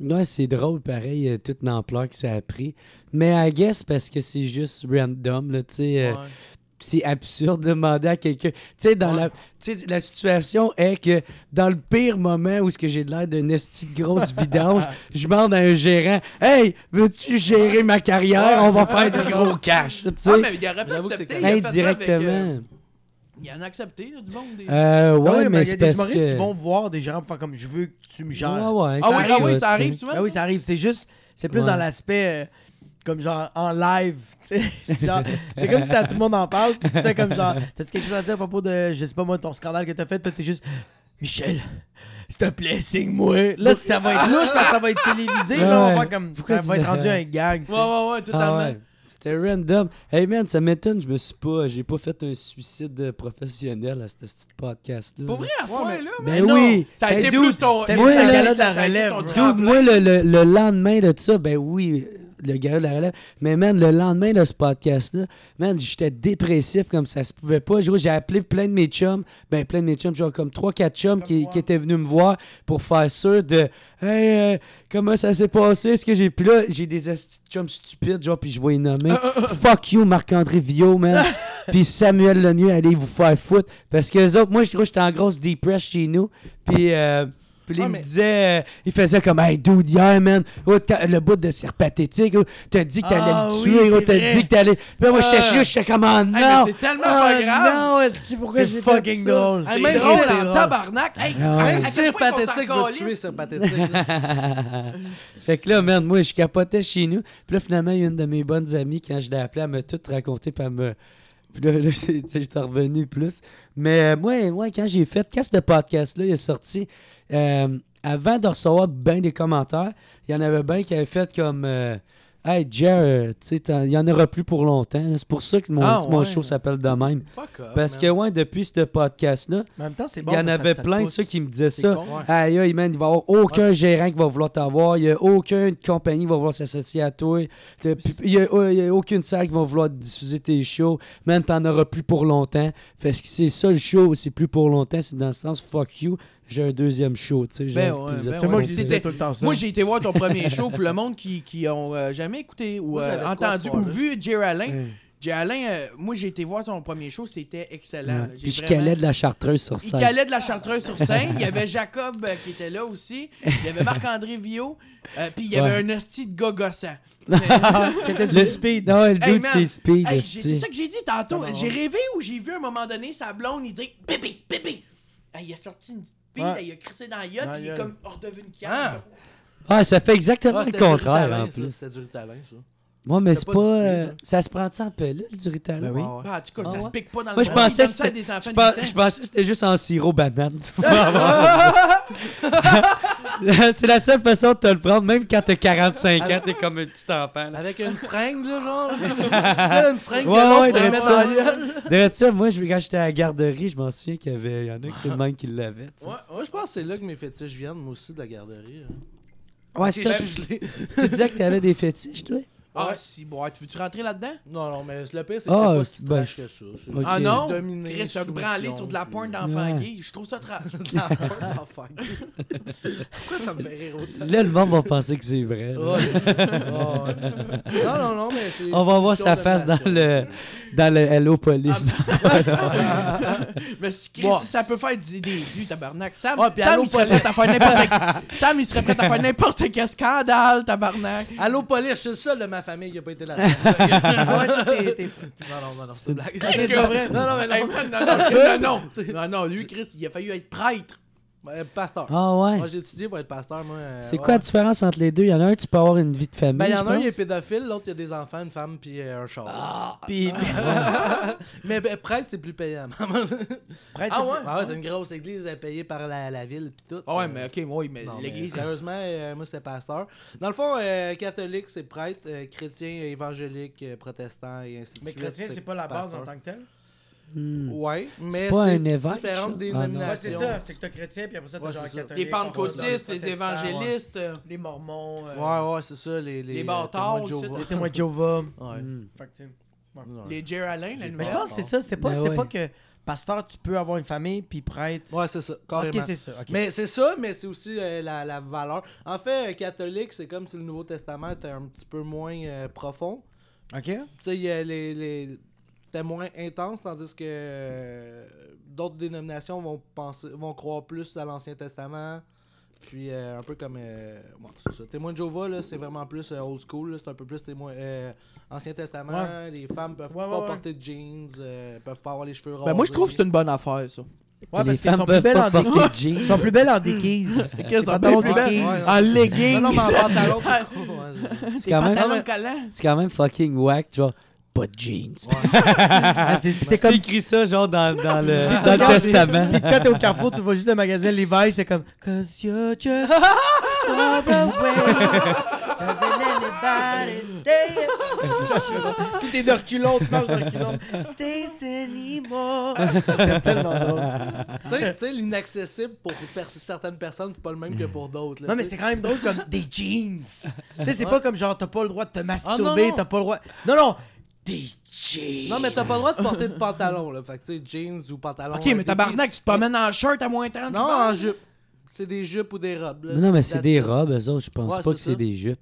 Speaker 4: Ouais, c'est drôle, pareil, euh, toute l'ampleur que ça a pris. Mais I guess parce que c'est juste random, là, tu sais. euh,
Speaker 3: Ouais.
Speaker 4: C'est absurde de demander à quelqu'un. Tu sais, dans la. Tu sais, la situation est que dans le pire moment où ce que j'ai de l'air d'une esti de grosse vidange, je demande à un gérant Hey, veux-tu gérer ma carrière? On va faire du gros cash. Tu sais,
Speaker 2: Ah, mais il aurait pu
Speaker 3: j'avoue que
Speaker 2: accepter.
Speaker 3: c'est
Speaker 2: il a fait ça avec, euh,
Speaker 4: indirectement.
Speaker 2: Il en a accepté, là, du monde. Des...
Speaker 4: Euh, ouais,
Speaker 5: Ah ouais,
Speaker 4: mais,
Speaker 5: mais il y a
Speaker 4: c'est
Speaker 5: des
Speaker 4: parce
Speaker 5: humoristes
Speaker 4: que...
Speaker 5: qui vont voir des gens pour faire comme je veux que tu me
Speaker 4: Ouais,
Speaker 5: gères.
Speaker 4: ouais,
Speaker 2: ah oui, ah oui,
Speaker 4: tu
Speaker 2: ça arrive
Speaker 4: sais.
Speaker 2: souvent.
Speaker 5: Ah oui, ça arrive. C'est juste, c'est plus
Speaker 4: Ouais.
Speaker 5: dans l'aspect euh, comme genre en live. tu sais. C'est genre- c'est comme si t'as- tout le monde en parle. Puis tu fais comme genre, t'as-tu quelque chose à dire à propos de, je sais pas moi, ton scandale que t'as fait? Toi, t'es juste, Michel, s'il te plaît, signe-moi. Là, ça va être louche parce que ça va être télévisé. Là, on va
Speaker 4: Ouais.
Speaker 5: faire comme,
Speaker 4: Pourquoi
Speaker 5: ça
Speaker 4: tu
Speaker 5: va être
Speaker 4: dis-
Speaker 5: rendu un gag. tu sais.
Speaker 2: Ouais, ouais, ouais, totalement.
Speaker 4: Ah ouais. C'était random. Hey man, ça m'étonne, je me suis pas. J'ai pas fait un suicide professionnel à ce petit podcast-là.
Speaker 2: Pour vrai, à ce point-là,
Speaker 4: Mais
Speaker 2: man, non.
Speaker 4: oui!
Speaker 2: Ça a
Speaker 4: Hey,
Speaker 2: été
Speaker 4: dude,
Speaker 2: plus ton.
Speaker 5: C'était
Speaker 4: moi,
Speaker 5: plus un
Speaker 4: là,
Speaker 5: gala de la
Speaker 2: ça a été
Speaker 5: relève.
Speaker 2: ton
Speaker 5: bro.
Speaker 4: Dude, moi, le, le- le lendemain de ça, ben oui, le gars de la relève. Mais man, le lendemain de ce podcast-là, man, j'étais dépressif comme ça se pouvait pas. Gros, J'ai appelé plein de mes chums, ben plein de mes chums, genre comme 3-4 chums qui, qui étaient venus me voir pour faire sûr de Hey, euh, comment ça s'est passé? Est-ce que j'ai. Puis là, j'ai des esti de chums stupides, genre, puis je vois les
Speaker 3: Euh,
Speaker 4: nommer. Fuck you, Marc-André Villot, man. puis Samuel Lemieux, allez vous faire foutre. Parce que les autres, moi, je crois que j'étais en grosse dépresse chez nous. Puis. euh, puis là,
Speaker 3: Ouais,
Speaker 4: il
Speaker 3: mais-
Speaker 4: me disait, euh, il faisait comme, hey, dude, hier, man, oh, t'as- le bout de cire pathétique, oh, t'as dit que t'allais
Speaker 2: Ah
Speaker 4: le
Speaker 2: oui,
Speaker 4: tuer, oh,
Speaker 2: c'est
Speaker 4: t'as
Speaker 2: vrai.
Speaker 4: dit que t'allais. Puis là, moi, j'étais
Speaker 2: Ah.
Speaker 4: chiant, j'étais comme, ah, non!
Speaker 2: mais c'est tellement
Speaker 4: Ah,
Speaker 2: pas grave.
Speaker 4: Non, c'est pourquoi
Speaker 5: C'est
Speaker 4: j'ai fait
Speaker 5: fucking
Speaker 4: ça?
Speaker 5: drôle.
Speaker 2: Hey,
Speaker 5: C'est
Speaker 2: même
Speaker 5: drôle, c'est
Speaker 2: drôle, en
Speaker 5: drôle.
Speaker 2: tabarnak. Hey,
Speaker 4: Ah ouais.
Speaker 2: hey, à
Speaker 3: Sir
Speaker 2: quel point qu'on s'en
Speaker 3: Pathétique va
Speaker 2: calisse?
Speaker 3: tuer Sir Pathétique. là.
Speaker 4: Fait que là, merde, moi, je capotais chez nous. Puis là, finalement, il y a une de mes bonnes amies, quand je l'ai appelée, elle m'a tout raconté, puis elle me... Puis là, là c'est- tu sais, j'étais revenu plus. Mais euh, moi, ouais, quand j'ai fait, quand ce podcast-là il est sorti, euh, avant de recevoir bien des commentaires, il y en avait bien qui avaient fait comme... euh, Hey, Jer, tu sais, t'en- il y en aura plus pour longtemps. là. C'est pour ça que mon,
Speaker 2: Ah,
Speaker 4: mon
Speaker 2: ouais.
Speaker 4: show s'appelle de même.
Speaker 3: Fuck off.
Speaker 4: Parce que, ouais, depuis ce podcast-là,
Speaker 5: Mais en même temps, c'est
Speaker 4: il
Speaker 5: bon.
Speaker 4: y en
Speaker 5: parce que
Speaker 4: avait
Speaker 5: ça te
Speaker 4: plein,
Speaker 5: pousse.
Speaker 4: ceux qui me disaient
Speaker 5: C'est
Speaker 4: ça.
Speaker 5: con.
Speaker 4: Aïe, aïe, man, il va y avoir aucun gérant qui va vouloir t'avoir. Il n'y a aucune compagnie qui va vouloir s'associer à toi. Le- puis- Il n'y a, oh, il y a aucune salle qui va vouloir diffuser tes shows. Man, t'en auras plus pour longtemps. Fait que c'est ça le show, c'est plus pour longtemps. C'est dans le sens fuck you, j'ai un deuxième show. Tu sais,
Speaker 2: Ben
Speaker 4: genre,
Speaker 2: ouais,
Speaker 4: puis vous êtes
Speaker 2: ben
Speaker 5: C'est moi
Speaker 2: Ouais,
Speaker 5: qui
Speaker 2: c'était-
Speaker 5: disais tout le temps ça.
Speaker 2: Moi, j'ai été voir ton premier show pour le monde qui, qui ont euh, jamais écouté ou
Speaker 3: Moi,
Speaker 2: euh,
Speaker 3: j'avais de quoi
Speaker 2: entendu
Speaker 3: ce
Speaker 2: ou
Speaker 3: soir-là.
Speaker 2: vu Jerry Alain.
Speaker 4: Ouais.
Speaker 2: Jerry Alain, euh, moi, j'ai été voir son premier show, c'était excellent. là.
Speaker 4: Ouais.
Speaker 2: J'ai
Speaker 4: Puis je
Speaker 2: vraiment-
Speaker 4: calais de la chartreuse sur
Speaker 2: Il
Speaker 4: scène.
Speaker 2: calait de la Chartreuse sur scène. Il y avait Jacob euh, qui était là aussi. Il y avait Marc-André Villot. Euh, Puis il y avait
Speaker 4: Ouais.
Speaker 2: un hostie de gars gossant.
Speaker 5: T'étais
Speaker 4: Le-
Speaker 5: sur speed.
Speaker 4: Non, le
Speaker 2: Hey,
Speaker 4: dude,
Speaker 2: man.
Speaker 4: c'est
Speaker 2: Hey,
Speaker 4: speed.
Speaker 2: j'ai-
Speaker 4: esti.
Speaker 2: c'est ça que j'ai dit tantôt. J'ai rêvé où j'ai vu à un moment donné sa blonde, il dit Bébé, bébé. Hey, il a sorti une petite pile,
Speaker 5: Ouais.
Speaker 2: il a crissé dans la gueule,
Speaker 5: Dans la
Speaker 2: puis il est
Speaker 5: gueule.
Speaker 2: comme hors devenu une canne.
Speaker 4: Ah, ça fait exactement
Speaker 3: Ah,
Speaker 4: le
Speaker 3: c'était du
Speaker 4: contraire
Speaker 3: Ritalin,
Speaker 4: en
Speaker 3: ça,
Speaker 4: plus.
Speaker 3: C'était du talent, ça.
Speaker 4: Moi, mais
Speaker 3: C'était
Speaker 4: c'est
Speaker 3: pas
Speaker 4: pas.
Speaker 3: du speed,
Speaker 4: euh,
Speaker 3: hein.
Speaker 4: ça se prend-tu en pelule, du ritalin?
Speaker 5: Ben oui.
Speaker 3: Ah ouais.
Speaker 2: Bah, en tout cas,
Speaker 4: Ah
Speaker 2: ça se
Speaker 4: ouais.
Speaker 2: pique pas dans
Speaker 4: Moi,
Speaker 2: le
Speaker 4: je
Speaker 2: ventre.
Speaker 4: pensais
Speaker 2: Ils
Speaker 4: que
Speaker 2: donnent ça à
Speaker 4: c'était-
Speaker 2: des enfants
Speaker 4: je
Speaker 2: de
Speaker 4: pens-
Speaker 2: huit ans.
Speaker 4: je pensais que c'était juste en sirop banane. tu pouvais avoir. c'est la seule façon de te le prendre, même quand t'as 45 ans, t'es comme un petit enfant. là.
Speaker 3: Avec une seringue, là, genre. Tu sais, une seringue que
Speaker 4: Ah. Ouais,
Speaker 3: l'autre
Speaker 4: ouais,
Speaker 3: pour
Speaker 4: de
Speaker 3: le mettre dans la
Speaker 4: ça.
Speaker 3: gueule.
Speaker 4: De ça, moi, je, quand j'étais à la garderie, je m'en souviens qu'il y avait, il y en a qui c'est le même qui l'avait. tu sais.
Speaker 3: Ouais, ouais, je pense que c'est là que mes fétiches viennent, moi aussi, de la garderie. hein.
Speaker 4: Ouais,
Speaker 3: Ok,
Speaker 4: ça,
Speaker 3: je suis gelé.
Speaker 4: tu disais que t'avais des fétiches, toi.
Speaker 2: Ah, si, bon, tu veux-tu rentrer là-dedans?
Speaker 3: Non, non, mais le pire, c'est que
Speaker 4: Ah,
Speaker 3: c'est pas si
Speaker 4: ben,
Speaker 3: trash
Speaker 4: je-
Speaker 3: que ça. C'est
Speaker 4: Ok.
Speaker 2: Ah
Speaker 3: c'est
Speaker 2: non?
Speaker 3: dominé,
Speaker 2: Chris se branler
Speaker 3: soumission,
Speaker 2: sur de la
Speaker 3: puis-
Speaker 2: pointe d'enfant
Speaker 4: Ouais.
Speaker 2: gay, je trouve ça trash.
Speaker 3: La pointe d'enfant. Pourquoi ça me fait rire autant?
Speaker 4: Là, le monde va penser que c'est vrai. là.
Speaker 3: Ouais. Ouais. Non, non, non, mais c'est.
Speaker 4: On va voir sa face dans le, dans le Hello Police.
Speaker 3: Ah,
Speaker 2: Mais si, Chris,
Speaker 3: Bon.
Speaker 2: si ça peut faire du, des vues, tabarnak. Sam,
Speaker 3: Ah, puis
Speaker 2: Sam,
Speaker 3: allô,
Speaker 2: il serait
Speaker 3: police.
Speaker 2: prêt à faire n'importe Sam, il serait prêt à faire n'importe quel scandale, tabarnak.
Speaker 3: Ah, Allo Police, c'est ça, de ma famille qui a pas été là.
Speaker 2: Ouais, toi, t'es- t'es-
Speaker 3: non, non, non, non, c'est une blague.
Speaker 2: Ok, c'est pas vrai. Non, non, mais non, non, non, non, non, non, non, lui, Chris, il a failli être prêtre.
Speaker 3: Euh, pasteur.
Speaker 4: Ah ouais.
Speaker 3: Moi, j'ai étudié pour être pasteur, moi. euh,
Speaker 4: C'est
Speaker 3: ouais.
Speaker 4: quoi la différence entre les deux? Il y en a un, tu peux avoir une vie de famille.
Speaker 3: Ben, il y
Speaker 4: je
Speaker 3: en a un, il est
Speaker 4: pense.
Speaker 3: pédophile, l'autre, il y a des enfants, une femme, puis euh, un char.
Speaker 2: Puis,
Speaker 3: Mais ben, prêtre, c'est plus payant.
Speaker 2: prêtre,
Speaker 3: ah
Speaker 2: c'est-
Speaker 3: ouais? Ah ouais, t'as une grosse église euh, payée par la, la ville pis tout.
Speaker 2: Ah
Speaker 3: Euh,
Speaker 2: ouais, mais ok, oui, mais
Speaker 3: non, mais
Speaker 2: l'église. hein.
Speaker 3: sérieusement, euh, moi, c'est pasteur. Dans le fond, euh, catholique, c'est prêtre. euh, chrétien, évangélique, euh, protestant et ainsi de
Speaker 5: Mais
Speaker 3: suite. Mm.
Speaker 5: chrétien, c'est pas la base en tant que tel.
Speaker 4: Hmm.
Speaker 3: Ouais, mais
Speaker 4: pas
Speaker 3: c'est
Speaker 4: un évêque, ça? Ah, non.
Speaker 3: différentes
Speaker 5: Ouais,
Speaker 3: dénominations.
Speaker 5: c'est ça. C'est que t'as chrétien, puis après ça, t'as
Speaker 3: Ouais,
Speaker 5: genre
Speaker 3: c'est ça.
Speaker 5: catholique.
Speaker 2: Les pentecôtistes, les
Speaker 5: protestants,
Speaker 2: évangélistes, euh,
Speaker 5: Les mormons. euh,
Speaker 3: Ouais, ouais, c'est ça, les... Les,
Speaker 2: Les
Speaker 3: euh,
Speaker 2: bâtards,
Speaker 3: témoins de Jéhovah.
Speaker 5: Les témoins de Jéhovah.
Speaker 3: Ouais.
Speaker 4: Hmm.
Speaker 5: Fait que, tu sais,
Speaker 3: Ouais.
Speaker 2: les Geraldine, la
Speaker 5: Mais je
Speaker 2: nouvelle.
Speaker 5: pense que c'est ça. C'était pas,
Speaker 4: Ben
Speaker 5: c'était
Speaker 4: ouais.
Speaker 5: pas que pasteur, tu peux avoir une famille, puis prêtre.
Speaker 3: Ouais, c'est ça, carrément.
Speaker 5: ok, c'est ça. ok.
Speaker 3: Mais c'est ça, mais c'est aussi euh, la, la valeur. En fait, euh, catholique, c'est comme si le Nouveau Testament était un petit peu moins euh, profond.
Speaker 5: Ok.
Speaker 3: Tu sais, il y a les, les... c'était moins intense, tandis que euh, d'autres dénominations vont, penser, vont croire plus à l'Ancien Testament. Puis euh, un peu comme... euh, ouais, c'est ça. Témoin de Jéhovah, là, c'est vraiment plus euh, old school. là. C'est un peu plus témoin, euh, Ancien Testament. Les femmes peuvent
Speaker 5: Ouais,
Speaker 3: pas
Speaker 5: ouais, ouais.
Speaker 3: porter de jeans, euh, peuvent pas avoir les cheveux roses.
Speaker 2: Ben, moi, je trouve que c'est une bonne affaire, ça.
Speaker 5: Ouais,
Speaker 4: les
Speaker 5: parce qu'ils
Speaker 4: femmes
Speaker 5: sont
Speaker 4: peuvent
Speaker 5: plus belles
Speaker 4: pas
Speaker 5: en
Speaker 4: porter de
Speaker 5: déguise.
Speaker 4: jeans.
Speaker 5: Ils sont plus belles en déguise.
Speaker 2: Qu'est-ce
Speaker 5: Des pantalons
Speaker 2: que t'as
Speaker 5: déguise.
Speaker 3: ouais, ouais.
Speaker 2: En leggings.
Speaker 3: Non, non, mais en pantalon, c'est trop, ouais, c'est-
Speaker 4: C'est quand, même-
Speaker 2: Pantalon collant.
Speaker 4: c'est quand même fucking whack, genre, pas de jeans.
Speaker 5: Ah, c'est-
Speaker 4: T'es comme écrit ça, genre, dans, dans le, dans le
Speaker 5: regardes-
Speaker 4: testament.
Speaker 5: Puis quand t'es au carrefour, tu vois juste le magasin Levi's, c'est comme Cause you're just far away. Doesn't anybody stay? Puis t'es de reculons, tu marches de reculons. Stays anymore. C'est tellement drôle.
Speaker 3: Tu sais- tu sais, l'inaccessible pour per- certaines personnes, c'est pas le même que pour d'autres. là,
Speaker 5: Non, mais
Speaker 3: tu sais.
Speaker 5: c'est quand même drôle comme des jeans. Tu sais, c'est pas comme genre t'as pas le droit de te
Speaker 3: non,
Speaker 5: masturber,
Speaker 3: Ah, non.
Speaker 5: t'as pas le droit. Non, non, des jeans.
Speaker 3: Non, mais t'as pas le droit de porter de pantalon, là. Fait que, tu sais, jeans ou pantalon.
Speaker 2: Ok,
Speaker 3: euh,
Speaker 2: mais
Speaker 3: des-
Speaker 2: tabarnak, tu te promènes en shirt à moins 30.
Speaker 3: Non, en jupe. C'est des jupes ou des robes, là.
Speaker 4: Non, mais c'est des
Speaker 3: that's it.
Speaker 4: robes, eux autres. Je pense
Speaker 3: Ouais,
Speaker 4: pas
Speaker 3: c'est
Speaker 4: que
Speaker 3: ça.
Speaker 4: c'est des jupes.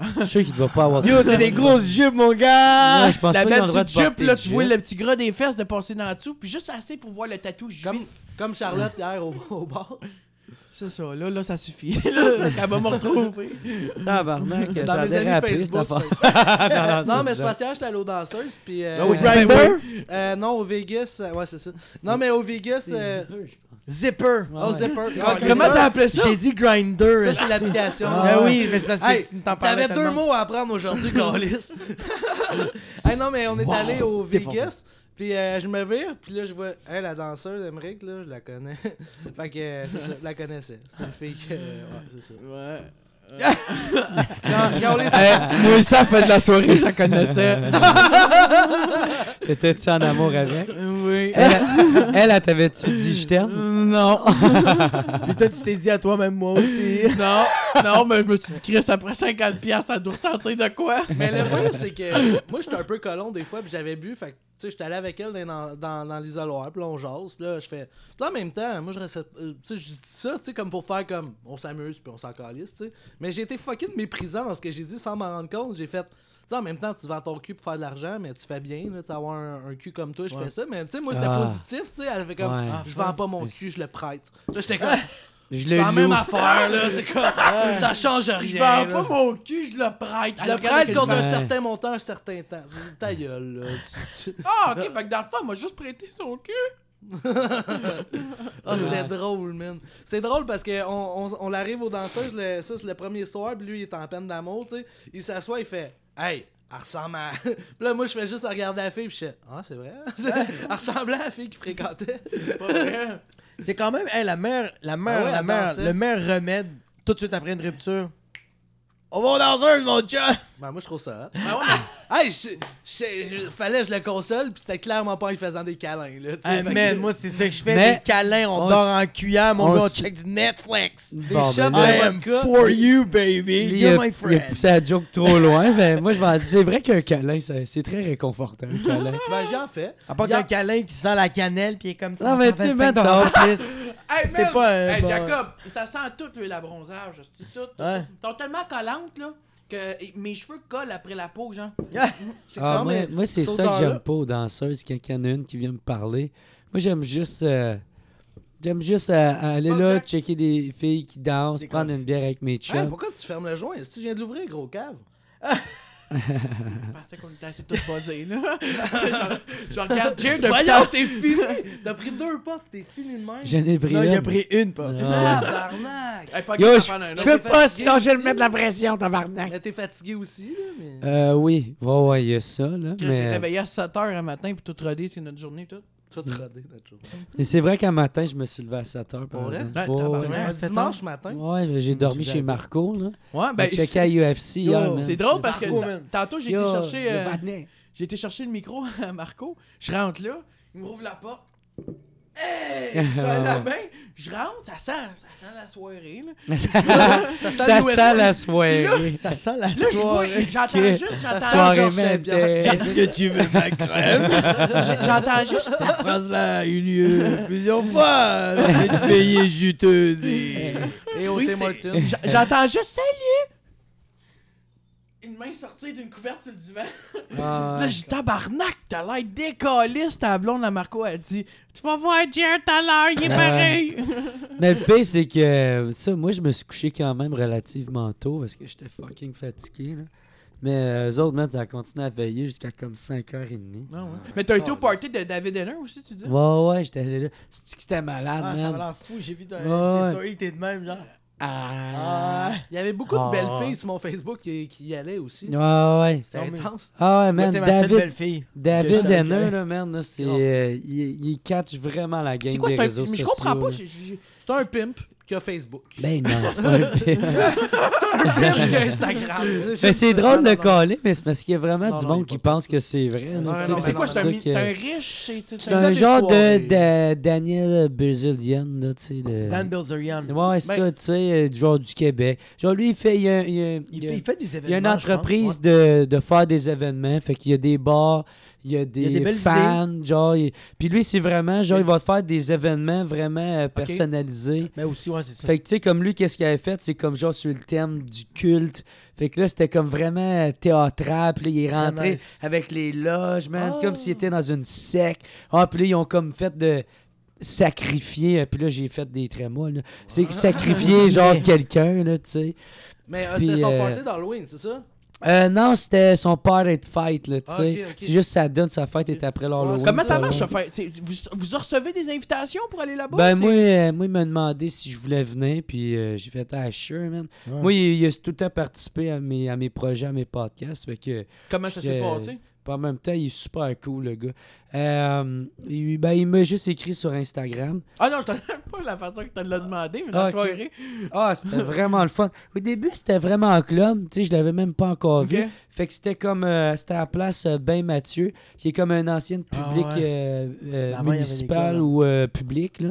Speaker 4: Je suis sûr qu'ils doivent pas avoir.
Speaker 5: Yo, Oh, c'est des grosses jupes, mon gars.
Speaker 4: Ouais, je pense
Speaker 2: La
Speaker 4: pas qu'ils ont
Speaker 2: belle
Speaker 4: le droit
Speaker 2: petite
Speaker 4: de porter
Speaker 2: jupe,
Speaker 4: de
Speaker 2: là, tu vois
Speaker 4: jupe.
Speaker 2: le petit gras des fesses de passer dans dessous, puis juste assez pour voir le tatou juif.
Speaker 3: Comme, comme Charlotte hier au, au bar.
Speaker 2: C'est ça, là, là, ça suffit. là, elle va me retrouver.
Speaker 4: Tabarnak,
Speaker 3: Dans
Speaker 4: ça a
Speaker 3: mes amis
Speaker 4: dérapé, cette
Speaker 3: Facebook.
Speaker 4: affaire.
Speaker 3: fait-
Speaker 4: Non,
Speaker 3: non, mais c'est parce que hier, j'étais allé aux danseuses, puis. euh,
Speaker 2: Ah oui,
Speaker 3: euh,
Speaker 2: ben
Speaker 5: Driver.
Speaker 3: euh, non, au Vegas. euh, Ouais, c'est ça. Non, mais au Vegas. euh,
Speaker 5: Zipper.
Speaker 3: Oh, Zipper. Ah,
Speaker 2: Comment t'as appelé ça?
Speaker 5: J'ai dit grinder.
Speaker 3: Ça, c'est l'application.
Speaker 5: Ah oui, mais c'est parce que
Speaker 3: Hey,
Speaker 5: tu ne t'en parlais
Speaker 3: T'avais deux
Speaker 5: tellement.
Speaker 3: mots à apprendre aujourd'hui, Carlis. hey, non, mais on est allé au
Speaker 5: défoncé.
Speaker 3: Vegas. Puis euh, je me vire, puis là je vois hey, la danseuse Emmerich, là, je la connais. fait que euh, c'est ça, je la connaissais. C'est une fille que. euh, ouais, c'est ça.
Speaker 2: Ouais.
Speaker 3: Quand, quand on est-
Speaker 2: moi, ça fait de la soirée, je la connaissais.
Speaker 4: T'étais-tu en amour avec?
Speaker 2: oui.
Speaker 4: Elle, elle, elle t'avait-tu dit je t'aime?
Speaker 2: Non.
Speaker 5: Puis toi, tu t'es dit à toi-même, moi aussi.
Speaker 2: Non, non, mais je me suis dit, Chris, après 50 piastres, ça doit ressentir de quoi?
Speaker 3: Mais le problème, c'est que moi, j'étais un peu colon des fois, puis j'avais bu. Fait que, tu sais, j'étais allé avec elle dans, dans, dans l'isoloir, puis là, on jase, puis là, je fais. Puis là, en même temps, moi, je reste. euh, Tu sais, je dis ça, tu sais, comme pour faire comme. On s'amuse, puis on s'en calisse, tu sais. Mais j'ai été fucking méprisant dans ce que j'ai dit sans m'en rendre compte. J'ai fait. Tu sais, en même temps, tu vends ton cul pour faire de l'argent, mais tu fais bien, là, tu sais, avoir un, un cul comme toi, je fais ça. Mais, tu sais, moi, c'était
Speaker 4: Ah.
Speaker 3: positif, tu sais. Elle fait comme.
Speaker 4: Ouais.
Speaker 3: Je vends pas mon
Speaker 4: Mais-
Speaker 3: cul, je le prête. Là, j'étais comme.
Speaker 4: Je
Speaker 3: C'est
Speaker 4: le
Speaker 3: la même
Speaker 4: loue.
Speaker 3: affaire, là. C'est comme. Ça change rien.
Speaker 2: Je vends
Speaker 3: là.
Speaker 2: pas mon cul, je le prête.
Speaker 3: Je le
Speaker 2: Regarde
Speaker 3: prête
Speaker 2: quel
Speaker 3: contre
Speaker 4: Ouais.
Speaker 3: un certain montant, un certain temps. C'est Ta gueule, là. Tu- tu-
Speaker 2: Ah, ok, fait que dans le fond, elle m'a juste prêté son cul.
Speaker 3: Ah, c'était
Speaker 4: Ouais.
Speaker 3: drôle, man. C'est drôle parce qu'on on, on, l'arrive aux danseuses, le- ça, c'est le premier soir, puis lui, il est en peine d'amour, tu sais. Il s'assoit, il fait Hey, elle ressemble à. Puis là, moi, je fais juste regarder la fille, puis je fais Ah, c'est vrai. elle ressemblait à la fille qu'il fréquentait.
Speaker 2: Pas vrai.
Speaker 5: C'est quand même, hey, la mère, la mère,
Speaker 3: Ah ouais,
Speaker 5: la
Speaker 3: elle
Speaker 5: mère,
Speaker 3: dansait.
Speaker 5: le meilleur remède, tout de suite après une rupture. On va dans un, mon chat!
Speaker 3: Ben, moi, je trouve ça. hot.
Speaker 2: Ben ouais,
Speaker 3: Hey, je, je- je- fallait que je le console, puis c'était clairement pas en lui faisant des câlins, là. tu sais.
Speaker 5: Hey,
Speaker 3: Fait que-
Speaker 5: man, moi, c'est ça que je fais.
Speaker 4: Mais-
Speaker 5: des câlins, on,
Speaker 4: on
Speaker 5: dort
Speaker 4: s-
Speaker 5: en cuillère, mon
Speaker 4: on
Speaker 5: gars, on
Speaker 4: s-
Speaker 5: check du Netflix.
Speaker 3: Des
Speaker 4: Bon,
Speaker 3: shots
Speaker 4: ben
Speaker 3: de
Speaker 5: I am
Speaker 3: vodka.
Speaker 5: for you, baby.
Speaker 4: Lui, il,
Speaker 5: You're
Speaker 4: a,
Speaker 5: my
Speaker 4: il a
Speaker 5: friend.
Speaker 4: poussé la joke trop loin, mais moi je m'en dis, c'est vrai qu'un câlin, ça- c'est très réconfortant, un câlin.
Speaker 3: Ben, j'en fais.
Speaker 5: À part
Speaker 3: Hier-
Speaker 5: qu'un câlin qui sent la cannelle, puis il est comme ça.
Speaker 4: Non, mais tu sais, man,
Speaker 5: ça en plus.
Speaker 4: Ah,
Speaker 2: Hey,
Speaker 5: C'est
Speaker 2: man,
Speaker 5: pas
Speaker 4: euh,
Speaker 5: un
Speaker 2: Hey,
Speaker 5: bon-
Speaker 2: Jacob, ça sent tout le la bronzage. C'est tout. tout,
Speaker 5: Ouais.
Speaker 2: tout. T'es tellement collante, là, que et mes cheveux collent après la peau, genre.
Speaker 4: Ah,
Speaker 3: Non,
Speaker 4: moi,
Speaker 3: mais
Speaker 4: moi, c'est
Speaker 3: cette
Speaker 4: ça que j'aime
Speaker 3: odeur-là-
Speaker 4: pas aux danseuses, quand il y en a une qui vient me parler. Moi, j'aime juste. euh, j'aime juste euh, aller
Speaker 2: pas
Speaker 4: là,
Speaker 2: Jack?
Speaker 4: checker des filles qui dansent,
Speaker 5: Des
Speaker 4: prendre
Speaker 5: cons.
Speaker 4: une bière avec mes
Speaker 3: Hey,
Speaker 4: chums.
Speaker 3: pourquoi tu fermes le joint? Si je viens de l'ouvrir, gros cave.
Speaker 2: Je pensais qu'on était assez tout buzzés, là. je, je regarde Jay de
Speaker 3: Voyons, t'es fini! T'as pris deux puffs, t'es fini de même.
Speaker 4: J'en ai pris
Speaker 5: Non, il a
Speaker 4: une.
Speaker 5: pris une, pas.
Speaker 4: Ah, ouais.
Speaker 3: Tabarnak!
Speaker 2: Hey, pas
Speaker 4: Yo,
Speaker 2: grave,
Speaker 4: je
Speaker 2: on en a un
Speaker 4: je
Speaker 2: autre.
Speaker 4: peux pas,
Speaker 3: fatigué
Speaker 4: sinon je vais
Speaker 3: aussi.
Speaker 4: le mettre de la pression, tabarnak.
Speaker 3: Mais t'es fatigué aussi, là, mais...
Speaker 4: Euh, oui, ouais, ouais, il y a ça, là.
Speaker 2: Je me
Speaker 4: Mais,
Speaker 2: réveillé à 7h un matin, puis tout rodé, c'est notre journée, puis tout.
Speaker 3: Tu vas te roder, Nacho.
Speaker 4: mais c'est vrai qu'un matin, je me suis levé à 7 heures.
Speaker 3: Pour
Speaker 4: Par
Speaker 3: vrai?
Speaker 4: exemple.
Speaker 2: Ouais,
Speaker 4: Ouais, ouais.
Speaker 2: tabarnak.
Speaker 3: Un
Speaker 2: à sept
Speaker 3: dimanche matin?
Speaker 4: Ouais, j'ai dormi
Speaker 3: suis
Speaker 4: chez
Speaker 3: lavé.
Speaker 4: Marco, là.
Speaker 2: Ouais,
Speaker 4: Ben,
Speaker 2: ben,
Speaker 4: checké à UFC
Speaker 2: Yo,
Speaker 4: hier, hein, Oh, man.
Speaker 2: c'est drôle parce que
Speaker 5: Marco,
Speaker 2: ta-
Speaker 5: man.
Speaker 2: tantôt j'ai
Speaker 4: Yo,
Speaker 2: été chercher
Speaker 4: le
Speaker 2: euh,
Speaker 4: Vatnet.
Speaker 2: j'ai été chercher le micro à Marco. Je rentre là, il m'ouvre la porte. Hey, ça la main, je rentre, ça sent, ça sent la soirée là.
Speaker 4: Ça
Speaker 2: le
Speaker 4: sent
Speaker 2: UFC.
Speaker 4: la soirée.
Speaker 5: Ça sent la
Speaker 2: Là je vois,
Speaker 5: soirée.
Speaker 2: j'entends
Speaker 4: que-
Speaker 2: juste, j'entends
Speaker 4: soirée
Speaker 2: genre,
Speaker 4: même.
Speaker 5: Qu'est-ce que tu veux, ma crème?
Speaker 2: j'ai- j'entends juste
Speaker 5: Cette phrase-là a eu lieu plusieurs fois dans cette veillée juteuse et...
Speaker 3: Et au
Speaker 2: Fruité.
Speaker 3: Tim Hortons.
Speaker 2: J- J'entends juste salut! Une main sortie d'une couverte sur le divan.
Speaker 4: Ah,
Speaker 2: Là, j'ai tabarnak, t'as l'air décaliste. Ta blonde, la Marco, elle dit Tu vas voir Jer tout à l'heure, il est
Speaker 4: Ouais.
Speaker 2: pareil.
Speaker 4: Mais le pire, c'est que ça, moi, je me suis couché quand même relativement tôt parce que j'étais fucking fatigué. Là. Mais les eux autres, man, ça a continué à veiller jusqu'à comme 5h30.
Speaker 2: Mais t'as été au party de David Henner aussi, tu dis
Speaker 4: Ouais, ouais, j'étais allé là. C'est que c'était malade,
Speaker 5: Ah, ça
Speaker 4: man.
Speaker 5: m'a l'air fou, j'ai vu dans
Speaker 4: Ouais.
Speaker 5: tes stories que t'es de même, genre.
Speaker 4: Ah,
Speaker 5: Ah,
Speaker 3: Il y avait beaucoup de
Speaker 4: Ah.
Speaker 3: belles filles sur mon Facebook qui, qui y allaient aussi.
Speaker 4: ouais, ouais.
Speaker 3: C'était
Speaker 5: Non, mais-
Speaker 3: intense.
Speaker 4: Ah, ouais,
Speaker 5: moi,
Speaker 4: man.
Speaker 5: t'es ma seule
Speaker 4: David,
Speaker 5: belle fille. que je
Speaker 4: David
Speaker 5: savais
Speaker 4: Henner,
Speaker 5: qu'elle
Speaker 4: là, man, là, c'est,
Speaker 3: Grave.
Speaker 4: euh, il, il catch vraiment la game
Speaker 2: C'est quoi,
Speaker 4: des
Speaker 2: c'est un.
Speaker 4: réseaux
Speaker 2: Mais je
Speaker 4: sociaux.
Speaker 2: comprends pas.
Speaker 4: là.
Speaker 2: j'ai- j'ai-
Speaker 3: C'est un pimp qui a Facebook.
Speaker 4: Ben non, c'est pas le pire.
Speaker 3: Un pimp qui a Instagram.
Speaker 4: Mais c'est
Speaker 3: Non,
Speaker 4: drôle
Speaker 3: Ah, non,
Speaker 4: de
Speaker 3: non.
Speaker 4: caler, mais c'est parce qu'il y a vraiment
Speaker 3: Non,
Speaker 4: du
Speaker 3: non, il
Speaker 4: monde
Speaker 3: est
Speaker 4: qui
Speaker 3: pas
Speaker 4: pense que c'est vrai. là,
Speaker 3: Non,
Speaker 4: tu
Speaker 3: non,
Speaker 4: sais,
Speaker 2: Mais
Speaker 4: puis
Speaker 2: c'est quoi,
Speaker 4: pour
Speaker 2: c'est un,
Speaker 4: ça
Speaker 2: mi-
Speaker 4: que-
Speaker 2: c'est un riche C'est c'est-
Speaker 4: C'est
Speaker 3: fais
Speaker 4: un
Speaker 3: des
Speaker 4: genre de,
Speaker 3: soirées.
Speaker 4: de Daniel Brazilian, là, tu sais. De...
Speaker 5: Dan Bilzerian.
Speaker 4: Ouais, c'est ça, tu sais, euh, du genre du Québec. Genre, lui, il fait. Il y a, il y a- il
Speaker 5: Il
Speaker 4: y a-
Speaker 5: fait, il fait des
Speaker 4: il y
Speaker 5: événements.
Speaker 4: a une
Speaker 5: je pense.
Speaker 4: entreprise
Speaker 5: Ouais.
Speaker 4: de, de faire des événements. Fait qu'il y a des bars, il y a des,
Speaker 5: des belles
Speaker 4: fans, genre. il- Puis lui, c'est vraiment, genre,
Speaker 5: Mais-
Speaker 4: il va te faire des événements vraiment euh, personnalisés.
Speaker 5: Mais aussi, ouais, c'est ça.
Speaker 4: Fait que, tu sais, comme lui, qu'est-ce qu'il avait fait? C'est comme genre sur le thème du culte. Fait que là, c'était comme vraiment théâtral. Puis là, il est
Speaker 5: Très
Speaker 4: rentré
Speaker 5: nice.
Speaker 4: avec les loges, man,
Speaker 3: Ah.
Speaker 4: comme s'il était dans une secte. Ah, puis là, ils ont comme fait de sacrifier. euh, Puis là, j'ai fait des trémas, là. C'est sacrifier, genre, quelqu'un, là, tu sais.
Speaker 3: Mais euh,
Speaker 4: Puis,
Speaker 3: c'était son
Speaker 4: euh,
Speaker 3: party d'Halloween, c'est ça?
Speaker 4: Euh, non, c'était son père et de fête, là, tu
Speaker 3: Ah,
Speaker 4: sais.
Speaker 3: ok, ok.
Speaker 4: C'est juste ça donne sa fête est après l'Halloween.
Speaker 2: Comment
Speaker 4: ça,
Speaker 2: ça marche,
Speaker 4: là.
Speaker 2: ça fait c'est- vous, vous recevez des invitations pour aller là-bas
Speaker 4: Ben,
Speaker 2: c'est-
Speaker 4: moi, euh, moi, il m'a demandé si je voulais venir, puis euh, j'ai fait ah, sure, man.
Speaker 5: Ouais.
Speaker 4: Moi, il, il a tout le temps participé à mes, à mes projets, à mes podcasts. Fait que,
Speaker 2: Comment ça s'est
Speaker 4: Euh,
Speaker 2: passé
Speaker 4: puis en même temps, il est super cool, le gars. Euh, il ben, il m'a juste écrit sur Instagram.
Speaker 2: Ah non, je t'en pas la façon que tu l'as demandé, mais
Speaker 4: Ah,
Speaker 2: la
Speaker 4: ok.
Speaker 2: soirée.
Speaker 4: Ah, c'était vraiment le fun. Au début, c'était vraiment un club. Tu sais, je l'avais même pas encore
Speaker 2: Ok.
Speaker 4: vu. Fait que c'était comme. euh, c'était à la place euh, Ben Mathieu, qui est comme un ancien
Speaker 5: Ah
Speaker 4: public
Speaker 5: ouais.
Speaker 4: euh, euh,
Speaker 5: Avant, il y avait des
Speaker 4: municipal
Speaker 5: clubs,
Speaker 4: ou euh, public, là.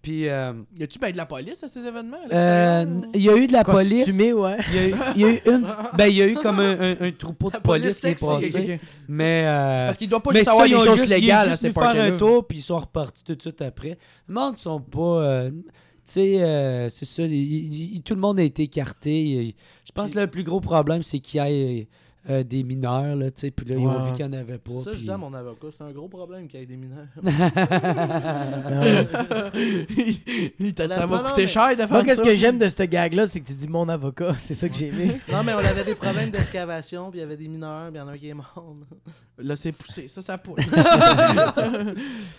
Speaker 4: Puis. euh,
Speaker 2: Y a-tu ben de la police à ces événements là,
Speaker 4: euh,
Speaker 2: soirée-là, ou-
Speaker 4: il y a eu de la police.
Speaker 5: Costumé, ouais.
Speaker 4: Il y, a eu, il y a eu une. Ben, il y a eu comme un, un- un troupeau de
Speaker 3: La police
Speaker 4: police qui est
Speaker 3: sexy, ok,
Speaker 4: passé.
Speaker 2: ok.
Speaker 4: Mais. euh,
Speaker 2: Parce qu'il doit pas
Speaker 4: mais
Speaker 2: juste avoir
Speaker 4: ça, ils
Speaker 2: des
Speaker 4: ont
Speaker 2: choses
Speaker 4: juste, ils ont
Speaker 2: légales à
Speaker 4: juste
Speaker 2: ces
Speaker 4: venu faire
Speaker 2: parties-là.
Speaker 4: un tour, puis ils sont repartis tout de suite après. Le monde sont pas... euh, tu sais, euh, c'est ça, il- il- il- tout le monde a été écarté. Il- Je pense que le plus gros problème, c'est qu'il y ait euh, des mineurs, là, tu sais, puis là, ils ont
Speaker 5: Ouais.
Speaker 4: vu qu'il n'y en avait pas.
Speaker 3: ça, je
Speaker 4: puis-
Speaker 3: dis à mon avocat, c'est un gros problème qu'il y ait des mineurs.
Speaker 2: Il t'a dit, ça
Speaker 3: Non,
Speaker 2: va
Speaker 3: non,
Speaker 2: coûter
Speaker 3: mais-
Speaker 2: cher de
Speaker 5: Moi,
Speaker 2: faire ça.
Speaker 5: qu'est-ce que j'aime de ce gag-là, c'est que tu dis mon avocat. C'est ça que j'ai aimé.
Speaker 3: non, mais on avait des problèmes d'excavation, puis il y avait des mineurs, puis il y en a un qui est mort.
Speaker 2: Là, c'est poussé. Ça, ça pousse.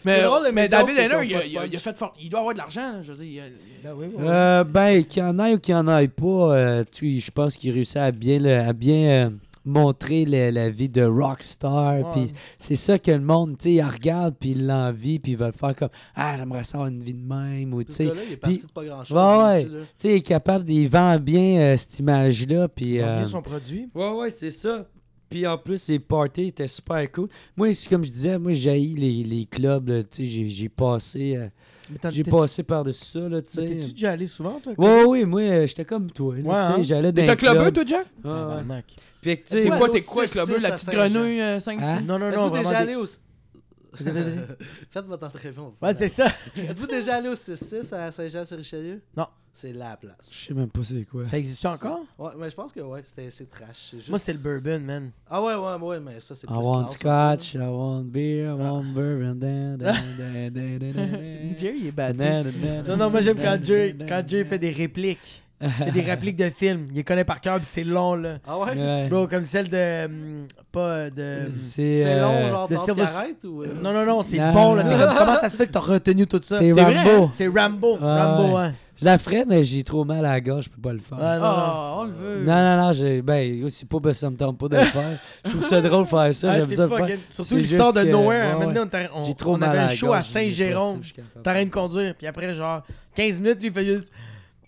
Speaker 2: mais
Speaker 3: C'est drôle, les
Speaker 2: mais
Speaker 3: jokes,
Speaker 2: David
Speaker 3: c'est
Speaker 2: Henner,
Speaker 3: qu'on
Speaker 2: il, a-
Speaker 3: fait
Speaker 2: il a-
Speaker 3: punch.
Speaker 2: il a fait fort. Il doit avoir de l'argent. là, Je veux dire, il a-
Speaker 5: Ben oui, oui.
Speaker 4: Euh, ben, qu'il y en ait ou qu'il n'y en ait pas, euh, tu sais, je pense qu'il réussit à bien, le- à bien euh, montrer le- la vie de rockstar.
Speaker 5: Ouais.
Speaker 4: Puis c'est ça que le monde, tu sais, il regarde, puis il l'envie, puis il veut le faire comme Ah, j'aimerais ça avoir une vie de même, ou tu
Speaker 3: Ce
Speaker 4: sais.
Speaker 3: gars-là, il est parti
Speaker 4: puis-
Speaker 3: de pas grand-chose.
Speaker 4: Ouais, ouais.
Speaker 3: lui aussi, là.
Speaker 4: Tu sais, il est capable, il vend bien euh, cette image-là. Puis,
Speaker 5: Il a
Speaker 4: euh,
Speaker 5: bien son produit.
Speaker 4: Ouais, ouais, c'est ça. Puis en plus, les parties étaient super cool. Moi, c'est comme je disais, moi, j'ai les, les clubs, là, tu sais, j'ai- j'ai passé, euh,
Speaker 5: Mais t'as-
Speaker 4: j'ai
Speaker 5: t'es-
Speaker 4: passé par-dessus ça, là, tu
Speaker 5: mais
Speaker 4: sais.
Speaker 5: T'es-tu déjà allé souvent, toi?
Speaker 4: Ouais, ouais, moi, euh, j'étais comme toi. là,
Speaker 5: Ouais,
Speaker 4: tu sais,
Speaker 5: hein?
Speaker 4: J'allais dans
Speaker 2: T'as
Speaker 4: les
Speaker 2: clubbé,
Speaker 4: clubs.
Speaker 2: toi, Jack?
Speaker 4: Ouais, ouais.
Speaker 5: Tabarnak.
Speaker 4: Puis que, tu
Speaker 2: C'est
Speaker 4: sais,
Speaker 2: quoi
Speaker 3: allez
Speaker 2: tes
Speaker 3: au
Speaker 2: quoi,
Speaker 3: 6-6
Speaker 2: clubbeux, la
Speaker 3: à
Speaker 2: petite
Speaker 3: Saint-Jean.
Speaker 2: grenouille euh, 5
Speaker 4: Hein?
Speaker 5: Non, non, non,
Speaker 3: Êtes-vous
Speaker 5: vraiment.
Speaker 3: déjà allé au...
Speaker 5: des- Vas-y, vas-y.
Speaker 3: Faites votre entrevue, on va faire
Speaker 5: Ouais, c'est ça.
Speaker 3: la- Êtes-vous déjà allé au 6-6 à Saint-Jean-sur-Richelieu?
Speaker 5: Non.
Speaker 3: C'est la place.
Speaker 4: je sais même pas c'est quoi.
Speaker 5: Ça existe encore?
Speaker 3: Ouais, mais je pense que ouais, c'était- c'est trash. c'est juste-
Speaker 5: Moi, c'est le bourbon, man.
Speaker 3: Ah ouais, ouais, ouais, mais ça, c'est
Speaker 4: I
Speaker 3: plus
Speaker 4: want
Speaker 3: classe, là.
Speaker 4: scotch, I want beer, I want bourbon. dan, dan, dan, dan, dan, dan, dan.
Speaker 2: Jerry est
Speaker 4: Dan, dan, dan,
Speaker 5: Non, non, moi, j'aime
Speaker 4: dan,
Speaker 5: quand Jay
Speaker 4: dan,
Speaker 5: quand Jay
Speaker 4: dan.
Speaker 5: fait des répliques. fait des répliques de films. Il les connaît par cœur, puis c'est long, là.
Speaker 3: Ah ouais?
Speaker 4: Ouais.
Speaker 5: Bro, comme celle de. hum, Pas euh, de.
Speaker 4: C'est
Speaker 3: C'est long,
Speaker 4: euh,
Speaker 3: genre,
Speaker 5: de
Speaker 3: de
Speaker 5: Silver-
Speaker 3: arrête ou. euh?
Speaker 5: Non, non, non, c'est
Speaker 4: Non.
Speaker 5: bon, là. T'es comme, comment ça se fait que t'as retenu tout ça?
Speaker 4: C'est
Speaker 5: vrai,
Speaker 4: Rambo.
Speaker 5: hein? C'est Rambo. Rambo, hein.
Speaker 4: Je la ferais, mais j'ai trop mal à la gorge, je peux pas le faire.
Speaker 5: Ah, non, non.
Speaker 2: Ah, on le veut.
Speaker 4: Non, non, non, j'ai- ben, c'est pas parce que ça me tente pas de le faire. Je trouve ça drôle de faire ça,
Speaker 5: Ah,
Speaker 4: j'aime
Speaker 5: c'est
Speaker 4: ça le faire.
Speaker 5: fucking- Surtout,
Speaker 4: C'est
Speaker 5: il sort de
Speaker 4: juste que-
Speaker 5: nowhere.
Speaker 4: ouais,
Speaker 5: Maintenant, on t'a- on,
Speaker 4: J'ai trop
Speaker 5: on
Speaker 4: mal
Speaker 5: avait
Speaker 4: à
Speaker 5: un
Speaker 4: la
Speaker 5: show
Speaker 4: gorge,
Speaker 5: à
Speaker 4: je sais pas
Speaker 5: Saint-Jérôme.
Speaker 4: si je suis capable.
Speaker 5: T'arrêtes de conduire, puis après, genre, 15 minutes, lui, il fait juste.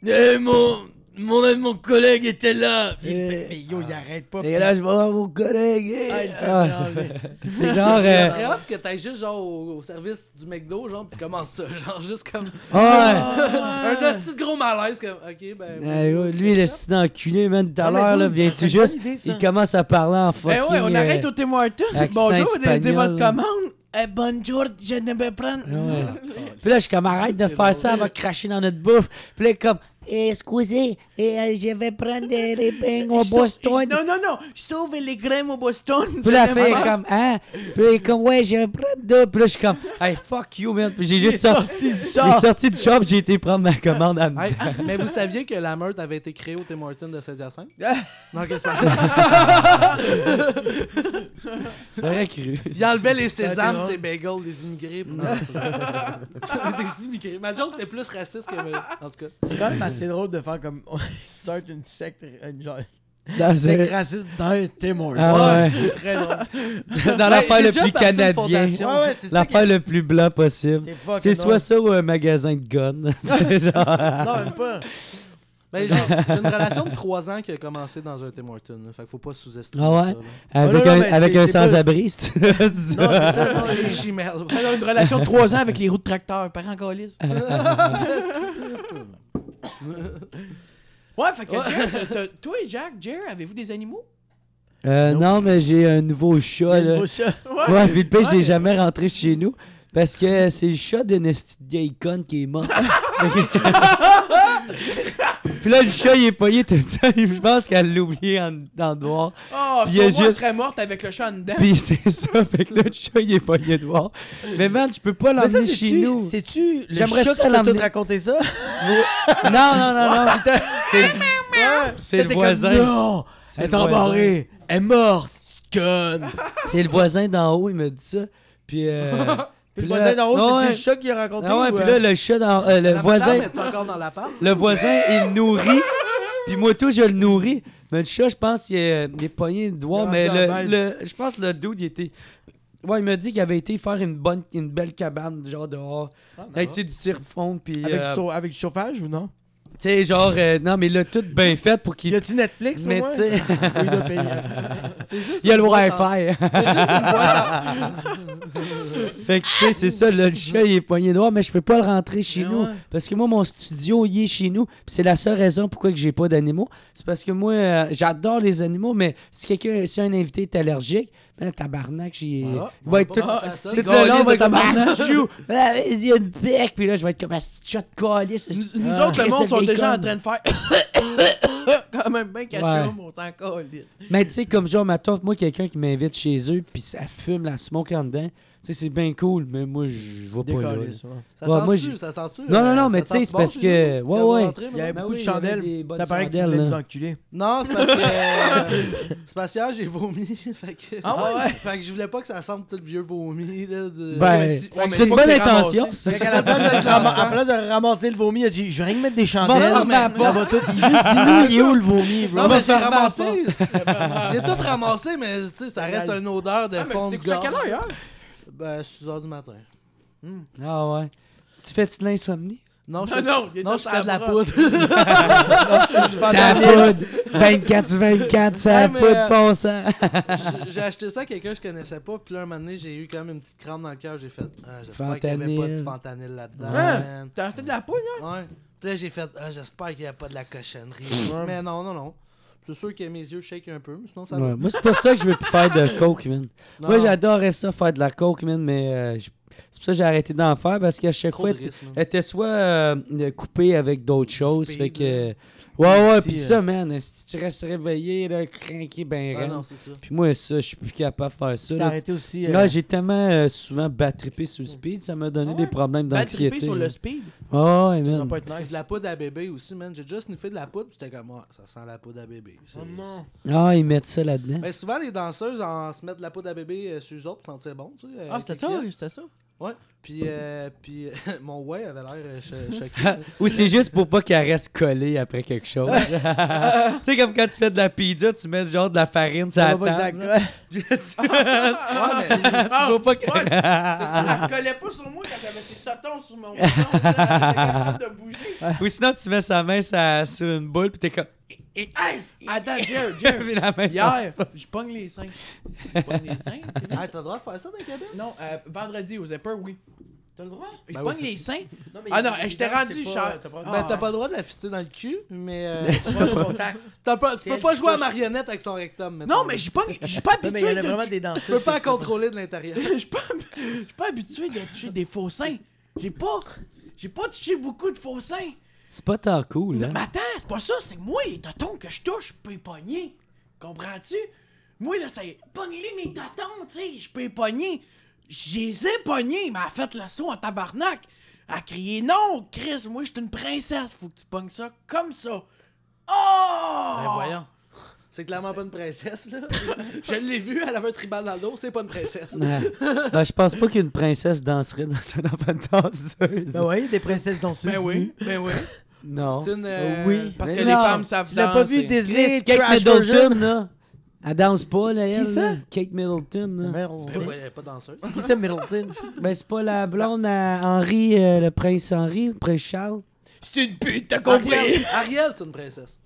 Speaker 5: Eh, mon, mon, mon collègue était là. Puis il fait, mais yo, il arrête pas.
Speaker 4: Eh. Et là, je vais voir mon collègue. eh.
Speaker 5: Ah, il fait
Speaker 4: Ah,
Speaker 5: grave,
Speaker 4: c'est genre.
Speaker 3: Ce
Speaker 4: euh,
Speaker 3: serait hot que t'ailles juste genre au, au service du McDo, genre, pis tu commences ça, genre juste comme
Speaker 4: ah,
Speaker 5: Oh!
Speaker 4: ouais.
Speaker 3: un petit gros malaise, comme ok, ben.
Speaker 4: Eh, ouais, lui, il est assis dans le culé, man, tout à
Speaker 5: Ah, mais
Speaker 4: l'heure, là,
Speaker 5: dude,
Speaker 4: vient
Speaker 5: ça,
Speaker 4: tout
Speaker 5: c'est une
Speaker 4: juste,
Speaker 5: bonne idée, ça.
Speaker 4: il commence à parler en fucking...
Speaker 5: Eh ouais, on
Speaker 4: euh,
Speaker 5: arrête au Tim Hortons.
Speaker 4: accent
Speaker 5: Bonjour, vous avez dit
Speaker 4: espagnol. Ah
Speaker 5: votre commande. Eh, bonjour, je ne vais prendre.
Speaker 4: ouais. Puis là, je suis comme, arrête de faire ça, elle va cracher dans notre bouffe. Puis là, comme, Eh, excusez, eh, euh, je vais prendre des rippings au
Speaker 5: Je sauve-
Speaker 4: Boston.
Speaker 5: Non, non, non, je sauve les crèmes au Boston.
Speaker 4: Puis là, la
Speaker 5: Je
Speaker 4: fille
Speaker 5: n'aime
Speaker 4: est
Speaker 5: pas.
Speaker 4: comme, hein? Puis elle est comme, ouais, je vais prendre deux. Puis là, je suis comme, hey, fuck you, man. Puis j'ai
Speaker 5: Il est
Speaker 4: juste sorti.
Speaker 5: sorti du
Speaker 4: J'ai
Speaker 5: char.
Speaker 4: sorti du shop, j'ai été prendre ma commande à
Speaker 3: Hey, mais vous saviez que la meurtre avait été créée au Tim Hortons de Saint-Hyacinthe? non, qu'est-ce que
Speaker 4: J'aurais cru.
Speaker 3: Il enlevait les
Speaker 5: Ça,
Speaker 3: sésames,
Speaker 5: c'est
Speaker 3: ses bagels, des immigrés. pis Non, ça- des immigrés. Imagine que t'es plus raciste que. En tout cas.
Speaker 5: C'est quand même assez drôle de faire comme. On start une secte, une genre.
Speaker 4: Dans,
Speaker 5: Secte
Speaker 4: un-
Speaker 5: raciste dans un Tim Hortons.
Speaker 4: Ah ouais.
Speaker 5: C'est très drôle.
Speaker 4: dans l'affaire
Speaker 3: j'ai
Speaker 4: le
Speaker 3: déjà
Speaker 4: plus
Speaker 3: parti une
Speaker 4: canadien.
Speaker 3: fondation.
Speaker 5: Ouais, ouais, c'est ça.
Speaker 4: L'affaire le plus blanc possible.
Speaker 5: C'est fucking
Speaker 4: C'est soit
Speaker 5: drôle.
Speaker 4: ça ou un magasin de guns. C'est genre-
Speaker 5: Non, même pas.
Speaker 3: Ben, genre, j'ai une relation de 3 ans qui a commencé dans un Tim Hortons. là. Fait que faut pas sous-estimer
Speaker 4: Ah ouais?
Speaker 3: ça. là.
Speaker 4: Avec
Speaker 5: non,
Speaker 4: un,
Speaker 5: mais
Speaker 4: avec
Speaker 5: c'est-
Speaker 4: un
Speaker 5: c'est pas-
Speaker 4: sans-abri, c'est c'est
Speaker 5: Non,
Speaker 4: ça?
Speaker 5: c'est ça. Ah non,
Speaker 3: Les
Speaker 5: les-
Speaker 3: chimelles, ouais.
Speaker 5: Elle a une relation de 3 ans avec les roues de tracteur. Parents gaullistes. Ouais, fait que Jer, t'as- t'as- toi et Jack, Jer, avez-vous des animaux?
Speaker 4: Euh, non, mais j'ai un nouveau chat. là.
Speaker 5: Des chats. Ouais.
Speaker 4: Ouais, puis le pire, je l'ai jamais rentré chez nous. Parce que c'est le chat d'une esti de vieille conne qui est mort. puis là, le chat, il est poigné tout seul. Je pense qu'elle l'a oublié en, dans le noir.
Speaker 5: Oh,
Speaker 4: Puis il y a
Speaker 5: sûrement, elle
Speaker 4: juste-
Speaker 5: serait morte avec le chat en dedans.
Speaker 4: Puis c'est ça, fait que là, le chat, il est poigné dehors. Mais man, tu peux pas
Speaker 5: Mais ça,
Speaker 4: l'emmener chez
Speaker 5: c'est-tu,
Speaker 4: nous.
Speaker 5: c'est-tu le
Speaker 4: J'aimerais
Speaker 5: chat
Speaker 4: ça
Speaker 5: qui t'a tout
Speaker 4: l'emmener.
Speaker 5: raconté ça?
Speaker 4: Non, non, non, non. C'est c'est
Speaker 5: T'étais
Speaker 4: le
Speaker 5: comme,
Speaker 4: voisin.
Speaker 5: non, elle
Speaker 4: le
Speaker 5: est
Speaker 4: voisin.
Speaker 5: embarrée, elle est morte, c'est conne.
Speaker 4: C'est le voisin d'en haut, il me dit ça. Puis. euh,
Speaker 5: Puis le
Speaker 4: là-
Speaker 5: voisin d'en haut, c'est-tu
Speaker 4: Ouais.
Speaker 5: le chat qui a raconté?
Speaker 4: Ah ouais,
Speaker 5: ou,
Speaker 4: puis
Speaker 5: euh,
Speaker 4: là, le chat dans. euh, le
Speaker 3: La
Speaker 4: voisin.
Speaker 3: madame est encore dans l'appart.
Speaker 4: Le voisin, il nourrit. Puis moi, tout, je le nourris. Mais le chat, je pense, il est, il est pogné de doigt.
Speaker 5: Il est
Speaker 4: Mais
Speaker 5: rendu
Speaker 4: le,
Speaker 5: en
Speaker 4: le- je pense que le dude, il était. Ouais, il m'a dit qu'il avait été faire une bonne, une belle cabane, genre dehors. avec, tu sais, du tir-fond. Puis.
Speaker 5: Ah, ben avec,
Speaker 4: euh,
Speaker 5: du sau- avec du chauffage ou non?
Speaker 4: tu sais, genre. euh, non, mais là, tout bien fait pour qu'il.
Speaker 5: Y a-tu Netflix
Speaker 4: Mais
Speaker 5: au moins?
Speaker 4: tu sais,
Speaker 5: Oui, il doit payer.
Speaker 3: C'est juste.
Speaker 4: il y a le
Speaker 3: une boîte en-
Speaker 4: Wi-Fi.
Speaker 3: C'est juste une boîte en-
Speaker 4: Fait que, tu sais, c'est ça, là, le chat, il est poigné noir, mais je peux pas le rentrer chez
Speaker 5: Mais
Speaker 4: nous.
Speaker 5: ouais.
Speaker 4: Parce que moi, mon studio, il est chez nous. Puis c'est la seule raison pourquoi que j'ai pas d'animaux. C'est parce que moi, euh, j'adore les animaux, mais si quelqu'un, si un invité est allergique, ben, tabarnak, j'ai.
Speaker 3: Voilà.
Speaker 4: il va être tout,
Speaker 3: Ah,
Speaker 4: tout
Speaker 3: c'est
Speaker 4: le
Speaker 5: gaulliste
Speaker 4: long, il
Speaker 5: de
Speaker 4: va être comme,
Speaker 5: tabarnak.
Speaker 4: Ah, you, ah, il y a une bec. Puis là, je vais être comme Ah, un petit chat de calice.
Speaker 5: Nous, nous autres, le
Speaker 4: Christ
Speaker 5: monde,
Speaker 4: de
Speaker 5: sont déjà en
Speaker 4: Ah. bacon.
Speaker 5: train de faire. Quand même, ben
Speaker 4: Ouais.
Speaker 5: ketchup, on s'en calisse.
Speaker 4: Mais tu sais, comme genre, ma tante, moi, quelqu'un qui m'invite chez eux, puis ça fume la smoke en dedans. Tu sais, c'est bien cool, mais moi, je vois pas là.
Speaker 5: Décalisse, ouais.
Speaker 3: Ça
Speaker 4: Ouais, moi,
Speaker 3: sent-tu?
Speaker 4: j'ai-
Speaker 3: Ça sent-tu?
Speaker 4: Non, non,
Speaker 3: euh,
Speaker 4: non,
Speaker 3: ça
Speaker 4: mais
Speaker 3: sent
Speaker 4: tu sais,
Speaker 3: du
Speaker 4: c'est
Speaker 3: bon
Speaker 4: parce
Speaker 3: chez
Speaker 4: que-
Speaker 3: vous?
Speaker 4: ouais,
Speaker 3: Quand vous
Speaker 4: ouais.
Speaker 3: rentrez,
Speaker 5: Il y
Speaker 3: madame?
Speaker 5: avait
Speaker 4: Ben
Speaker 5: beaucoup
Speaker 4: oui,
Speaker 5: de
Speaker 4: il y avait des
Speaker 5: chandelles.
Speaker 4: bonnes
Speaker 5: Ça paraît que tu
Speaker 4: chandelles,
Speaker 5: voulais
Speaker 4: là.
Speaker 5: nous enculer.
Speaker 3: Non, c'est parce que. euh, c'est parce qu'hier, j'ai vomi. fait que.
Speaker 5: Ah ouais?
Speaker 3: Fait que je voulais pas que ça ressemble, tu sais, le vieux vomi, là. De...
Speaker 4: Ben,
Speaker 5: si- ouais, mais
Speaker 4: c'est une
Speaker 5: faut
Speaker 4: bonne
Speaker 5: que c'est
Speaker 4: intention.
Speaker 5: Fait qu'à la place de le ramasser- à la place de ramasser le vomi, il a dit Je vais rien que mettre des chandelles.
Speaker 4: Bon, non, mais
Speaker 5: ça va tout. Il juste dit nous, il est où le vomi,
Speaker 3: Non,
Speaker 5: bro
Speaker 3: mais j'ai
Speaker 4: faire mal,
Speaker 3: ramassé. j'ai tout ramassé, mais tu sais, ça reste une odeur
Speaker 5: Ah,
Speaker 3: de fond de gorge. Ben, 6h du matin.
Speaker 4: Ah ouais. Tu fais-tu de l'insomnie?
Speaker 3: Non, je
Speaker 5: Non,
Speaker 3: fais,
Speaker 5: Ah non, il est
Speaker 3: non, je
Speaker 5: dans
Speaker 3: fais
Speaker 5: sa
Speaker 3: de la
Speaker 5: brosse.
Speaker 3: poudre.
Speaker 4: Ça poudre! 24 sur 24, ça
Speaker 3: Ouais, mais,
Speaker 4: poudre
Speaker 3: euh,
Speaker 4: bon sang!
Speaker 3: J'ai- j'ai acheté ça à quelqu'un que je connaissais pas, puis là, un moment donné, j'ai eu quand même une petite crampe dans le cœur, j'ai fait « Ah, j'espère qu'il y avait pas
Speaker 4: Fentanyl.
Speaker 3: de fentanyl là-dedans,
Speaker 5: Hein?
Speaker 3: man.
Speaker 5: T'as acheté de la poudre,
Speaker 3: Ouais. Puis là, j'ai fait « Ah, j'espère qu'il y a pas de la cochonnerie.
Speaker 5: Ouais.
Speaker 3: Mais non, non, non. C'est sûr que mes yeux shake un peu, mais sinon ça va.
Speaker 4: Ouais, moi, c'est pour ça que je veux plus faire de coke, man.
Speaker 3: Non,
Speaker 4: Moi,
Speaker 3: non,
Speaker 4: j'adorais ça, faire de la coke, man, mais euh, je- c'est pour ça que j'ai arrêté d'en faire parce qu'à chaque
Speaker 3: trop
Speaker 4: fois,
Speaker 3: de hein.
Speaker 4: elle
Speaker 3: risques, man.
Speaker 4: elle était soit euh, coupée avec d'autres choses,
Speaker 3: Speed,
Speaker 4: fait que. Ouais, ouais,
Speaker 5: Si,
Speaker 4: pis
Speaker 5: euh,
Speaker 4: ça, man, si tu restes réveillé, là, craqué, ben
Speaker 3: Ah
Speaker 4: raide.
Speaker 3: non, c'est ça.
Speaker 4: Puis moi, ça, je suis plus capable de faire ça.
Speaker 5: T'as
Speaker 4: Là,
Speaker 5: arrêté aussi. euh,
Speaker 4: Là, j'ai tellement euh, souvent battrippé sur le speed, ça m'a donné
Speaker 2: Ah
Speaker 4: des
Speaker 2: ouais?
Speaker 4: problèmes
Speaker 2: Bad trippé
Speaker 4: d'anxiété.
Speaker 2: sur
Speaker 4: là.
Speaker 2: le speed.
Speaker 4: Ah ouais,
Speaker 5: ça doit
Speaker 4: man.
Speaker 5: pas être
Speaker 3: Puis
Speaker 5: nice.
Speaker 3: de la poudre à bébé aussi, man. J'ai déjà sniffé de la poudre, puis j'étais comme, ah, ça sent la poudre à bébé. C'est-
Speaker 4: Ah, ils mettent ça là-dedans.
Speaker 3: Mais souvent, les danseuses en se mettent de la poudre à bébé euh, sur eux autres pour sentir bon, tu sais. euh,
Speaker 2: Ah, c'était
Speaker 3: avec
Speaker 2: ça,
Speaker 3: les clients.
Speaker 2: c'était ça.
Speaker 3: Ouais. Puis, euh, puis mon ouais avait l'air euh, cho- choqué.
Speaker 4: Ou c'est juste pour pas qu'elle reste collée après quelque chose. tu sais, comme quand tu fais de la pizza, tu mets genre de la farine sur
Speaker 5: Ça
Speaker 4: la
Speaker 5: va pas
Speaker 4: table.
Speaker 5: exact.
Speaker 3: ouais, mais
Speaker 4: C'est pour pas qu'elle- ah,
Speaker 2: Ah, Ça se collait pas sur moi quand j'avais ses totons sur mon menton. J'étais capable de bouger.
Speaker 4: Ou sinon, tu mets sa main sa- sur une boule, puis t'es comme...
Speaker 2: Hey, attends, Jer, Jer.
Speaker 4: Puis la main sur-
Speaker 2: Hier, je pogne les seins. Je pogne les seins. puis là-
Speaker 3: hey, t'as le droit de faire ça dans les cabines?
Speaker 2: Non, euh, vendredi aux Zipper, oui. T'as le droit? Je
Speaker 3: Ben
Speaker 2: pogne
Speaker 3: oui.
Speaker 2: les seins.
Speaker 5: Non, mais
Speaker 2: Ah non,
Speaker 5: il y a des
Speaker 2: je t'ai
Speaker 5: gens,
Speaker 2: rendu
Speaker 5: c'est pas-
Speaker 2: cher.
Speaker 5: t'as pas-
Speaker 2: Ah,
Speaker 3: ben, t'as
Speaker 2: ouais.
Speaker 3: pas le droit de la fister dans le cul, mais euh,
Speaker 5: Ouais, le contact.
Speaker 3: t'as pas- tu
Speaker 5: C'est
Speaker 3: peux
Speaker 5: elle
Speaker 3: pas
Speaker 5: qui
Speaker 3: jouer à
Speaker 5: touche.
Speaker 3: marionnette avec son rectum. mettons.
Speaker 2: Non, mais je suis pas, je suis pas
Speaker 5: Ouais,
Speaker 2: habitué
Speaker 5: mais il y en a
Speaker 2: de-
Speaker 5: vraiment des danseuses.
Speaker 3: tu peux pas
Speaker 5: que
Speaker 3: la contrôler de l'intérieur.
Speaker 2: Je suis pas, je suis pas habitué de toucher des faux seins. J'ai pas, j'ai pas touché beaucoup de faux seins.
Speaker 4: C'est pas tant cool, hein?
Speaker 2: Mais attends, c'est pas ça, c'est que moi, les totons que je touche, je peux les pogner. Comprends-tu? Moi, là, c'est pogner mes totons, tu sais, je peux les pogner. Je les ai pognés, mais elle a fait le saut en tabarnak. Elle a crié non, Chris, moi, je suis une princesse, faut que tu pognes ça comme ça. Oh!
Speaker 3: Ben voyons. C'est clairement pas une princesse, là. je l'ai vu, elle avait un tribal dans le dos, c'est pas une princesse.
Speaker 4: Ouais. Ben, je pense pas qu'une princesse danserait dans un enfant de danseuse.
Speaker 5: Ben oui, il y a des princesses danseuses.
Speaker 2: Ben oui, ben oui.
Speaker 4: Non.
Speaker 3: C'est une. euh,
Speaker 5: oui.
Speaker 2: Parce
Speaker 4: Mais
Speaker 2: que les
Speaker 4: non,
Speaker 2: femmes savent
Speaker 5: Tu l'as pas vu
Speaker 2: danser.
Speaker 5: Disney,
Speaker 4: Kate
Speaker 5: Trash Version?
Speaker 4: Middleton, là. Elle danse pas, là, elle.
Speaker 5: ça?
Speaker 4: là. Kate Middleton, là.
Speaker 3: Ben
Speaker 5: Middleton.
Speaker 3: voyons, elle est pas danseuse.
Speaker 5: C'est qui ça, Middleton?
Speaker 4: Ben, c'est pas la blonde à Henri, euh, le prince Henri, le prince Charles.
Speaker 5: C'est une pute, t'as
Speaker 2: Ah, ben
Speaker 3: Ariel, Ariel, c'est une princesse.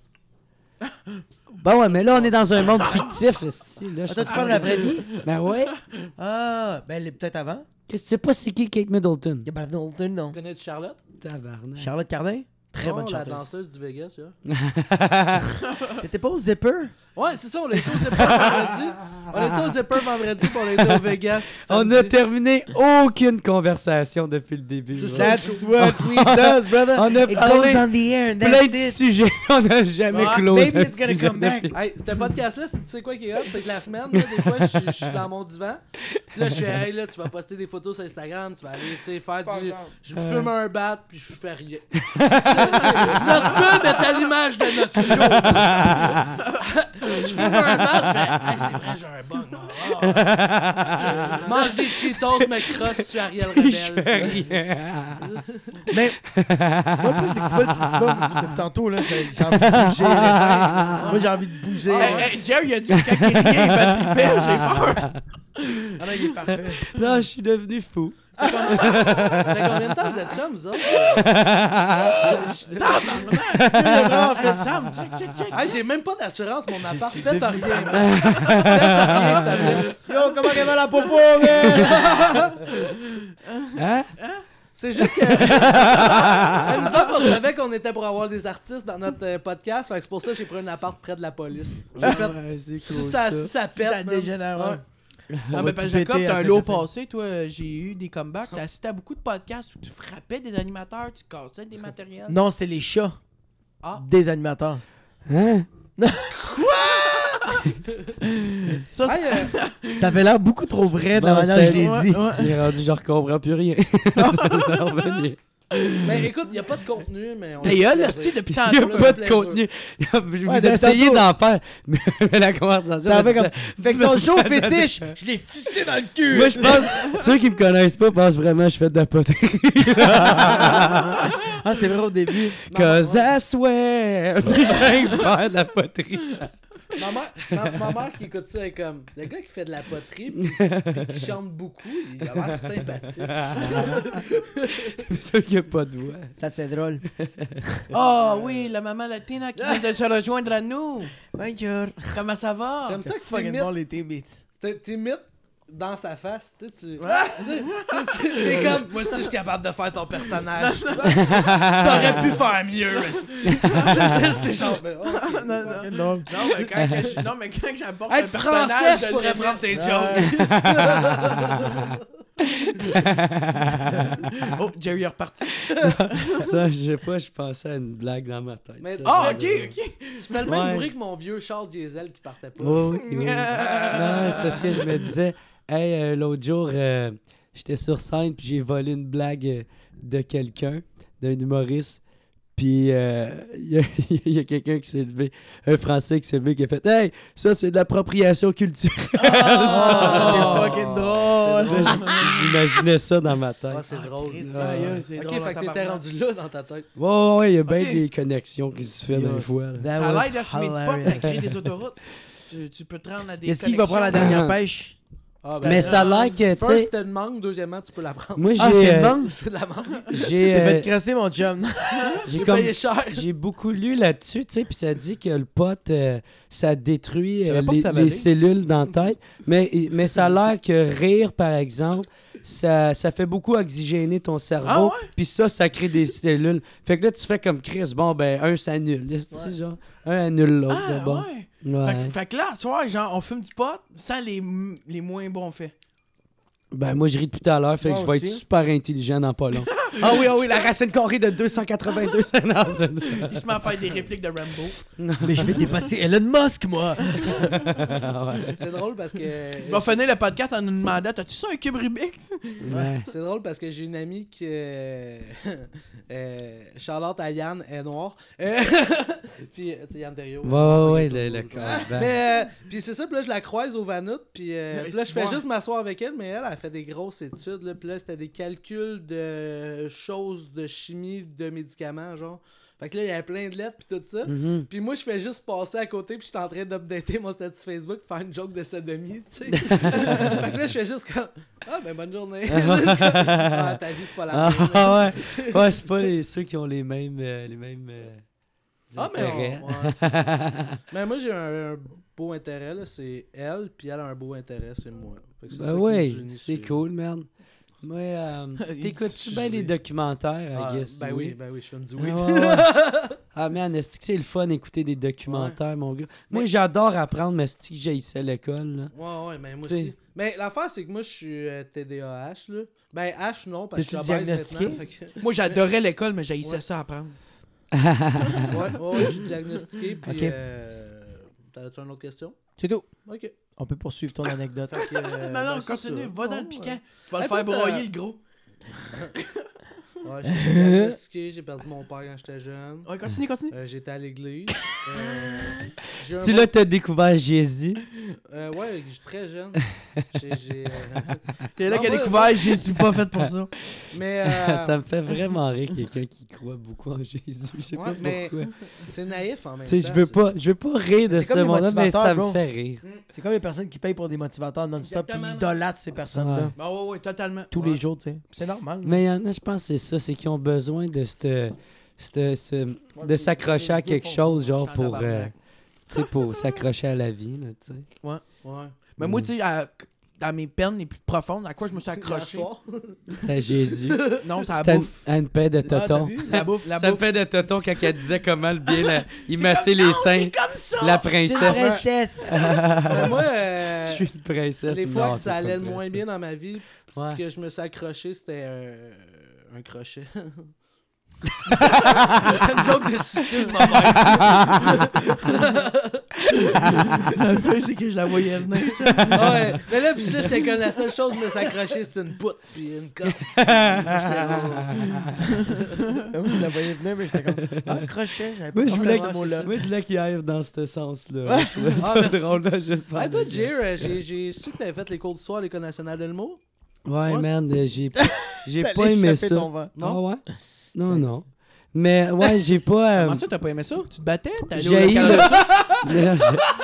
Speaker 4: Ben ouais, mais là, on est dans un monde fictif, esti, là. je
Speaker 5: Attends, tu
Speaker 4: comprends.
Speaker 5: parles de la vraie vie?
Speaker 4: Ben ouais.
Speaker 5: Ah, ben elle est peut-être avant.
Speaker 4: Qu'est-ce que tu sais pas c'est qui Kate Middleton?
Speaker 5: Il y a Middleton, non.
Speaker 3: Connais-tu Charlotte?
Speaker 4: Tabarnak.
Speaker 5: Charlotte Cardin? Très
Speaker 3: Non,
Speaker 5: bonne
Speaker 3: la
Speaker 5: chanteuse.
Speaker 3: danseuse du Vegas, là.
Speaker 5: T'étais pas au Zipper?
Speaker 3: Ouais, c'est ça, on était au Zipper vendredi. On était au Zipper vendredi, puis on était au Vegas.
Speaker 4: On
Speaker 3: samedi.
Speaker 4: a terminé aucune conversation depuis le début.
Speaker 3: C'est ça.
Speaker 4: ouais.
Speaker 5: That's what we does, brother.
Speaker 4: On a
Speaker 5: It
Speaker 4: parlé
Speaker 5: goes on the air and
Speaker 4: Plein
Speaker 5: that's
Speaker 4: de
Speaker 5: it.
Speaker 4: sujets on n'a jamais
Speaker 5: Ah,
Speaker 4: closé.
Speaker 5: maybe it's
Speaker 4: un
Speaker 5: gonna
Speaker 4: sujet
Speaker 5: come back.
Speaker 4: depuis-
Speaker 3: Hey, ce podcast-là, c'est- tu sais quoi qui est hot? C'est que la semaine, là, des fois, je suis- je suis dans mon divan. Puis Là, je suis, hey, là, tu vas poster des photos sur Instagram, tu vas aller, tu sais, faire du. Je fume un bat, puis je fais rien. C'est- c'est- notre pub est à l'image de notre show. je fume un bat,
Speaker 2: Ah,
Speaker 3: je fais, hey, c'est vrai, j'ai un bug. moi. Ah, ah. Mange des Cheetos, me crosse, tu Ariel Rebelle.
Speaker 5: Mais moi, le plus, c'est que tu vois le sentiment depuis tantôt, là, c'est- j'ai envie de bouger. là. Moi, j'ai envie de bouger.
Speaker 2: Hey, hey, Jerry a dit que quand il riait, il va triper, j'ai peur.
Speaker 5: Ah non, il est parfait.
Speaker 4: Non, je suis devenu fou.
Speaker 3: Ça fait combien de temps vous êtes chums, vous autres? Ah,
Speaker 2: Il a vraiment fait ça. Check, check, check.
Speaker 3: Hey, j'ai même pas d'assurance, mon appart.
Speaker 5: suis
Speaker 3: Faites rien.
Speaker 5: devenu-
Speaker 3: man. Faites rien, cette année.
Speaker 5: Yo, comment elle va la popo, man?
Speaker 4: Hein?
Speaker 3: C'est juste que. Mais nous autres, on savait qu'on était pour avoir des artistes dans notre euh, podcast. Fait que c'est pour ça que j'ai pris un appart près de la police. J'ai fait.
Speaker 4: Ouais, c'est
Speaker 3: Si
Speaker 4: cool,
Speaker 3: ça,
Speaker 4: ça.
Speaker 3: si ça pète.
Speaker 5: Si ça
Speaker 3: man.
Speaker 5: dégénère, ouais.
Speaker 2: Non,
Speaker 5: On
Speaker 2: Ah, mais
Speaker 5: va
Speaker 2: parce
Speaker 5: tout
Speaker 2: que Jacob,
Speaker 5: péter à
Speaker 2: t'as un lot
Speaker 5: CCC.
Speaker 2: passé, toi. euh, J'ai eu des comebacks. T'as assisté à beaucoup de podcasts où tu frappais des animateurs, tu cassais des matériels.
Speaker 5: Non, c'est les chats.
Speaker 2: Ah.
Speaker 5: Des animateurs.
Speaker 4: Hein?
Speaker 3: Hey, euh,
Speaker 5: Ça avait l'air beaucoup trop vrai dans
Speaker 4: Bon,
Speaker 5: la manière que je
Speaker 4: c'est-
Speaker 5: l'ai dit.
Speaker 4: Tu es rendu, je comprends plus rien. Ça va revenir.
Speaker 3: mais ben, écoute, il n'y a pas de contenu, mais. on-
Speaker 2: Ta gueule, là, c'est-tu, depuis
Speaker 4: Il n'y
Speaker 2: tantôt.
Speaker 4: a
Speaker 3: là,
Speaker 4: pas
Speaker 3: un
Speaker 4: de
Speaker 3: plaisir.
Speaker 4: contenu. Je vous ai
Speaker 5: Ouais, depuis
Speaker 4: essayé
Speaker 5: tantôt.
Speaker 4: d'en faire, mais la conversation.
Speaker 5: Ça avait
Speaker 4: était-
Speaker 5: comme. Fait que ton show fétiche, je l'ai fisté dans le cul.
Speaker 4: Moi, je pense, ceux qui me connaissent pas pensent vraiment que je fais de la poterie.
Speaker 5: Ah, c'est vrai au début.
Speaker 4: Cause I swear. Puis je viens de faire de la poterie.
Speaker 3: Ma mère, ma, ma mère qui écoute ça est comme. Le gars qui fait de la poterie puis, puis qui chante beaucoup, il a l'air sympathique.
Speaker 4: Ceux qui n'ont pas de voix.
Speaker 5: Ça, c'est drôle.
Speaker 2: Ah oui, la maman latina qui vient de se rejoindre à nous.
Speaker 5: Bonjour.
Speaker 2: Comment ça va?
Speaker 3: J'aime ça que tu
Speaker 5: Fucking
Speaker 3: imites,
Speaker 5: bon, les teammates.
Speaker 3: t'es- t'imites dans sa face. Tu sais, tu. tu sais, tu sais, tu- t'es comme. Moi aussi, je suis capable de faire ton personnage.
Speaker 2: T'aurais pu faire mieux.
Speaker 3: C'est juste, c'est genre. ben, ok.
Speaker 2: non, non.
Speaker 5: Non.
Speaker 2: Non, mais quand que je- non, mais quand que j'apporte
Speaker 3: Être
Speaker 2: un
Speaker 3: français,
Speaker 2: personnage,
Speaker 3: je
Speaker 2: le
Speaker 3: pourrais
Speaker 2: limite.
Speaker 3: prendre tes jokes.
Speaker 5: Ouais.
Speaker 2: Oh, Jerry est reparti.
Speaker 4: Ça, je sais pas, je pensais à une blague dans ma tête.
Speaker 3: Mais-
Speaker 4: Ça,
Speaker 2: Ah,
Speaker 4: ça,
Speaker 2: ok,
Speaker 4: euh,
Speaker 2: ok.
Speaker 3: Tu fais le même
Speaker 4: Ouais.
Speaker 3: bruit que mon vieux Charles Diesel qui partait pas.
Speaker 4: Oh, Oui, oui, oui. non, c'est parce que je me disais, hey, euh, l'autre jour, euh, j'étais sur scène, puis j'ai volé une blague euh, de quelqu'un, d'un humoriste. Puis euh, il y a- il y a, quelqu'un qui s'est levé, un Français qui s'est levé, qui a fait Hey, ça c'est de l'appropriation culturelle.
Speaker 2: Ah, c'est fucking drôle.
Speaker 3: C'est drôle.
Speaker 4: J'imaginais ça dans ma
Speaker 3: Ah,
Speaker 4: tête.
Speaker 3: c'est drôle.
Speaker 2: Chris,
Speaker 3: Ah,
Speaker 2: aïe,
Speaker 3: ouais.
Speaker 2: c'est
Speaker 3: Ok,
Speaker 2: drôle en
Speaker 3: fait que t'étais
Speaker 2: tabarnak.
Speaker 3: rendu là dans ta tête.
Speaker 4: Ouais, ouais, ouais, il y a bien
Speaker 2: Ok.
Speaker 4: des connexions qui se font des fois. là.
Speaker 5: That
Speaker 2: Ça
Speaker 5: was
Speaker 2: a l'air de fumer du pot,
Speaker 5: hilarious.
Speaker 2: ça crée des autoroutes. Tu, tu peux te rendre à des.
Speaker 5: Est-ce qu'il va prendre la
Speaker 2: collections.
Speaker 5: dernière pèche?
Speaker 2: ben,
Speaker 3: Ah,
Speaker 4: Mais ça a l'air que, tu
Speaker 3: First,
Speaker 4: sais,
Speaker 3: c'était une mangue. Deuxièmement, tu peux la prendre.
Speaker 4: moi
Speaker 5: Ah,
Speaker 4: j'ai
Speaker 5: c'est une
Speaker 4: euh,
Speaker 5: mangue?
Speaker 3: C'est de la mangue.
Speaker 4: j'ai
Speaker 5: T'as
Speaker 4: euh,
Speaker 5: fait crasser mon chum.
Speaker 4: j'ai
Speaker 3: J'ai
Speaker 4: comme
Speaker 3: payé cher.
Speaker 4: J'ai beaucoup lu là-dessus, tu sais, puis ça dit que le pot, euh, ça détruit
Speaker 3: Je savais
Speaker 4: euh,
Speaker 3: pas que
Speaker 4: les,
Speaker 3: ça
Speaker 4: les
Speaker 3: valait.
Speaker 4: cellules dans la tête. Mais, mais ça a l'air que rire, par exemple, ça, ça fait beaucoup oxygéner ton cerveau. Puis ça, ça crée des cellules. Fait que là, tu fais comme Chris, bon, ben, un s'annule. Ouais. genre, un annule l'autre.
Speaker 2: Ah,
Speaker 4: de bon.
Speaker 2: ouais.
Speaker 4: Ouais.
Speaker 2: Fait, que- fait que là, ce soir, genre, on fume du pot sans les, m- les moins bons faits.
Speaker 4: Ben, moi, je ris depuis tout à l'heure, fait que
Speaker 3: Moi
Speaker 4: je vais être
Speaker 3: aussi.
Speaker 4: super intelligent dans pas long. ah oui, ah oui, la racine carrée de 282, c'est dans une-
Speaker 2: Il se met à faire des répliques de Rambo.
Speaker 5: Mais je vais dépasser Elon Musk, moi.
Speaker 4: Ah
Speaker 3: C'est drôle parce que.
Speaker 4: Bah,
Speaker 2: Il va finir le podcast en nous demandant T'as-tu ça un cube Rubik
Speaker 4: Ouais.
Speaker 3: C'est drôle parce que j'ai une amie qui. Euh, euh, Charlotte à Yann est noire. Euh, puis, tu sais, Yann Thériault.
Speaker 4: Ouais, ouais, ouais, le, le corps.
Speaker 3: Mais, euh, puis c'est ça, puis là, je la croise au Vanout, puis euh,
Speaker 2: Mais
Speaker 3: puis là, je
Speaker 2: c'est
Speaker 3: fais
Speaker 2: bon.
Speaker 3: juste m'asseoir avec elle, mais elle, elle fait des grosses études, là, puis là, c'était des calculs de choses de chimie, de médicaments, genre. Fait que là, il y avait plein de lettres, puis tout ça.
Speaker 4: Mhm.
Speaker 3: Puis moi, je fais juste passer à côté, puis je suis en train d'updater mon statut Facebook, faire une joke de sodomie, tu sais. fait que là, je fais juste comme Ah, ben bonne journée. ah, ta vie, c'est pas la même.
Speaker 4: Ah ouais, ouais c'est pas les, ceux qui ont les mêmes. euh, les mêmes euh,
Speaker 3: Ah, mais,
Speaker 4: intérêts.
Speaker 3: on- ouais, c'est ça. mais moi, j'ai un, un beau intérêt, là, c'est elle, puis elle a un beau intérêt, c'est moi. Fait que c'est ça
Speaker 4: Ben
Speaker 3: qui
Speaker 4: ouais,
Speaker 3: nous unit,
Speaker 4: c'est cool, merde. Moi, euh,
Speaker 2: Il
Speaker 4: t'écoutes-tu
Speaker 2: dit
Speaker 4: bien des
Speaker 2: gelé.
Speaker 4: documentaires,
Speaker 3: Ah,
Speaker 4: I guess?
Speaker 3: ben oui, ben oui, je fais me dire oui.
Speaker 4: Ah, ouais, ouais. Ah, man, est-ce que c'est le fun d'écouter des documentaires, mon gars? Moi, j'adore apprendre, mais est-ce que j'haïssais l'école, là?
Speaker 3: Ouais, ouais, mais moi
Speaker 4: T'sais.
Speaker 3: aussi. Mais l'affaire, c'est que moi, je suis euh, TDAH, là. Ben, H, non, parce que je suis
Speaker 5: T'es-tu
Speaker 3: obèse
Speaker 5: diagnostiqué?
Speaker 3: maintenant, fait que-
Speaker 2: Moi, j'adorais l'école, mais j'haïssais
Speaker 3: Ouais.
Speaker 2: ça à apprendre.
Speaker 3: Ouais, ouais, ouais, je suis diagnostiqué, puis...
Speaker 5: Ok.
Speaker 3: euh, T'avais-tu une autre question?
Speaker 5: C'est tout.
Speaker 3: OK.
Speaker 5: On peut poursuivre ton anecdote.
Speaker 3: Fait que, euh,
Speaker 2: non, non,
Speaker 3: ben, c'est
Speaker 2: continue,
Speaker 3: ça.
Speaker 2: va dans
Speaker 3: Ouais.
Speaker 2: le piquant. Tu vas le faire
Speaker 3: Hey, toi, t'as-
Speaker 2: broyer, le gros.
Speaker 3: Ouais, je suis diagnostiqué, j'ai perdu mon père quand j'étais jeune.
Speaker 2: Ouais, continue, continue.
Speaker 3: Euh, j'étais à l'église. Euh, j'ai un
Speaker 4: C'est-tu là que t'as découvert Jésus?
Speaker 3: Euh, ouais, je suis très jeune. J'ai- j'ai, euh,
Speaker 2: T'es là
Speaker 3: Non,
Speaker 2: qui a
Speaker 3: moi-
Speaker 2: découvert Je suis pas fait pour ça.
Speaker 3: Mais euh,
Speaker 4: Ça me fait vraiment rire, quelqu'un qui croit beaucoup en Jésus. Je sais
Speaker 3: Ouais,
Speaker 4: pas
Speaker 3: mais-
Speaker 4: pourquoi.
Speaker 3: c'est naïf en même
Speaker 4: Tu
Speaker 3: temps.
Speaker 4: sais, je veux
Speaker 3: c'est-
Speaker 4: pas, je veux pas rire de
Speaker 5: C'est
Speaker 4: ce
Speaker 5: comme les
Speaker 4: monde-là, mais ça
Speaker 5: motivateurs,
Speaker 4: me
Speaker 5: bro.
Speaker 4: fait rire.
Speaker 5: C'est comme les personnes qui payent pour des motivateurs non-stop et
Speaker 3: Exactement.
Speaker 5: idolâtrent ces personnes-là
Speaker 4: Ouais.
Speaker 3: Ah
Speaker 2: Bah ouais, ouais, totalement.
Speaker 5: tous
Speaker 2: Ouais.
Speaker 5: les jours, tu sais. C'est normal.
Speaker 4: Mais il y en a, je pense, que c'est ça, c'est qu'ils ont besoin de cette, cette- ce- de s'accrocher à quelque chose, genre
Speaker 2: Je suis en
Speaker 4: pour, euh,
Speaker 2: tabarnak.
Speaker 4: tu sais, pour s'accrocher à la vie, là, tu sais.
Speaker 3: Ouais.
Speaker 2: Mais moi, tu sais, à- dans mes peines les plus profondes, à quoi je me suis accroché
Speaker 3: Hier soir.
Speaker 4: C'était à Jésus.
Speaker 2: Non, ça
Speaker 4: C'était à une-
Speaker 2: bouffe.
Speaker 4: à une paix de
Speaker 5: t'as
Speaker 4: toton.
Speaker 5: vu?
Speaker 2: La bouffe, la
Speaker 4: Ça me
Speaker 2: bouffe.
Speaker 4: fait de toton quand elle disait comment le bien la- il
Speaker 2: C'est
Speaker 4: massait
Speaker 2: comme-
Speaker 4: les
Speaker 2: non,
Speaker 4: seins.
Speaker 2: C'est comme ça.
Speaker 4: La
Speaker 5: C'est une
Speaker 4: princesse.
Speaker 5: recette.
Speaker 3: Mais moi, euh,
Speaker 4: Je suis une princesse.
Speaker 3: les fois
Speaker 4: Non,
Speaker 3: que ça
Speaker 4: t'es pas
Speaker 3: allait le
Speaker 4: une
Speaker 3: moins
Speaker 4: princesse.
Speaker 3: bien dans ma vie, puis
Speaker 4: Ouais.
Speaker 3: que je me suis accroché, c'était euh, un crochet.
Speaker 2: une joke de suicide, ma mère. Le fait, c'est que je la voyais venir. tu sais.
Speaker 3: Ah ouais. Mais là, puis là, j'étais comme la seule chose que je me suis accroché, c'était une poutre, puis une corde. J'étais là,
Speaker 5: Moi, Ah je la voyais venir, mais j'étais comme. Ah, crochet, j'avais pas
Speaker 4: Moi, je
Speaker 5: pensé à
Speaker 4: voulais,
Speaker 5: ce
Speaker 3: que-
Speaker 5: mot-là.
Speaker 4: moi, je voulais qu'il arrive dans ce sens-là. Je trouvais ça
Speaker 3: Ah, merci.
Speaker 4: drôle de juste
Speaker 3: Ah,
Speaker 4: faire
Speaker 3: toi,
Speaker 4: des
Speaker 3: Jer, euh, j'ai- j'ai su que t'avais fait les cours du soir à l'École nationale de l'humour.
Speaker 4: Ouais,
Speaker 3: Ouais,
Speaker 4: merde, j'ai j'ai
Speaker 5: T'allais
Speaker 4: pas aimé
Speaker 5: échapper
Speaker 4: ça.
Speaker 5: ton vent.
Speaker 4: Ah ouais? Non, non. Mais ouais, j'ai pas. euh,
Speaker 2: Comment ça, t'as pas aimé ça? Tu te battais? T'as allé au
Speaker 4: j'ai eu
Speaker 2: local-
Speaker 4: le...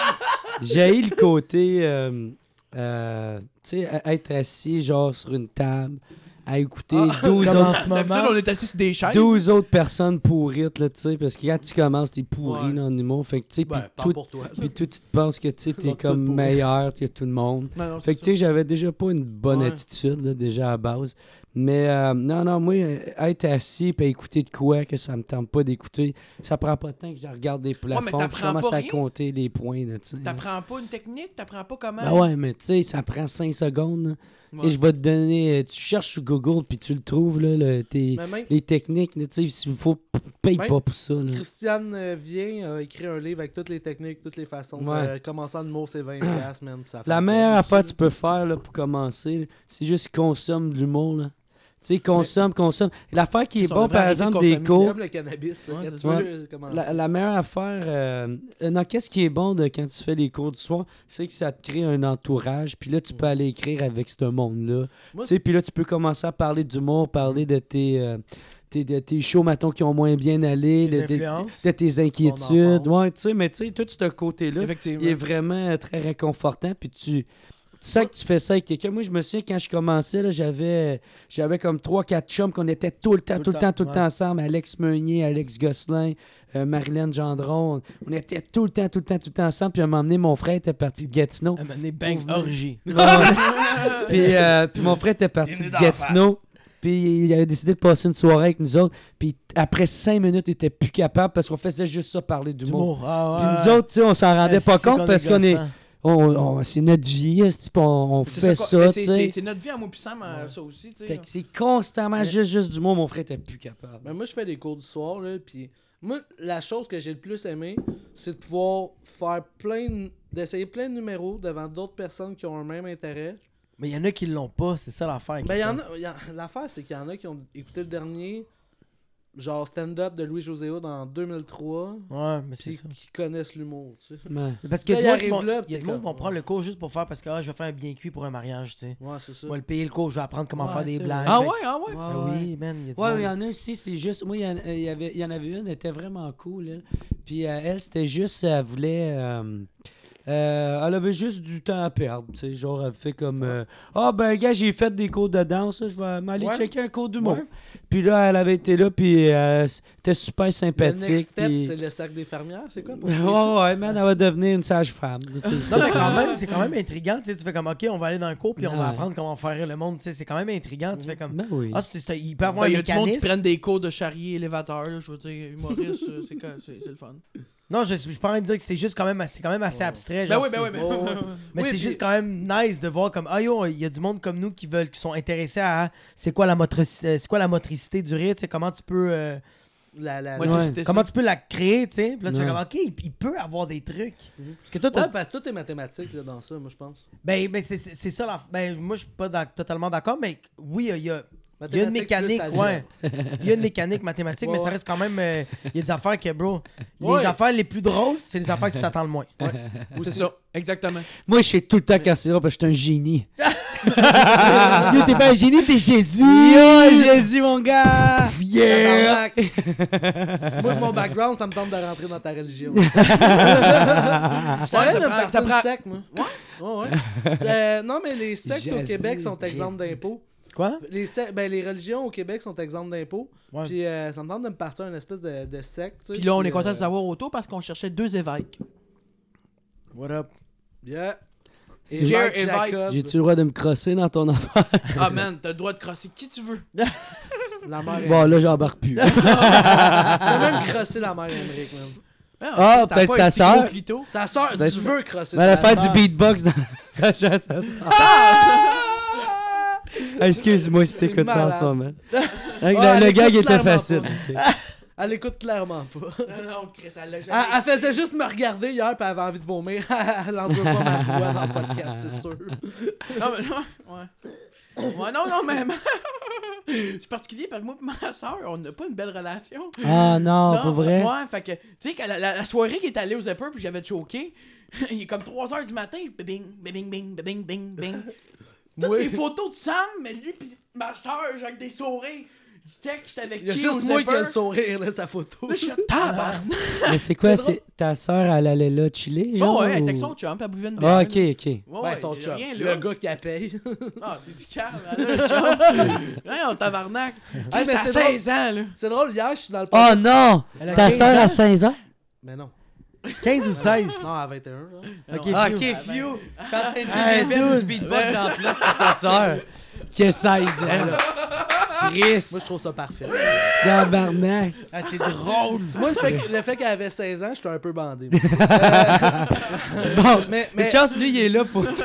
Speaker 4: j'ai eu le côté. euh, euh, tu sais, être assis genre sur une table à écouter 12
Speaker 5: Comme en
Speaker 4: autres
Speaker 5: ce
Speaker 2: D'habitude,
Speaker 5: moment.
Speaker 2: on est assis sur des chaises.
Speaker 4: 12 autres personnes pourrites, là, tu sais, parce que quand tu commences, t'es pourri
Speaker 3: Ouais.
Speaker 4: dans l'humour. Fait que, tu sais,
Speaker 3: Ben,
Speaker 4: puis
Speaker 3: pas
Speaker 4: toi,
Speaker 3: pour toi. là.
Speaker 4: puis toi, tu te penses que, tu sais,
Speaker 3: Ils
Speaker 4: t'es
Speaker 3: sont tous
Speaker 4: comme
Speaker 3: pourris.
Speaker 4: meilleur que tout le monde.
Speaker 3: Non, non, c'est
Speaker 4: Fait que, tu
Speaker 3: ça.
Speaker 4: sais, j'avais déjà pas une bonne
Speaker 3: Ouais.
Speaker 4: attitude, là, déjà à base. Mais, euh, non, non, moi, euh, être assis et écouter de quoi que ça me tente pas d'écouter, ça prend pas de temps que je regarde des plafonds, puis je
Speaker 2: t'apprends
Speaker 4: commence
Speaker 2: pas
Speaker 4: à
Speaker 2: rien.
Speaker 4: compter les points, là, tu sais. hein.
Speaker 2: T'apprends pas une technique, t'apprends pas comment.
Speaker 4: Ben ouais, mais tu sais, ça prend 5 secondes. là.
Speaker 3: Ouais.
Speaker 4: Et je vais te donner. euh, Tu cherches sur Google, puis tu le trouves, là, le- tes-
Speaker 3: Mais même
Speaker 4: les techniques. là, Tu sais, il faut. Paye
Speaker 3: Même-
Speaker 4: pas pour ça. Là.
Speaker 3: Christiane euh, vient a écrit un livre avec toutes les techniques, toutes les façons. de- euh,
Speaker 4: Ouais.
Speaker 3: commençant de mots, c'est 20$, piastres, man. puis ça fait
Speaker 4: La
Speaker 3: un
Speaker 4: meilleure
Speaker 3: job.
Speaker 4: affaire que tu peux faire là, pour commencer, là, c'est juste consomme de l'humour. là. Tu sais, consomme, consomme. L'affaire qui est
Speaker 3: Si on
Speaker 4: bon,
Speaker 3: avait
Speaker 4: par
Speaker 3: arrêté
Speaker 4: exemple,
Speaker 3: de
Speaker 4: des
Speaker 3: consommer,
Speaker 4: cours.
Speaker 3: comme le cannabis, ça,
Speaker 5: Ouais,
Speaker 3: quand
Speaker 5: c'est
Speaker 3: tu
Speaker 4: ça.
Speaker 3: veux, euh, commencer.
Speaker 4: La, la meilleure affaire, euh, euh, non, qu'est-ce qui est bon de, quand tu fais les cours du soir, c'est que ça te crée un entourage, puis là, tu peux aller écrire avec ce monde-là.
Speaker 3: Moi,
Speaker 4: Tu sais, Puis là, tu peux commencer à parler d'humour, parler de tes, euh, tes, de tes shows, mettons, qui ont moins bien allé,
Speaker 5: Des
Speaker 4: de, de-
Speaker 5: influences.
Speaker 4: de tes inquiétudes.
Speaker 3: enfance.
Speaker 4: Ouais, tu sais, mais tu sais, tout ce côté-là,
Speaker 2: Effectivement.
Speaker 4: il est vraiment euh, très réconfortant, puis tu... Tu sais que tu fais ça avec quelqu'un. Moi, je me souviens, quand je commençais, là, j'avais, euh, j'avais comme 3-4 chums qu'on était tout le temps, tout, le temps, tout le temps ensemble. Alex Meunier, Alex Gosselin, euh, Marilyn Gendron. On était tout le temps, tout le temps, tout le temps ensemble. Puis à un moment donné, mon frère était parti de Gatineau.
Speaker 5: Elle m'a donné bang orgie.
Speaker 4: euh, puis, euh, puis mon frère était parti de Gatineau. Puis il avait décidé de passer une soirée avec nous autres. Puis t- après 5 minutes, il était plus capable parce qu'on faisait juste ça, parler d'humour.
Speaker 5: D'humour. Ah ouais.
Speaker 4: Puis nous autres, tu sais, on s'en rendait
Speaker 5: Esti
Speaker 4: pas compte
Speaker 5: est
Speaker 4: parce qu'on est.
Speaker 5: gossant.
Speaker 4: on- on- c'est notre vie, esti, puis on, on fait
Speaker 2: qu'on-
Speaker 4: ça,
Speaker 2: mais
Speaker 4: tu
Speaker 2: c'est-
Speaker 4: sais.
Speaker 2: c'est- C'est notre vie à moi puis Sam, euh, ça aussi, tu sais.
Speaker 4: Fait que c'est constamment juste, juste du mot, mon frère était plus capable.
Speaker 3: Ben, moi, je fais des cours du soir, là, puis moi, la chose que j'ai le plus aimé, c'est de pouvoir faire plein, de- d'essayer plein de numéros devant d'autres personnes qui ont un même intérêt.
Speaker 5: Mais il y en a qui l'ont pas, c'est ça l'affaire.
Speaker 3: Ben, il y en a, il y en- l'affaire, c'est qu'il y en a qui ont écouté le dernier, genre stand-up de Louis-José Hood en 2003,
Speaker 5: Ouais, mais c'est
Speaker 3: puis
Speaker 5: ça.
Speaker 3: qui connaissent l'humour, tu sais.
Speaker 4: Ouais.
Speaker 5: Parce que
Speaker 3: Là, il
Speaker 5: toi, qui
Speaker 3: arrive
Speaker 5: vont- il y
Speaker 3: là,
Speaker 5: a
Speaker 3: puis
Speaker 5: des
Speaker 3: t'es
Speaker 5: gens qui
Speaker 3: comme,
Speaker 5: vont prendre le cours juste pour faire parce que ah, je vais faire un bien cuit pour un mariage, tu sais.
Speaker 3: Ouais, c'est ça.
Speaker 5: Je vais le payer le cours, je vais apprendre comment
Speaker 4: Ouais,
Speaker 5: faire des
Speaker 4: c'est
Speaker 5: blagues.
Speaker 2: Ah
Speaker 5: Fait-
Speaker 2: ouais, ah ouais.
Speaker 5: Ben oui, man, il y a du
Speaker 4: Ouais,
Speaker 5: monde.
Speaker 4: il y en a aussi, c'est juste. Moi, il y, en- euh, il y avait, il y en avait une, elle était vraiment cool. Elle. Puis euh, elle, c'était juste, elle voulait. euh, euh, elle avait juste du temps à perdre. Tu sais, genre, elle fait comme. euh, Ah, ben, gars, j'ai fait des cours de danse, là, je vais m'aller
Speaker 5: Ouais.
Speaker 4: checker un cours d'humour.
Speaker 5: Ouais.
Speaker 4: Puis là, elle avait été là, puis euh, c'était super
Speaker 3: Le
Speaker 4: sympathique.
Speaker 3: next step,
Speaker 4: puis-
Speaker 3: c'est le sac des fermières, c'est quoi? pour
Speaker 4: Ouais,
Speaker 3: les-
Speaker 4: ouais, man, elle va devenir une sage-femme. tu sais.
Speaker 5: Non, mais quand même, c'est quand même intriguant. Tu sais, tu fais comme, OK, on va aller dans le cours, puis on
Speaker 4: Ouais.
Speaker 5: va apprendre comment faire rire le monde. Tu sais, c'est quand même intriguant. Tu fais comme,
Speaker 4: Ben oui.
Speaker 5: ah, c'est, c'est- il peut
Speaker 2: Ben, Il
Speaker 5: avoir
Speaker 2: y
Speaker 5: un
Speaker 2: a du monde qui
Speaker 5: mécanisme.
Speaker 2: prennent des cours de charrier élévateur, là, je veux dire, humoriste, euh, c'est quand- c'est- c'est le fun.
Speaker 5: Non, je suis je suis pas en train de dire que c'est juste quand même, assez- c'est quand même assez abstrait.
Speaker 2: Ben
Speaker 5: genre,
Speaker 2: oui, ben
Speaker 5: c'est-
Speaker 2: oui, ben
Speaker 3: Oh, ouais.
Speaker 5: Mais
Speaker 2: Oui,
Speaker 5: c'est
Speaker 2: puis-
Speaker 5: juste quand même nice de voir comme, ah yo, il y a du monde comme nous qui veulent, qui sont intéressés à ah, c'est quoi la, motrici- euh, c'est quoi la motricité du rire, tu sais, comment tu peux, euh,
Speaker 3: La, la,
Speaker 2: Ouais,
Speaker 3: la-
Speaker 2: toi,
Speaker 4: Ouais.
Speaker 2: c'était ça.
Speaker 5: comment tu peux la créer, tu sais. Puis là, tu fais
Speaker 4: Ouais.
Speaker 5: comme, OK, il, il peut avoir des trucs. Parce que toi, t'as-
Speaker 3: Ouais, parce que tout est mathématique là, dans ça, moi, je pense.
Speaker 5: ben, ben, c'est, c'est- c'est ça la. Ben, moi, je suis pas d'ac- totalement d'accord, mais oui, il y a. Il y a une
Speaker 3: Mathématiques, plus
Speaker 5: mécanique,
Speaker 3: algèbre.
Speaker 5: ouais. Il y a une mécanique mathématique, mais
Speaker 3: Ouais,
Speaker 5: ça
Speaker 3: ouais.
Speaker 5: reste quand même. euh, Il y a des affaires que, bro. Les
Speaker 3: Ouais.
Speaker 5: affaires les plus drôles, c'est les affaires qui s'attendent le moins.
Speaker 2: C'est ça, exactement.
Speaker 4: Moi, je sais tout le temps cassera parce que je suis un génie.
Speaker 5: Yo, t'es pas un génie, t'es Jésus!
Speaker 4: Yo, Jésus, mon gars!
Speaker 3: Yeah! Moi, mon background, ça me tente de rentrer dans ta religion.
Speaker 2: Ouais,
Speaker 3: J'arrête
Speaker 2: ça
Speaker 3: de me
Speaker 2: prend-
Speaker 3: partir
Speaker 2: ça
Speaker 3: du
Speaker 2: prend-
Speaker 3: sec, moi. Ouais? ouais. Euh, non, mais les sectes au
Speaker 4: Jésus,
Speaker 3: Québec sont exempts
Speaker 4: Jésus.
Speaker 3: d'impôts.
Speaker 5: Quoi?
Speaker 3: Les, sec- ben, les religions au Québec sont exemptes d'impôts.
Speaker 5: Ouais.
Speaker 3: Puis euh, ça me tente de me partir une espèce de, de secte. tu sais,
Speaker 2: Puis là, on est content
Speaker 3: euh,
Speaker 2: de savoir autour parce qu'on cherchait deux évêques.
Speaker 5: What up?
Speaker 3: Yeah.
Speaker 4: Parce
Speaker 3: Et
Speaker 4: que
Speaker 2: Jerry
Speaker 3: Marc
Speaker 2: Evite.
Speaker 3: Jacob,
Speaker 4: J'ai-tu le droit de me crosser dans ton enfant?
Speaker 2: Ah man, t'as le droit de crosser qui tu veux.
Speaker 3: la mère. Bon.
Speaker 4: Bon, là, j'embarque plus.
Speaker 3: Tu peux même crosser la mère, Emmerich, man.
Speaker 4: Ah,
Speaker 2: ça a
Speaker 4: peut-être
Speaker 2: pas un
Speaker 4: sa
Speaker 2: si gros
Speaker 4: sœur.
Speaker 2: clito.
Speaker 3: Sa soeur,
Speaker 4: Ben,
Speaker 3: tu
Speaker 4: tu-
Speaker 3: veux crosser
Speaker 4: Mais elle a
Speaker 3: sa
Speaker 4: fait
Speaker 3: sœur.
Speaker 4: du beatbox dans la chasse à ça.
Speaker 5: Ah!
Speaker 4: Excuse-moi si t'écoutes ça en ce
Speaker 3: malade.
Speaker 4: moment. Avec
Speaker 3: Ah,
Speaker 4: le- le
Speaker 3: elle
Speaker 4: gag
Speaker 3: écoute
Speaker 4: était
Speaker 3: clairement
Speaker 4: facile.
Speaker 3: Elle écoute clairement pas.
Speaker 2: Non, non, Chris, elle l'a
Speaker 3: Elle,
Speaker 2: jamais.
Speaker 3: elle faisait juste me regarder hier, puis elle avait envie de vomir. elle en veut pas ma voix dans le podcast, c'est sûr.
Speaker 2: Non, mais non, ouais. Ouais, non, non, mais. C'est particulier parce que moi et ma soeur, on n'a pas une belle relation.
Speaker 4: Ah non, pour vrai?
Speaker 2: Ouais, fait que, tu sais, quand la, la- la soirée qui est allée aux Zephyr puis j'avais choqué, il est comme 3h du matin, je bing, bing, bing, bing, bing, bing. Toutes les photos de Sam, mais lui puis ma soeur, j'ai avec des sourires.
Speaker 5: check, j'étais avec
Speaker 3: Il y a
Speaker 5: qui
Speaker 3: juste
Speaker 5: au
Speaker 3: moi
Speaker 5: Zipper.
Speaker 3: qui ai le sourire, là, sa photo.
Speaker 2: Là, je suis tabarnak.
Speaker 4: Mais c'est quoi, c'est ta soeur, elle allait là chiller, genre?
Speaker 2: Oh, ouais, elle était avec
Speaker 4: ou-
Speaker 2: son chum, puis elle buvait une bière.
Speaker 4: Ah, ok, ok.
Speaker 2: Ouais,
Speaker 3: Ben,
Speaker 2: ouais,
Speaker 3: son
Speaker 2: j'ai
Speaker 3: chum.
Speaker 2: rien,
Speaker 3: Le
Speaker 2: là.
Speaker 3: gars qui la paye.
Speaker 2: Ah, t'es du calme, elle a un chum. Voyons, tabarnak. Hey,
Speaker 3: mais
Speaker 2: mais
Speaker 3: c'est
Speaker 2: 16 ans, là.
Speaker 3: C'est drôle, hier, je suis dans le
Speaker 4: Oh
Speaker 3: parc.
Speaker 4: non!
Speaker 5: Elle a
Speaker 4: Ta
Speaker 5: 15
Speaker 4: soeur
Speaker 5: ans.
Speaker 4: à 16 ans?
Speaker 3: Mais non.
Speaker 5: 15 ou 16.
Speaker 3: Non, à 21. genre.
Speaker 5: Ok,
Speaker 4: Ah,
Speaker 5: vieux.
Speaker 4: ok, Fio! Je suis en train de
Speaker 5: Hey,
Speaker 4: dire, j'ai fait du beatbox dans le plat pour sa soeur qui a 16 ans. là.
Speaker 3: Moi, je trouve ça parfait.
Speaker 4: Tabarnak!
Speaker 5: Ah, c'est drôle.
Speaker 3: Moi, le fait, que- le fait qu'elle avait 16 ans, j'étais un peu bandé.
Speaker 4: Bon, mais,
Speaker 3: Mais- mais-
Speaker 4: Charles, lui, il est là pour tout.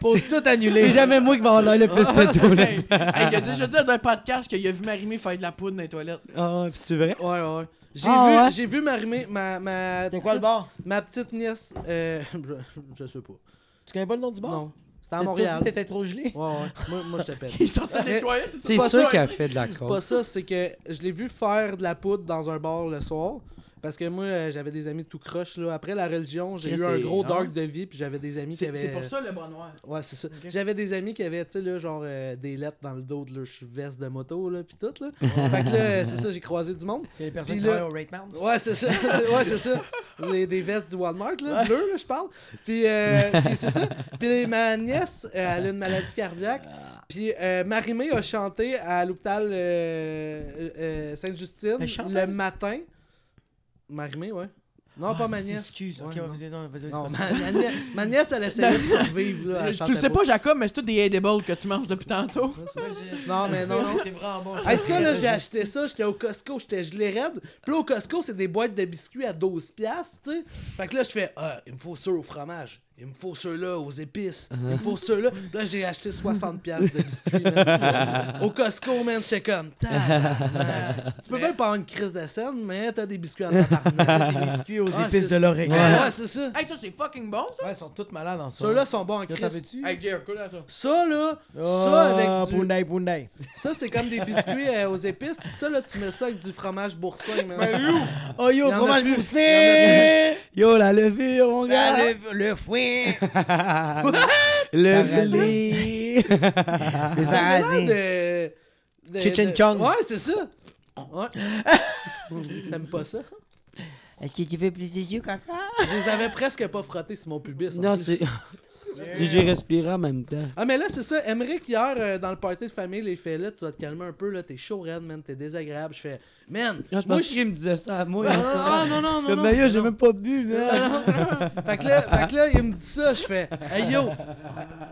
Speaker 3: Pour tout annuler.
Speaker 4: C'est jamais moi qui vais avoir l'air le plus péto. là.
Speaker 2: Hey, hey, il a déjà dit dans un podcast qu'il a vu Marimé faire de la poudre dans les toilettes.
Speaker 4: Ah, pis c'est vrai?
Speaker 3: Ouais, ouais. J'ai
Speaker 4: Ah,
Speaker 3: vu,
Speaker 4: ouais?
Speaker 3: j'ai vu m'arrimer ma, ma,
Speaker 5: C'est quoi le
Speaker 3: petite-
Speaker 5: bar?
Speaker 3: ma petite nièce. euh, je, je sais pas.
Speaker 5: Tu connais pas le nom du bar?
Speaker 3: Non. C'était
Speaker 5: T'as-
Speaker 3: à
Speaker 5: toi
Speaker 3: Montréal.
Speaker 5: aussi, t'étais trop gelé.
Speaker 3: Ouais, ouais. Moi, moi je te pète.
Speaker 2: Il sortait des
Speaker 3: Mais-
Speaker 2: toilettes.
Speaker 4: C'est
Speaker 3: pas
Speaker 4: sûr
Speaker 3: ça.
Speaker 4: qu'elle fait de la
Speaker 3: C'est pas
Speaker 4: coke.
Speaker 3: ça, c'est que je l'ai vu faire de la poudre dans un bar le soir. Parce que moi, euh, j'avais des amis tout croche. là. Après la religion, j'ai
Speaker 5: Chris,
Speaker 3: eu un
Speaker 5: c'est-
Speaker 3: gros
Speaker 5: ah.
Speaker 3: dark de vie. Puis j'avais des amis qui
Speaker 2: C'est
Speaker 3: avaient. euh,
Speaker 2: c'est pour ça le bon noir.
Speaker 3: Ouais, c'est ça. J'avais des amis qui avaient, tu sais, là, genre euh, des lettres dans le dos de leur veste de moto, là, pis tout, là. fait que là, c'est ça, j'ai croisé du monde.
Speaker 5: Il y a des personnes
Speaker 3: Puis
Speaker 5: qui
Speaker 3: là-
Speaker 5: travaillent au Rate Mounds.
Speaker 3: Ouais, c'est ça. C'est- ouais, c'est ça. Les, des vestes du Walmart, là, bleues, là, je parle. Puis, euh, puis c'est ça. Puis ma nièce, euh, elle a une maladie cardiaque. Puis euh, Marimé a chanté à l'hôpital euh, euh, euh, Sainte-Justine
Speaker 5: Elle chante,
Speaker 3: le
Speaker 5: elle?
Speaker 3: matin. Marimé, ouais. Non,
Speaker 5: Ah,
Speaker 3: pas ma
Speaker 5: c'est-
Speaker 3: nièce.
Speaker 5: Excuse. Ok,
Speaker 3: Ouais, non.
Speaker 5: vas-y, non, vas-y,
Speaker 3: Non,
Speaker 5: vas-y.
Speaker 3: ma, ma nièce, ma nièce, elle essayait de survivre, là. Ah, elle
Speaker 2: Tu
Speaker 3: chantait
Speaker 2: le sais pas, Jacob, mais c'est tout des edibles que tu manges depuis tantôt.
Speaker 3: Non, mais non, non.
Speaker 5: C'est vraiment bon.
Speaker 3: Hey, ça, là, j'ai acheté ça, j'étais au Costco, j'étais gelé raide. Puis là, au Costco, c'est des boîtes de biscuits à 12$, piastres, tu sais. Fait que là, je fais, ah, il me faut ceux au fromage, il me faut ceux-là aux épices, il me faut ceux-là. Puis là, j'ai acheté 60$ piastres de biscuits, man. Au Costco, man, j'étais comme, tabarnak. Tu peux
Speaker 2: Mais-
Speaker 3: même pas avoir une crise de scène, mais t'as des biscuits en tabarnak.
Speaker 5: des biscuits aux
Speaker 3: Ouais,
Speaker 5: épices
Speaker 3: c'est-
Speaker 5: de l'oreille.
Speaker 3: Ouais, ouais, c'est ça.
Speaker 2: Hey, ça, c'est fucking bon, ça.
Speaker 5: Ouais, ils sont toutes malades en ce moment.
Speaker 3: Ceux-là sont bons en
Speaker 5: Là,
Speaker 3: crise.
Speaker 5: t'avais-tu?
Speaker 2: Hey, Jerry, cool dans ça.
Speaker 3: Ça, là, ça
Speaker 5: Ah,
Speaker 3: avec du...
Speaker 5: Boundai, Boundai.
Speaker 3: Ça, c'est comme des biscuits euh, aux épices. Puis ça, là, tu mets ça avec du fromage boursin, man.
Speaker 5: Oh yo,
Speaker 3: Y'en a
Speaker 5: fromage
Speaker 3: plus.
Speaker 5: moussé!
Speaker 4: Yo, la levée, mon gars!
Speaker 5: Le, le fouet!
Speaker 4: Levée!
Speaker 3: Ça a
Speaker 5: Le sarrasin.
Speaker 3: l'air de- de-
Speaker 5: Chichen
Speaker 3: de-
Speaker 5: chong.
Speaker 3: Ouais, c'est ça. Ouais. T'aimes pas ça?
Speaker 5: Est-ce que tu fais plus de yeux, caca?
Speaker 3: Je les avais presque pas frottés sur mon pubis. en
Speaker 4: Non,
Speaker 3: plus.
Speaker 4: c'est. J'ai respiré en même temps.
Speaker 3: Ah, mais là, c'est ça. Emmerich, hier, euh, dans le party de famille, il fait là, tu vas te calmer un peu, là, t'es chaud, Red, man, t'es désagréable. Je fais, man,
Speaker 4: Non, je
Speaker 3: moi,
Speaker 4: pensais
Speaker 3: je
Speaker 4: qu'il me disait ça à moi.
Speaker 3: Ah non, non, non,
Speaker 4: Le
Speaker 3: non.
Speaker 4: maillot, ben, j'ai même pas bu, man.
Speaker 3: fait, que là, fait que là, il me dit ça, je fais Hey yo!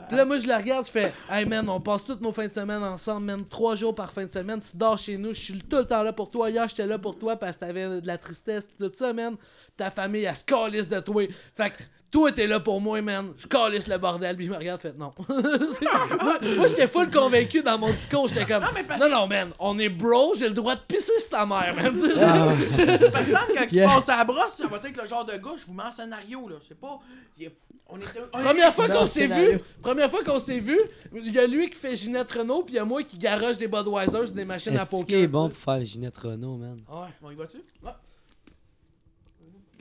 Speaker 3: Puis là, moi, je la regarde, je fais Hey man, on passe toutes nos fins de semaine ensemble, man, trois jours par fin de semaine, tu dors chez nous, je suis tout le temps là pour toi. Hier, j'étais là pour toi parce que t'avais de la tristesse, pis tout ça, man. Ta famille, elle se calisse de toi. Fait que toi, t'es là pour moi, man. Je calisse le bordel, puis il me regarde, fait non. C'est- moi, moi, j'étais full convaincu dans mon petit con, j'étais comme Non, non, man, on est bro, j'ai le droit de pisser sur ta mère, man. Tu sais,
Speaker 2: Il me semble que quand il passe à la brosse, ça va être le genre de gars, je vous mets un scénario, là. Je sais pas. il est- On était. on est-
Speaker 3: Première fois
Speaker 5: Non,
Speaker 3: qu'on s'est
Speaker 5: scénario.
Speaker 3: vu, première fois qu'on s'est vu, il y a lui qui fait Ginette Renault puis il y a moi qui garoche des Budweiser sur des machines à
Speaker 4: Est-ce
Speaker 3: poker.
Speaker 4: qu'il est bon pour faire Ginette Renault, man?
Speaker 2: Ah Ouais, on y va-tu? Ouais.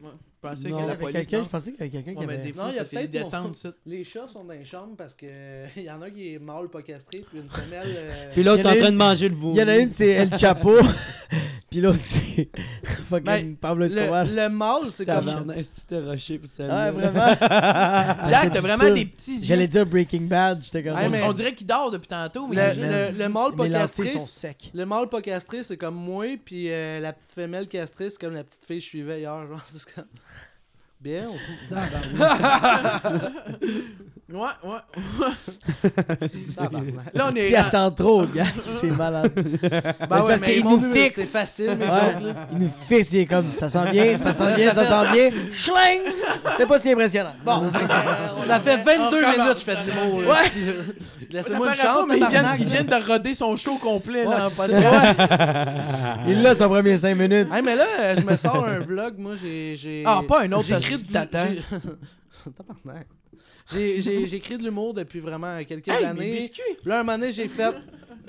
Speaker 2: Ouais. Je pensais
Speaker 4: Non.
Speaker 2: que la
Speaker 5: Avec
Speaker 2: police.
Speaker 5: quelqu'un,
Speaker 2: non.
Speaker 5: je pensais qu'il y avait quelqu'un qui
Speaker 2: Ouais, mais
Speaker 5: avait...
Speaker 2: des
Speaker 3: Non,
Speaker 2: fois,
Speaker 3: il y a
Speaker 2: c'est des
Speaker 3: peut-être mon-
Speaker 2: descentes, ça.
Speaker 3: Les chats sont dans les chambres parce que il y en a un qui est mâle pas castré puis une femelle. euh,
Speaker 4: Puis
Speaker 5: Il
Speaker 4: l'autre
Speaker 5: y
Speaker 4: est
Speaker 5: en
Speaker 4: en
Speaker 5: a
Speaker 4: train de
Speaker 5: une-
Speaker 4: manger le veau.
Speaker 5: Il y en a une, c'est El Chapo. Puis l'autre, c'est... Fucking Pablo Escobar.
Speaker 3: le, le mâle c'est comme
Speaker 4: Tabarnak, est-ce que tu t'es rushé pour ça?
Speaker 5: Ah, vraiment?
Speaker 2: Jack, t'as
Speaker 5: Ah, J'étais
Speaker 2: vraiment
Speaker 5: sûr.
Speaker 2: des petits yeux.
Speaker 5: J'allais dire Breaking Bad, j'étais comme...
Speaker 3: Ouais, mais-
Speaker 2: On dirait qu'il dort depuis tantôt, mais
Speaker 3: le,
Speaker 2: il-
Speaker 3: le, le mâle pas
Speaker 5: Mes lentilles
Speaker 3: castré.
Speaker 5: sont
Speaker 3: c'est-
Speaker 5: secs.
Speaker 3: Le mâle pas castré c'est comme moi puis euh, la petite femelle castrée c'est comme la petite fille que je suivais hier genre c'est comme bien. on-
Speaker 2: Ouais, ouais.
Speaker 3: Tabarnak.
Speaker 2: Là, on est.
Speaker 5: Tu attends trop, gars. C'est malade.
Speaker 3: Ben ouais,
Speaker 5: parce
Speaker 3: mais
Speaker 5: qu'il
Speaker 3: mon
Speaker 5: nous
Speaker 3: Dieu,
Speaker 5: fixe.
Speaker 3: C'est facile mes
Speaker 5: Ouais.
Speaker 3: jokes là.
Speaker 5: Il nous fixe, il est comme ça s'en vient, ça s'en vient, ça s'en vient. Schling! C'est pas si impressionnant. Bon,
Speaker 3: Ça fait 22
Speaker 2: recommence.
Speaker 3: minutes que je fais de l'humour. là,
Speaker 2: Ouais.
Speaker 3: si, euh,
Speaker 2: Ça
Speaker 3: Laissez-moi une
Speaker 2: paraît pas,
Speaker 3: chance,
Speaker 2: mais ils viennent,
Speaker 3: tabarnak.
Speaker 2: ils viennent de roder son show complet,
Speaker 3: Ouais,
Speaker 2: là, en
Speaker 3: c'est
Speaker 2: podcast.
Speaker 5: il l'a son premier 5 minutes.
Speaker 3: Hey, mais là, euh, je me sors un vlog. Moi, j'ai. j'ai-
Speaker 2: Ah, pas un autre,
Speaker 3: j'ai
Speaker 2: t'as
Speaker 3: écrit
Speaker 2: dit
Speaker 3: du-
Speaker 2: t'attends.
Speaker 3: j'ai- Tabarnak. J'ai- J'ai j'ai écrit de l'humour depuis vraiment quelques
Speaker 2: Hey, mes
Speaker 3: années.
Speaker 2: biscuits!
Speaker 3: Là, un moment donné, j'ai fait.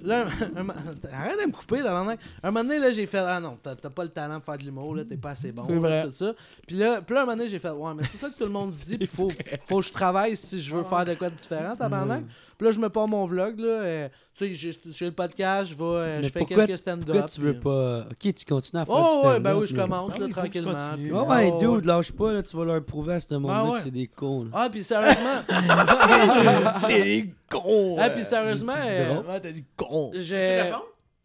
Speaker 3: Là, un- un ma- arrête de me couper, tabarnak. Un moment donné, là, j'ai fait Ah non, t'as t'as pas le talent pour faire de l'humour, là, t'es pas assez bon. là,
Speaker 2: vrai.
Speaker 3: Tout ça. Puis là, puis là, un moment donné, j'ai fait Ouais, mais c'est ça que tout le monde se dit, puis faut, faut que je travaille si je veux faire de quoi de différent, tabarnak.
Speaker 4: Mm.
Speaker 3: Puis là, je me pars mon vlog, là. euh, tu sais, j'ai- j'ai le podcast, je vais, euh,
Speaker 4: Mais
Speaker 3: je fais
Speaker 4: pourquoi-
Speaker 3: quelques stand-up.
Speaker 4: Pourquoi tu veux
Speaker 3: puis-
Speaker 4: pas. Ok, tu continues à faire du
Speaker 3: Oh, ouais,
Speaker 4: stand-up.
Speaker 3: ben oui, je
Speaker 4: là.
Speaker 3: commence,
Speaker 2: Ben
Speaker 3: là,
Speaker 2: oui, faut que tu
Speaker 3: tranquillement.
Speaker 2: continues.
Speaker 3: puis-
Speaker 4: Ouais, ouais,
Speaker 3: Oh,
Speaker 4: dude, lâche pas, là, tu vas leur prouver à ce monde-là
Speaker 3: Ah ouais.
Speaker 4: que c'est des cons. là.
Speaker 3: Ah, puis sérieusement.
Speaker 5: C'est con!
Speaker 3: ah, puis sérieusement. euh,
Speaker 4: drôle.
Speaker 5: Ouais, Ah, t'as dit con!
Speaker 3: j'ai-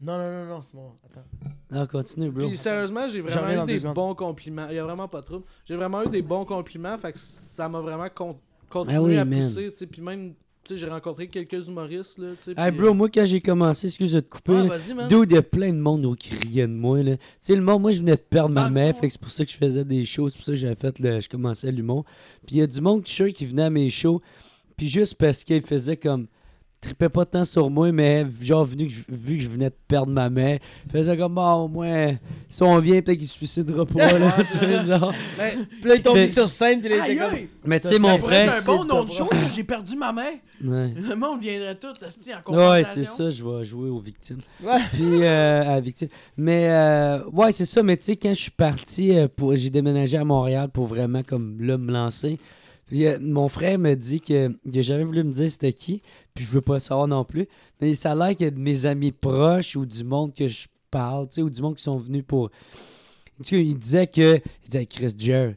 Speaker 5: Non, non, non, non, c'est bon. Attends.
Speaker 4: Non, continue, bro.
Speaker 3: Puis sérieusement, j'ai
Speaker 5: J'en reviens
Speaker 3: vraiment
Speaker 5: dans
Speaker 3: eu
Speaker 5: deux
Speaker 3: des
Speaker 5: secondes.
Speaker 3: bons compliments. Il y a vraiment pas de trouble. J'ai vraiment eu des bons compliments, fait que ça m'a vraiment con- continué
Speaker 4: Ah oui,
Speaker 3: à
Speaker 4: man.
Speaker 3: pousser, tu sais. Puis même, tu sais, j'ai rencontré quelques humoristes, là, tu sais.
Speaker 4: Hey,
Speaker 3: puis-
Speaker 4: bro, moi, quand j'ai commencé, excuse de te couper,
Speaker 3: Ouais,
Speaker 4: là,
Speaker 3: vas-y, man.
Speaker 4: Dude, il y a plein de monde au- qui riait de moi. là. Tu sais, le monde, moi, je venais de perdre ma
Speaker 3: Dans le
Speaker 4: mère,
Speaker 3: fond,
Speaker 4: fait que c'est pour ça que je faisais des shows, c'est pour ça que j'avais fait le... je commençais l'humour. Puis il y a du monde, je suis sûr, qui venait à mes shows, puis juste parce qu'il faisait comme. Tripait pas tant sur moi, mais genre, venu que je- vu que je venais de perdre ma mère, faisait comme, bah, au moins, si on vient, peut-être qu'il se suicidera pas, là. tu sais, genre.
Speaker 5: Puis là, il est tombé
Speaker 4: Mais-
Speaker 5: sur scène, puis là, il
Speaker 2: Aïe,
Speaker 5: était comme.
Speaker 2: aïe!
Speaker 4: Mais tu sais, mon
Speaker 2: Pour être
Speaker 4: frère.
Speaker 2: un
Speaker 4: c'est-
Speaker 2: bon nom de chose, j'ai perdu ma main.
Speaker 4: Ouais.
Speaker 2: Le monde viendrait tout, esti, en
Speaker 4: Ouais,
Speaker 2: compensation.
Speaker 4: c'est ça, je vais jouer aux victimes.
Speaker 5: Ouais.
Speaker 4: Puis euh, à victime. Mais euh, ouais, c'est ça, mais tu sais, quand je suis parti, euh, pour, j'ai déménagé à Montréal pour vraiment comme là me lancer. Puis, euh, mon frère me dit que il a jamais voulu me dire c'était qui, puis je veux pas le savoir non plus. Mais ça a l'air que de mes amis proches ou du monde que je parle, tu sais, ou du monde qui sont venus pour. En tout cas, il disait que. Il disait Chris Dieu,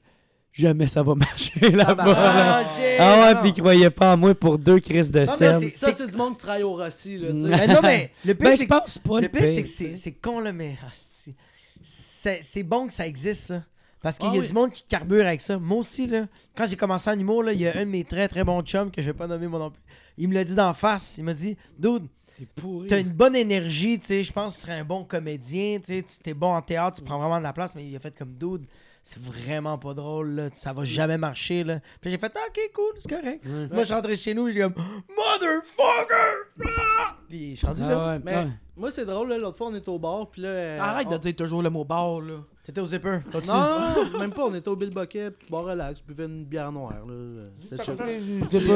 Speaker 4: jamais ça va marcher là-bas.
Speaker 5: Ah, Jay,
Speaker 4: Ah ouais,
Speaker 5: non,
Speaker 4: puis il
Speaker 5: non.
Speaker 4: croyait pas en moi pour deux crises de
Speaker 5: mais
Speaker 4: scène.
Speaker 5: c'est-
Speaker 3: Ça, c'est du monde qui travaille au Rossi, là, tu sais.
Speaker 5: Mais non, mais le pire,
Speaker 4: Ben,
Speaker 5: c'est
Speaker 4: je
Speaker 5: que.
Speaker 4: pense pas.
Speaker 5: Le pire, c'est
Speaker 4: pire,
Speaker 5: que
Speaker 4: tu
Speaker 5: c'est
Speaker 4: sais.
Speaker 5: c'est con, là, mais. ah, c'est- C'est c'est bon que ça existe, ça. Parce qu'il
Speaker 3: Ah
Speaker 5: y a
Speaker 3: oui.
Speaker 5: du monde qui carbure avec ça. Moi aussi, là, quand j'ai commencé en humour, là, il y a un de mes très très bons chums que je vais pas nommer mon nom plus. Il me l'a dit d'en face. Il m'a dit, dude,
Speaker 4: T'es pourri.
Speaker 5: T'as une bonne énergie, tu sais. Je pense que tu serais un bon comédien, tu sais. tu- T'es bon en théâtre, tu prends vraiment de la place, mais il a fait comme dude. C'est vraiment pas drôle, là. Ça va jamais marcher, là. Puis j'ai fait, Ah, ok, cool, c'est correct. Moi, je rentrais chez nous, j'ai comme, motherfucker! Ah! Puis je suis rendu là.
Speaker 4: Ah ouais,
Speaker 3: Mais
Speaker 4: ah ouais.
Speaker 3: moi, c'est drôle, là, l'autre fois, on était au bar, puis là. euh,
Speaker 2: Arrête de dire toujours le mot bar, là.
Speaker 5: T'étais au zipper. Continue.
Speaker 3: Non, non, même pas, on était au Bill Bucket, petit bar relax, buvait une bière noire, là. euh, C'était chill.
Speaker 2: C'est pas.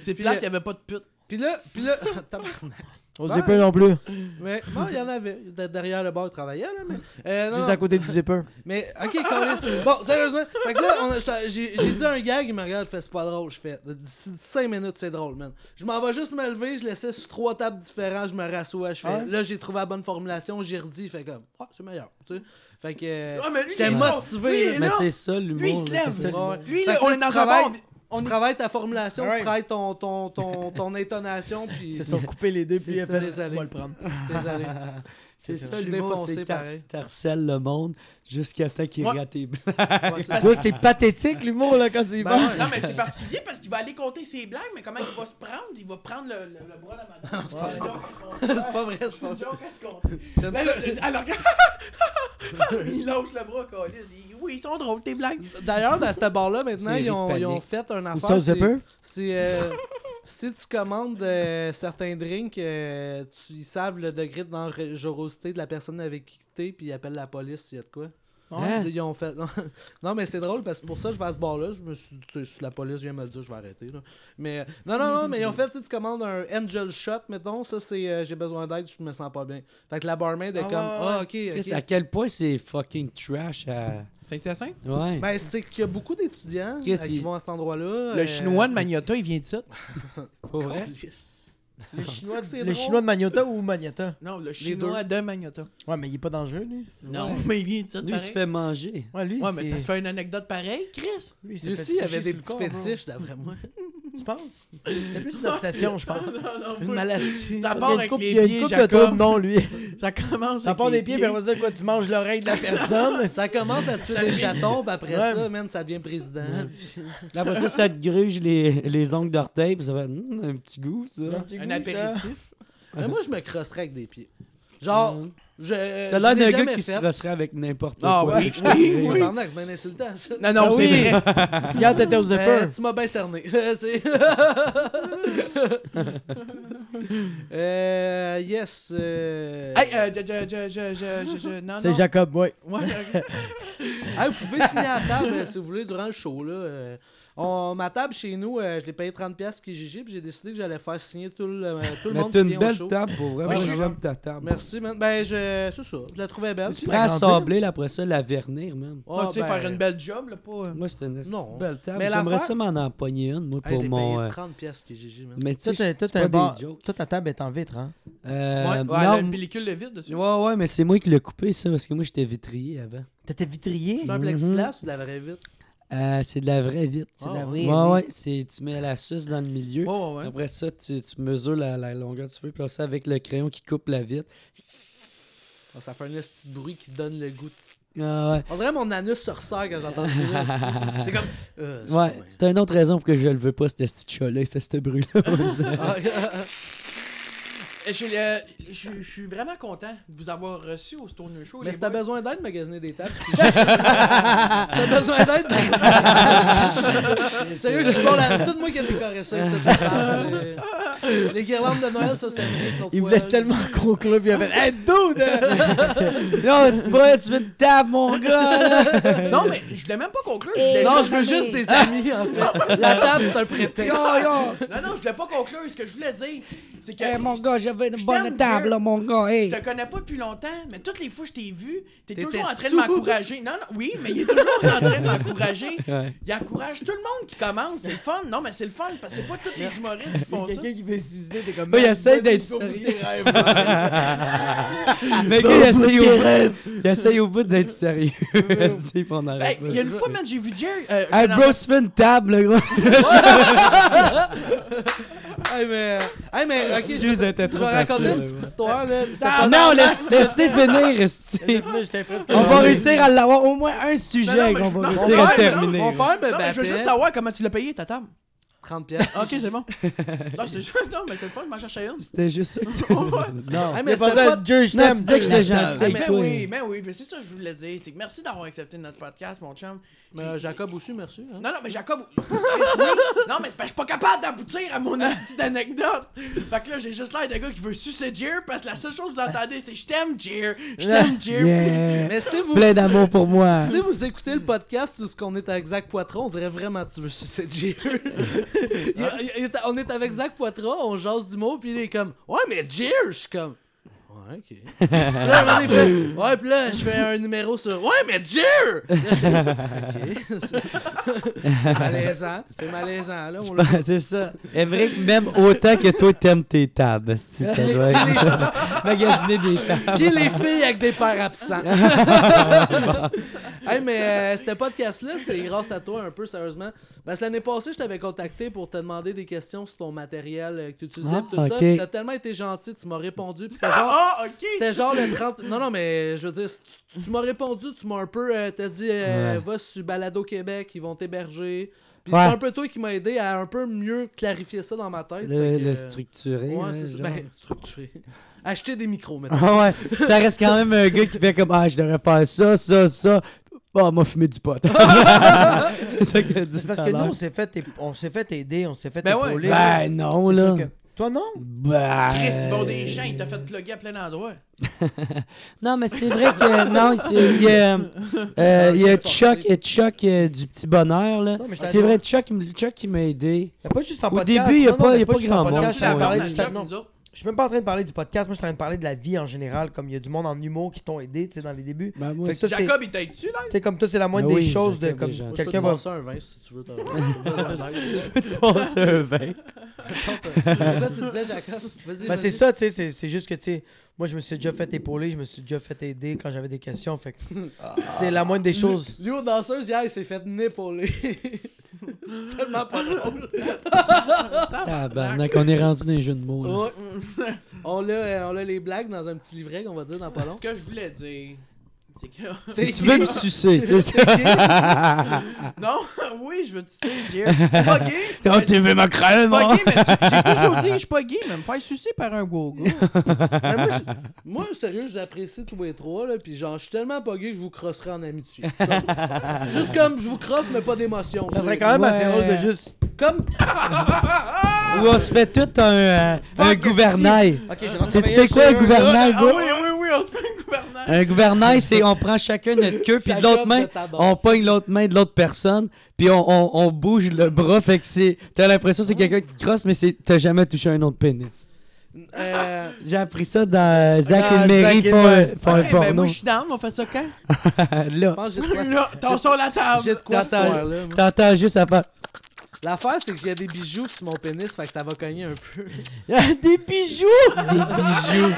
Speaker 2: C'est
Speaker 3: Puis
Speaker 2: plate,
Speaker 3: le-
Speaker 2: il y avait pas de pute.
Speaker 3: Puis là, puis là, tabarnak.
Speaker 5: Au zipper non plus.
Speaker 3: mais bon, il y en avait. De- Derrière le bar, il travaillait, là, mais. euh, non,
Speaker 5: Juste
Speaker 3: non.
Speaker 5: à côté du zipper.
Speaker 3: Mais, ok, Carlis. Bon, sérieusement. Fait que là, on a- j't'ai- j'ai j'ai dit un gag, il me regarde, fait c'est pas drôle. Je fais d'ici 5 minutes, c'est drôle, man. Je m'en vais juste me lever, je laissais sur trois tables différentes, je me rassois, je fais.
Speaker 5: Ouais.
Speaker 3: Là, j'ai trouvé la bonne formulation, j'ai redit, fait comme, ah, c'est meilleur, tu sais. Fait que. euh,
Speaker 2: Ah, mais lui,
Speaker 3: J'étais
Speaker 2: il est là.
Speaker 3: motivé,
Speaker 2: Lui, il est
Speaker 4: Mais
Speaker 2: là.
Speaker 4: c'est ça l'humour.
Speaker 2: Lui, il se
Speaker 4: là,
Speaker 2: lève.
Speaker 4: c'est ça, l'humour.
Speaker 3: Ouais.
Speaker 2: Lui,
Speaker 3: Fait
Speaker 2: là,
Speaker 3: que
Speaker 2: on est
Speaker 3: là, tu
Speaker 2: dans un
Speaker 3: travailles-
Speaker 2: bar, on-
Speaker 3: On travaille ta formulation,
Speaker 5: Ouais.
Speaker 3: tu travailles ton, ton, ton, ton intonation, puis.
Speaker 5: Ils se sont coupés les deux, puis il a
Speaker 3: ça,
Speaker 5: fait,
Speaker 3: désolé.
Speaker 5: on va le prendre.
Speaker 3: Désolé.
Speaker 4: C'est
Speaker 3: c'est
Speaker 4: ça
Speaker 3: ça,
Speaker 4: l'humour.
Speaker 3: je suis
Speaker 4: C'est
Speaker 3: défoncé, pareil.
Speaker 4: que t'harcèles le monde jusqu'à temps qu'il
Speaker 2: Ouais.
Speaker 4: rate tes blagues.
Speaker 3: Ouais, Ah, c'est
Speaker 5: Tu
Speaker 3: ça.
Speaker 5: vois, c'est pathétique, l'humour, là, quand tu y
Speaker 3: Ben
Speaker 5: vas.
Speaker 3: ouais.
Speaker 2: Non, mais c'est particulier parce qu'il va aller compter ses blagues, mais comment il va se prendre Il va prendre le, le, le bras de la madame. C'est une joke à te
Speaker 3: C'est pas vrai,
Speaker 2: compter.
Speaker 3: c'est
Speaker 2: C'est
Speaker 3: pas
Speaker 2: une
Speaker 3: vrai.
Speaker 2: joke à te compter.
Speaker 3: J'aime
Speaker 2: Ben, Là,
Speaker 3: ça.
Speaker 2: le- Alors, il lâche le bras, Calis. Il- Oui, ils sont drôles, tes blagues.
Speaker 3: D'ailleurs, dans ce bar-là, maintenant,
Speaker 4: C'est
Speaker 3: ils ont,
Speaker 4: Rick
Speaker 3: ils ont
Speaker 4: Panic.
Speaker 3: fait un
Speaker 5: ça, au
Speaker 3: affaire.
Speaker 5: zipper?
Speaker 3: c'est- c'est, euh, si tu commandes euh, certains drinks, euh, tu, ils savent le degré de dangerosité de la personne avec qui tu es, puis ils appellent la police s'il y a de quoi.
Speaker 4: Hein?
Speaker 3: Ils ont fait. Non, mais c'est drôle parce que pour ça, je vais à ce bar-là. Je me suis tu sais, si la police vient me le dire, je vais arrêter. là. Mais euh, non, non, non, mais ils ont fait, tu sais, tu commandes un angel shot, mettons. Ça, c'est euh, j'ai besoin d'aide, je me sens pas bien. Fait que la barmaid est
Speaker 5: Ah
Speaker 3: comme,
Speaker 5: ouais,
Speaker 3: ah, ok, ok.
Speaker 4: Chris, À quel point c'est fucking trash à.
Speaker 2: Saint-Hyacinthe
Speaker 4: Ouais.
Speaker 3: Ben, c'est qu'il y a beaucoup d'étudiants
Speaker 4: Qu'est-ce
Speaker 3: euh,
Speaker 4: qu'il-
Speaker 3: qui vont à cet endroit-là.
Speaker 2: Le
Speaker 3: euh,
Speaker 2: chinois de Magnota, il vient de ça.
Speaker 4: Pour vrai.
Speaker 5: Le chinois,
Speaker 3: c'est
Speaker 5: le
Speaker 3: drôle?
Speaker 5: chinois de Magnota ou Magnata?
Speaker 2: Non, le chinois de Magnota.
Speaker 5: Ouais, mais il est pas dangereux, lui.
Speaker 2: Non, mais il vient de ça.
Speaker 4: Lui, il se
Speaker 2: pareil.
Speaker 4: fait manger.
Speaker 5: Ouais, lui,
Speaker 2: Ouais, mais
Speaker 5: c'est-
Speaker 2: ça se fait une anecdote pareille, Chris.
Speaker 5: Lui,
Speaker 3: Lui aussi, il y avait des petits
Speaker 5: hein.
Speaker 3: fétiches, d'après moi.
Speaker 5: Tu penses? C'est plus une obsession, je pense.
Speaker 2: Une maladie. Ça part
Speaker 5: Parce qu'il y a
Speaker 2: avec
Speaker 5: coupe-
Speaker 2: les
Speaker 5: il y a
Speaker 2: pieds,
Speaker 5: coupe de
Speaker 2: Jacob.
Speaker 5: troubles, non, lui.
Speaker 2: Ça commence
Speaker 5: Ça
Speaker 2: avec
Speaker 5: part
Speaker 2: les
Speaker 5: des pieds, puis
Speaker 2: pieds.
Speaker 5: on va dire quoi, tu manges l'oreille de la personne.
Speaker 3: Ça commence à tuer des chatons, puis après
Speaker 5: Ouais.
Speaker 3: ça, man, ça devient président.
Speaker 4: Là, Après ça, ça te gruge les, les ongles d'orteil, puis ça fait Hum, un petit goût, ça.
Speaker 2: Un
Speaker 5: hein.
Speaker 2: apéritif.
Speaker 3: Mais moi, je me crosserais avec des pieds. Genre,
Speaker 4: Ouais.
Speaker 3: Ah, je.
Speaker 4: Ah, T'as l'air d'un
Speaker 3: jamais
Speaker 4: gars qui se
Speaker 3: fait.
Speaker 4: crosserait avec n'importe
Speaker 2: Ah,
Speaker 4: quoi.
Speaker 2: oui,
Speaker 4: Je
Speaker 2: oui,
Speaker 4: te dirais.
Speaker 2: oui.
Speaker 3: Tabarnak, c'est bien insultant, ça.
Speaker 2: Non, non,
Speaker 5: Ah
Speaker 2: c'est
Speaker 5: oui.
Speaker 2: vrai.
Speaker 5: Regarde, t'étais au
Speaker 3: Euh,
Speaker 5: zipper.
Speaker 3: tu m'as bien cerné. C'est- euh, yes. euh,
Speaker 2: Hey, euh, je, je, je, je, je, je, je- non,
Speaker 5: C'est
Speaker 2: non.
Speaker 5: Jacob, ouais.
Speaker 2: Ouais, ok.
Speaker 3: hey, vous pouvez signer à la table euh, si vous voulez durant le show. Là. euh, On, ma table chez nous, euh, je l'ai payé 30$ Kijiji, puis j'ai décidé que j'allais faire signer tout le, euh, tout le
Speaker 4: Mais
Speaker 3: monde
Speaker 4: t'as
Speaker 3: qui
Speaker 4: une
Speaker 3: vient au
Speaker 4: belle
Speaker 3: show.
Speaker 4: table pour vrai.
Speaker 3: Ouais,
Speaker 4: Moi,
Speaker 3: je-
Speaker 4: j'aime ta table.
Speaker 3: Merci, man. Ben, je... c'est ça. Je la trouvais belle.
Speaker 4: Tu prends à
Speaker 5: grandir.
Speaker 4: sabler, là, après ça, la vernir, man.
Speaker 3: Ah,
Speaker 2: tu sais,
Speaker 3: ben,
Speaker 2: faire une belle job, là, pas. euh,
Speaker 4: Moi, c'était une
Speaker 3: Non.
Speaker 4: belle table.
Speaker 3: Mais
Speaker 4: J'aimerais
Speaker 3: l'affaire-
Speaker 4: ça m'en empoigner une, moi,
Speaker 3: hey, je
Speaker 4: pour
Speaker 3: l'ai payé
Speaker 4: mon. euh,
Speaker 3: 30$ Kijiji, man.
Speaker 4: Mais tu
Speaker 5: Toi,
Speaker 4: sais,
Speaker 5: t'as-
Speaker 4: c'est
Speaker 5: toi, t'as
Speaker 4: pas
Speaker 5: un bar-
Speaker 4: des jokes.
Speaker 5: toi, ta table est en vitre, hein?
Speaker 4: Euh,
Speaker 2: Ouais, ouais,
Speaker 4: non,
Speaker 2: elle a une pellicule de vide dessus.
Speaker 4: ouais, ouais, mais c'est moi qui l'ai coupé, ça, parce que moi, j'étais vitrier avant.
Speaker 5: T'étais vitrier?
Speaker 3: C'est un
Speaker 4: Mhm.
Speaker 3: plexiglas ou de la vraie vitre?
Speaker 4: Euh, c'est de la vraie vitre.
Speaker 5: C'est de la vraie
Speaker 4: Ouais,
Speaker 5: vie.
Speaker 4: ouais, c'est- tu mets la suce dans le milieu.
Speaker 2: Ouais, ouais, ouais.
Speaker 4: Après ça, tu, tu mesures la, la longueur du feu, puis là, ça, avec le crayon qui coupe la vitre.
Speaker 3: Ah, Ça fait un petit bruit qui donne le goût. de-
Speaker 4: Ah, ouais.
Speaker 3: On dirait mon anus se ressort quand j'entends ce bruit-là. c'est- T'es comme... euh, c'est pas
Speaker 4: Ouais,
Speaker 3: bien.
Speaker 4: c'est une autre raison pour que je le veux pas, ce petit chat-là. Il fait ce bruit-là.
Speaker 3: Ah, ah,
Speaker 2: Et Je, suis, euh, je- je suis vraiment content de vous avoir reçu au Stoner Show.
Speaker 3: Mais
Speaker 2: les
Speaker 3: si t'as
Speaker 2: boys.
Speaker 3: besoin d'aide, magasiner des tables. c'est Kijiji. si t'as besoin d'aide, magasiner- Sérieux, je suis pas là. C'est tout moi qui ai décoré ça. cette table. C'est- Les guirlandes de Noël, ça, c'est
Speaker 5: Il voulait tellement conclure, puis il avait Hey, dude!
Speaker 4: non, c'est pas, tu veux une table, mon gars! là.
Speaker 2: Non, mais je voulais même pas conclure. je voulais
Speaker 3: Non,
Speaker 2: juste-
Speaker 3: je veux juste des amis, en fait. La table, c'est un prétexte.
Speaker 2: non, non, je voulais pas conclure. Ce que je voulais dire, c'est que.
Speaker 3: Eh,
Speaker 4: Hey, Eh, mon gars, j'avais une
Speaker 2: Je
Speaker 4: bonne
Speaker 2: t'aime,
Speaker 4: table,
Speaker 2: Jer.
Speaker 4: là, mon gars. Hey.
Speaker 2: Je te connais pas depuis longtemps, mais toutes les fois que je t'ai vu, t'es
Speaker 3: T'étais
Speaker 2: toujours en train de
Speaker 3: sous.
Speaker 2: m'encourager. Non, non, oui, mais il est toujours en train de m'encourager.
Speaker 4: Ouais.
Speaker 2: Il encourage tout le monde qui commence. C'est le fun. Non, mais c'est le fun parce que c'est pas tous les humoristes qui font ça.
Speaker 5: Quelqu'un qui veut suicider, t'es comme.
Speaker 4: Moi, il essaie d'être sérieux. Le gars, il essaye au bout- il essaye au bout d'être sérieux. Il se dit, on
Speaker 2: Hey,
Speaker 4: arrête pas.
Speaker 2: il y a une fois, man, j'ai vu Jerry. euh,
Speaker 4: Hey,
Speaker 2: j'étais dans-
Speaker 4: bro, tu fais une table, le gars.
Speaker 3: Hey, mais. Hey, mais, ok, je
Speaker 4: Excuse, elle était
Speaker 3: je
Speaker 4: trop
Speaker 3: vais raconter
Speaker 4: facile,
Speaker 3: une
Speaker 4: là,
Speaker 3: petite
Speaker 4: ouais.
Speaker 3: histoire, là. C'était pas-
Speaker 4: Non, laisse- laisse-les finir, esti.
Speaker 5: J'étais presque.
Speaker 4: On va réussir à l'avoir au moins un
Speaker 2: Non, non,
Speaker 4: sujet
Speaker 2: mais je-
Speaker 4: qu'on va
Speaker 2: non,
Speaker 3: Mon
Speaker 4: réussir à
Speaker 3: père,
Speaker 4: terminer.
Speaker 3: Mon père me
Speaker 2: Non, mais je veux
Speaker 3: battait.
Speaker 2: juste savoir comment tu l'as payé, ta table. Ah,
Speaker 3: 30 pièces.
Speaker 2: Ok, c'est bon. non, c'est juste. Non, mais c'est le fun, m'en chercher une.
Speaker 4: C'était juste ça que tu... Non.
Speaker 3: Hey, mais
Speaker 5: Mais pas
Speaker 3: c'était
Speaker 5: ça,
Speaker 3: pas...
Speaker 5: Dieu, je
Speaker 4: Non, tu
Speaker 5: t'aime.
Speaker 4: disais que j'étais gentil
Speaker 2: Ah,
Speaker 4: avec
Speaker 2: mais
Speaker 4: toi.
Speaker 2: oui, mais oui, mais c'est ça que je voulais dire. C'est que merci d'avoir accepté notre podcast, mon chum.
Speaker 3: Mais, euh, Jacob aussi, merci. hein.
Speaker 2: Non, non, mais Jacob. Oui, non, mais c'est parce que je suis pas capable d'aboutir à mon petite anecdote. Fait que là, j'ai juste l'air d'un gars qui veut sucer Jer parce que la seule chose que vous entendez, c'est je t'aime, Jer. Je t'aime, Jer.
Speaker 4: Yeah.
Speaker 3: Mais si vous.
Speaker 4: Plein d'amour pour moi.
Speaker 3: Si vous écoutez le podcast où ce qu'on est avec Zach Poitras, on dirait vraiment tu veux sucer Jerry. Il- il- il est- on est avec Zach Poitras, on jase du mot, puis il est comme Ouais, mais Jerry, je suis comme Ouais, ok. Puis là, à un moment donné, il fait, ouais, puis là, je fais un numéro sur Ouais, mais Jerry! Là, je fais, Ok. C'est malaisant, c'est malaisant, là. On l'a-
Speaker 4: C'est ça. Émeric, même autant que toi, t'aimes tes tables. esti, Ça doit être ça. Magasiner des tables.
Speaker 3: Puis les filles avec des pères absents. hey, mais c'était ce podcast-là, c'est grâce à toi un peu, sérieusement. Parce que l'année passée, je t'avais contacté pour te demander des questions sur ton matériel euh, que tu utilisais.
Speaker 4: Ah,
Speaker 3: pis tout ça.
Speaker 4: ok.
Speaker 3: Puis T'as tellement été gentil, tu m'as répondu. Puis c'était genre,
Speaker 2: Ah, ok.
Speaker 3: c'était genre le 30. Non, non, mais je veux dire, si tu, tu m'as répondu, tu m'as un peu. euh, t'as dit, euh,
Speaker 4: Ouais.
Speaker 3: va sur Balado Québec, ils vont t'héberger. Puis
Speaker 4: Ouais.
Speaker 3: c'est un peu toi qui m'as aidé à un peu mieux clarifier ça dans ma tête.
Speaker 4: Le,
Speaker 3: Fait que,
Speaker 4: le
Speaker 3: euh,
Speaker 4: structuré. hein,
Speaker 3: Ouais, c'est ça.
Speaker 4: genre.
Speaker 3: Ben, structuré. Acheter des micros maintenant.
Speaker 4: Ah ouais, ça reste quand même un gars qui fait comme Ah, je devrais faire ça, ça, ça. Ah, m'a fumé du pot. c'est ça que
Speaker 5: C'est parce que nous, on s'est fait, é- on s'est fait aider, on s'est fait
Speaker 3: Ben ouais.
Speaker 5: épauler.
Speaker 4: Ben non,
Speaker 5: C'est
Speaker 4: là.
Speaker 5: sûr que- Toi, non?
Speaker 4: Ben.
Speaker 2: Chris, ils vont des champs, il t'a fait plugger à plein endroit.
Speaker 4: Ah, Non, mais c'est vrai que. euh, Non, c'est- il y a,
Speaker 5: Ah
Speaker 4: euh, il y a Chuck, Chuck euh, du petit bonheur, là.
Speaker 5: Non, mais je t'ai
Speaker 4: C'est
Speaker 5: dit-
Speaker 4: vrai, Chuck, il me- Chuck qui m'a aidé.
Speaker 5: Y a pas juste en
Speaker 4: Au
Speaker 5: podcast.
Speaker 4: début, y a
Speaker 5: Non,
Speaker 4: pas-
Speaker 5: non,
Speaker 4: y a pas
Speaker 5: juste
Speaker 4: grand
Speaker 2: Non,
Speaker 5: en
Speaker 4: monde,
Speaker 2: je
Speaker 5: podcast.
Speaker 4: ouais.
Speaker 5: Je suis en
Speaker 2: la
Speaker 5: parler
Speaker 2: parle
Speaker 5: du
Speaker 2: de
Speaker 5: chat-
Speaker 2: Chuck,
Speaker 5: non.
Speaker 2: nous autres.
Speaker 5: Je suis même pas en train de parler du podcast. Moi, je suis en train de parler de la vie en général. Comme il y a du monde en humour qui t'ont aidé, tu sais, dans les débuts.
Speaker 4: Ben, moi,
Speaker 5: Fait que toi, c'est-
Speaker 2: Jacob, il t'a tu là?
Speaker 5: tu sais, comme toi, c'est la moindre
Speaker 4: Ben
Speaker 5: des
Speaker 4: oui,
Speaker 5: choses de
Speaker 4: Jacob,
Speaker 5: comme
Speaker 4: les gens.
Speaker 5: quelqu'un va.
Speaker 3: un vin si tu veux.
Speaker 4: c'est un vin.
Speaker 3: ça, tu disais, Jacob. Vas-y.
Speaker 5: Ben,
Speaker 3: vas-y.
Speaker 5: c'est ça, tu sais, c'est- c'est juste que, tu sais, moi, je me suis déjà fait épauler, je me suis déjà fait aider quand j'avais des questions. Fait que c'est la moindre des choses.
Speaker 3: Lui, aux danseuses, hier, il s'est fait népauler. c'est tellement pas drôle.
Speaker 4: Tabarnak, on est rendu dans les jeux de mots. là.
Speaker 3: Ouais. on, l'a, euh, on l'a les blagues dans un petit livret qu'on va dire dans pas long.
Speaker 2: Ce que je voulais dire, c'est que.
Speaker 3: T'es
Speaker 4: Tu veux me sucer, c'est ça?
Speaker 2: Non, oui, je veux te dire, Jer. Je suis pas gay.
Speaker 4: Oh, tu veux ma crème,
Speaker 2: pas
Speaker 4: hein?
Speaker 2: gay, mais j'ai toujours dit que je suis pas gay, mais me faire sucer par un gogo.
Speaker 3: Mais Ben, moi, je- moi, sérieux, j'apprécie tous les trois, là, pis genre, je suis tellement pas gay que je vous crosserai en amitié. C'est comme- Juste comme je vous crosse, mais pas d'émotion.
Speaker 5: Ça serait quand même assez
Speaker 4: Ouais.
Speaker 5: drôle de juste.
Speaker 3: Comme
Speaker 4: Ou on se fait tout un, euh, un
Speaker 2: Ah,
Speaker 5: Fuck,
Speaker 4: gouvernail.
Speaker 5: Ok, je vais en
Speaker 4: C'est-
Speaker 5: travailler
Speaker 4: C'est quoi
Speaker 5: sur
Speaker 4: un
Speaker 5: un, là.
Speaker 4: gouvernail,
Speaker 2: Ah
Speaker 4: bro?
Speaker 2: oui, oui, oui, on se fait un gouverneur.
Speaker 4: Un gouvernail, c'est on prend chacun notre queue, puis de l'autre main, on pogne l'autre main de l'autre personne, puis on, on- on bouge le bras, fait que c'est. T'as l'impression que c'est quelqu'un qui te crosse, mais c'est t'as jamais touché un autre pénis.
Speaker 3: Euh,
Speaker 4: J'ai appris ça dans Zach
Speaker 5: Ah,
Speaker 4: et Mary
Speaker 5: Zach et
Speaker 4: font un,
Speaker 5: Mary.
Speaker 4: font un
Speaker 2: Eh, ben,
Speaker 4: porno.
Speaker 2: moi, je suis down, on fait ça quand?
Speaker 4: Là,
Speaker 3: je pense que j'ai de quoi-
Speaker 2: Là, t'en sors la table.
Speaker 3: j'ai de quoi ce
Speaker 4: T'entends-
Speaker 3: soir-là. moi.
Speaker 4: t'entends juste à faire.
Speaker 3: L'affaire, c'est qu'il y a des bijoux sur mon pénis, fait que ça va cogner un peu.
Speaker 5: Des bijoux!
Speaker 4: Des bijoux.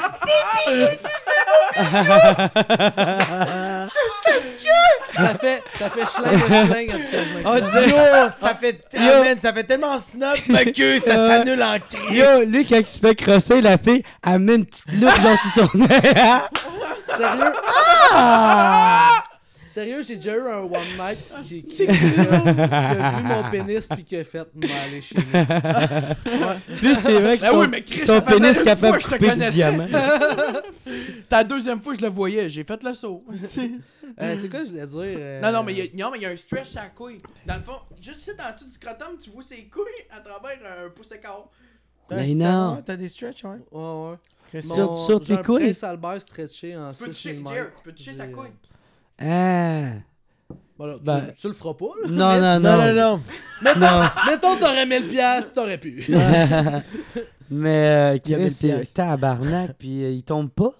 Speaker 3: Ça fait, ça fait schling, schling, à ce que je me
Speaker 4: On
Speaker 3: cogne.
Speaker 4: dirait-
Speaker 5: Yo, ça fait, ah,
Speaker 4: Yo.
Speaker 5: man, ça fait tellement snob ma
Speaker 2: Ben,
Speaker 5: queue, ça s'annule en crise.
Speaker 4: Yo, lui, quand il se fait crosser, la fille, elle met une petite loupe genre sur son hein. Ah!
Speaker 3: Sérieux? Sérieux, j'ai déjà eu un one night qui, qui, qui, a vu mon pénis puis qui a fait m'aller chez lui.
Speaker 4: Lui, c'est vrai que
Speaker 2: Ben
Speaker 4: son,
Speaker 2: oui, mais Chris,
Speaker 4: son
Speaker 2: ça fait
Speaker 4: pénis
Speaker 2: une
Speaker 4: capable
Speaker 2: fois
Speaker 4: de
Speaker 2: que je te
Speaker 4: couper du
Speaker 2: connaissais.
Speaker 4: diamant.
Speaker 2: Ta deuxième fois, je le voyais, j'ai fait le saut.
Speaker 3: Euh, c'est quoi je voulais dire? euh,
Speaker 2: Non, non, mais il y, a- non, mais il y a un stretch à la couille. Dans le fond, juste ici, en dessous du scrotum, tu vois ses couilles à travers un pouce écart.
Speaker 4: Mais
Speaker 5: Ah, c'est
Speaker 4: Ben non.
Speaker 5: ta- T'as des stretches, ouais.
Speaker 3: Ouais, ouais.
Speaker 5: Chris,
Speaker 4: Sur- sur
Speaker 3: j'ai
Speaker 4: tes
Speaker 3: un
Speaker 4: couilles?
Speaker 3: Prince Albert stretché en
Speaker 2: Tu peux
Speaker 3: 6
Speaker 2: toucher,
Speaker 3: mm.
Speaker 2: Jerry, tu peux toucher sa
Speaker 3: J'ai, euh,
Speaker 2: couille.
Speaker 4: Ah.
Speaker 3: Voilà, tu-
Speaker 4: Ben-
Speaker 3: tu, le feras pas, là.
Speaker 4: Non, non, non.
Speaker 5: non.
Speaker 4: non.
Speaker 3: Mettons, t'aurais 1000 piastres, t'aurais pu.
Speaker 4: Mais euh,
Speaker 5: Il y a
Speaker 4: Chris,
Speaker 5: mille
Speaker 4: c'est
Speaker 5: piastres.
Speaker 4: tabarnak, puis euh, il tombe pas.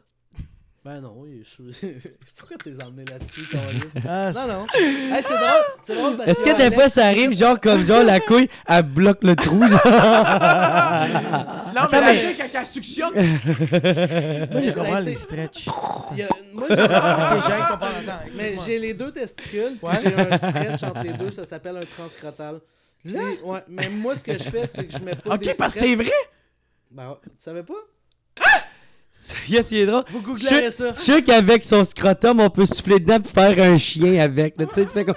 Speaker 3: ben non, il est chaud. Pourquoi t'es emmené là-dessus, ton liste?
Speaker 5: Ah, c'est-
Speaker 3: Non, non. Hey, c'est drôle, c'est drôle
Speaker 2: Ah,
Speaker 3: parce
Speaker 4: Est-ce que des
Speaker 3: Alex-
Speaker 4: fois ça arrive, genre comme genre la couille, elle bloque le trou, genre?
Speaker 2: Non, mais la gueule, quand elle suctionne,
Speaker 5: moi,
Speaker 3: ça
Speaker 5: je
Speaker 3: a
Speaker 5: comprends
Speaker 3: été-
Speaker 5: les stretches.
Speaker 3: il y a- Moi, j'ai-
Speaker 5: Ok, j'ai comprendre. Attends,
Speaker 3: Mais
Speaker 5: excuse-moi.
Speaker 3: j'ai les deux testicules, puis j'ai un stretch entre les deux, ça s'appelle un transcrotal. Puis, ouais, mais moi, ce que je fais, c'est que je mets pas des
Speaker 2: Ok, parce que
Speaker 3: stretch-
Speaker 2: c'est vrai.
Speaker 3: Ben, tu savais pas?
Speaker 4: yes, il est drôle.
Speaker 3: Vous
Speaker 4: Je suis-
Speaker 3: googlerez ça.
Speaker 4: je suis sûr qu'avec son scrotum, on peut souffler dedans pour faire un chien avec. là. Tu sais, tu fais comme.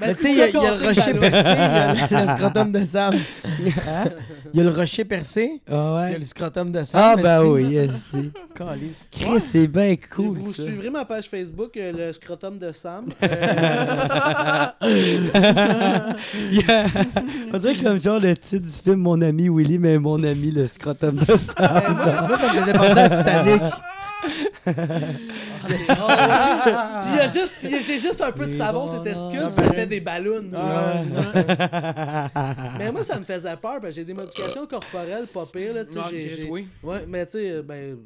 Speaker 5: Mais tu sais, il y a, il y a le
Speaker 3: Pourquoi
Speaker 5: rocher
Speaker 3: on
Speaker 5: percé, il y a le, le scrotum de Sam. Hein? Il y a le rocher percé,
Speaker 4: Ah
Speaker 5: il y a
Speaker 4: ouais.
Speaker 5: le scrotum de Sam.
Speaker 4: Ah
Speaker 5: mais
Speaker 4: bah
Speaker 5: c'est-
Speaker 4: oui, yes. si.
Speaker 5: Calisse.
Speaker 4: Chris, c'est bien cool
Speaker 3: vous
Speaker 4: ça.
Speaker 3: suivrez ma page Facebook, euh, le scrotum de Sam. Euh,
Speaker 4: Yeah. On dirait comme genre le titre du film Mon ami Willy, mais mon ami le scrotum de ça.
Speaker 5: Moi, ça me faisait penser à Titanic.
Speaker 3: Puis il y a juste, puis j'ai juste un peu de savon sur les testicules, puis ça fait des ballons. Mais moi, ça me faisait peur, parce que j'ai des modifications corporelles pas pires, là, tu sais,
Speaker 2: Non,
Speaker 3: j'ai-
Speaker 2: Chris,
Speaker 3: j'ai-
Speaker 2: oui.
Speaker 3: Ouais, mais tu sais, euh, ben,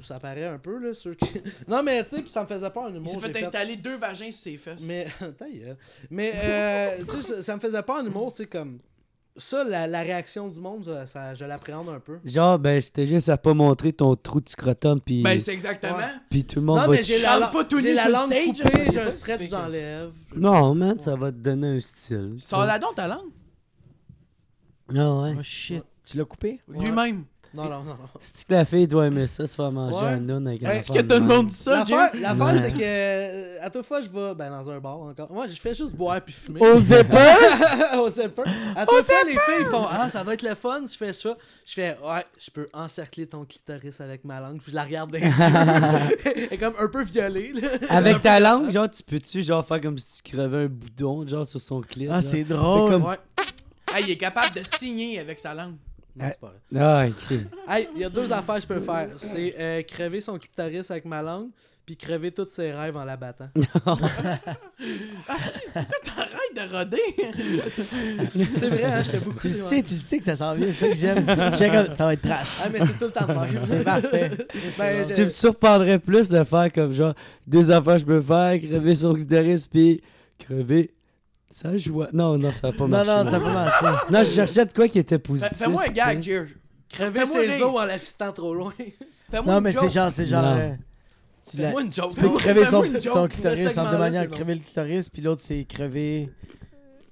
Speaker 3: ça paraît un peu, là, ceux qui... Non, mais tu sais, puis ça me faisait peur, un
Speaker 2: Il
Speaker 3: humour,
Speaker 2: s'est
Speaker 3: j'ai
Speaker 2: fait
Speaker 3: fait-
Speaker 2: installer deux vagins sur ses fesses.
Speaker 3: Mais, ta gueule. Mais, euh, tu sais, ça, ça me faisait peur en humour, tu sais, comme. Ça, la, la réaction du monde, ça, ça- je l'appréhende un peu.
Speaker 4: Genre, ben, j'étais juste à pas montrer ton trou de scrotum, puis
Speaker 2: Ben, c'est exactement.
Speaker 4: puis tout le monde
Speaker 3: Non,
Speaker 4: va
Speaker 3: mais
Speaker 4: te
Speaker 3: j'ai la,
Speaker 2: Parle
Speaker 3: la-
Speaker 2: pas tout
Speaker 3: j'ai
Speaker 2: nu
Speaker 3: la
Speaker 2: sur le
Speaker 3: langue
Speaker 2: stage, je
Speaker 3: coupée,
Speaker 2: sais
Speaker 3: j'ai
Speaker 2: pas
Speaker 3: un
Speaker 2: si
Speaker 3: stretch
Speaker 2: c'est
Speaker 3: dans
Speaker 2: quelque
Speaker 3: l'ève.
Speaker 4: Non, man, ça va te donner un style.
Speaker 2: Sors la donc ta langue.
Speaker 4: Ah ouais.
Speaker 5: Oh shit. Tu l'as coupé?
Speaker 2: Lui-même.
Speaker 3: Non, non, non. non.
Speaker 4: Si que la fille doit aimer ça, se faire manger
Speaker 3: Ouais.
Speaker 4: un noun avec un
Speaker 2: Est-ce
Speaker 4: enfant
Speaker 2: que
Speaker 4: de
Speaker 2: tout le
Speaker 4: même.
Speaker 2: monde dit ça,
Speaker 3: L'affaire,
Speaker 2: Jerry?
Speaker 3: l'affaire, c'est que euh, à toute fois, je vais ben, dans un bar encore. Moi, je fais juste boire puis fumer.
Speaker 5: Osez pas!
Speaker 3: Au zipper. À toute fois, les filles font Ah, ça doit être le fun si je fais ça. Je fais Ouais, je peux encercler ton clitoris avec ma langue. Puis je la regarde dans les yeux. Elle est comme un peu violée. Là.
Speaker 4: Avec ta langue, genre, tu peux-tu, genre, faire comme si tu crevais un boudon, genre, sur son clit.
Speaker 5: Ah,
Speaker 4: là?
Speaker 5: c'est
Speaker 4: Fait
Speaker 5: drôle.
Speaker 4: comme-
Speaker 3: Ouais.
Speaker 2: Ah, il est capable de signer avec sa langue.
Speaker 3: Non, c'est pas vrai.
Speaker 4: Ah, ok.
Speaker 5: euh,
Speaker 3: Hey, il y a deux affaires que je peux faire. C'est euh, crever son clitoris avec ma langue, puis crever tous ses rêves en la battant.
Speaker 2: Arrête de roder.
Speaker 3: C'est vrai, hein, je fais beaucoup
Speaker 5: Tu le
Speaker 3: de-
Speaker 5: sais, tu le sais que ça s'en vient, c'est ça que j'aime. J'ai comme, ça va être trash.
Speaker 3: Ah, mais c'est tout le temps de même.
Speaker 5: C'est parfait.
Speaker 3: Ben,
Speaker 4: Tu me surprendrais plus de faire comme genre deux affaires je peux faire, crever sur clitoris puis crever. Ça joue. Non, non, ça va pas
Speaker 5: Non, non,
Speaker 4: marché.
Speaker 5: ça va pas marcher.
Speaker 4: Non, je cherchais de quoi qui était positif.
Speaker 2: Fais-moi un gag,
Speaker 4: tu sais.
Speaker 2: Jerry.
Speaker 3: Crever
Speaker 2: Fais-moi
Speaker 3: ses
Speaker 2: rire.
Speaker 3: os en la fistant trop loin.
Speaker 2: Fais-moi
Speaker 5: Non,
Speaker 2: une
Speaker 5: mais c'est
Speaker 2: joke.
Speaker 5: genre, c'est genre.
Speaker 4: Non.
Speaker 5: euh, tu l'as-
Speaker 3: Moi, une joke.
Speaker 5: tu peux crever son,
Speaker 2: Fais-moi une joke.
Speaker 5: son
Speaker 3: Le
Speaker 5: clitoris en
Speaker 3: segment-là,
Speaker 5: deux manières.
Speaker 3: c'est bon.
Speaker 5: Crever le clitoris, puis l'autre, c'est crever.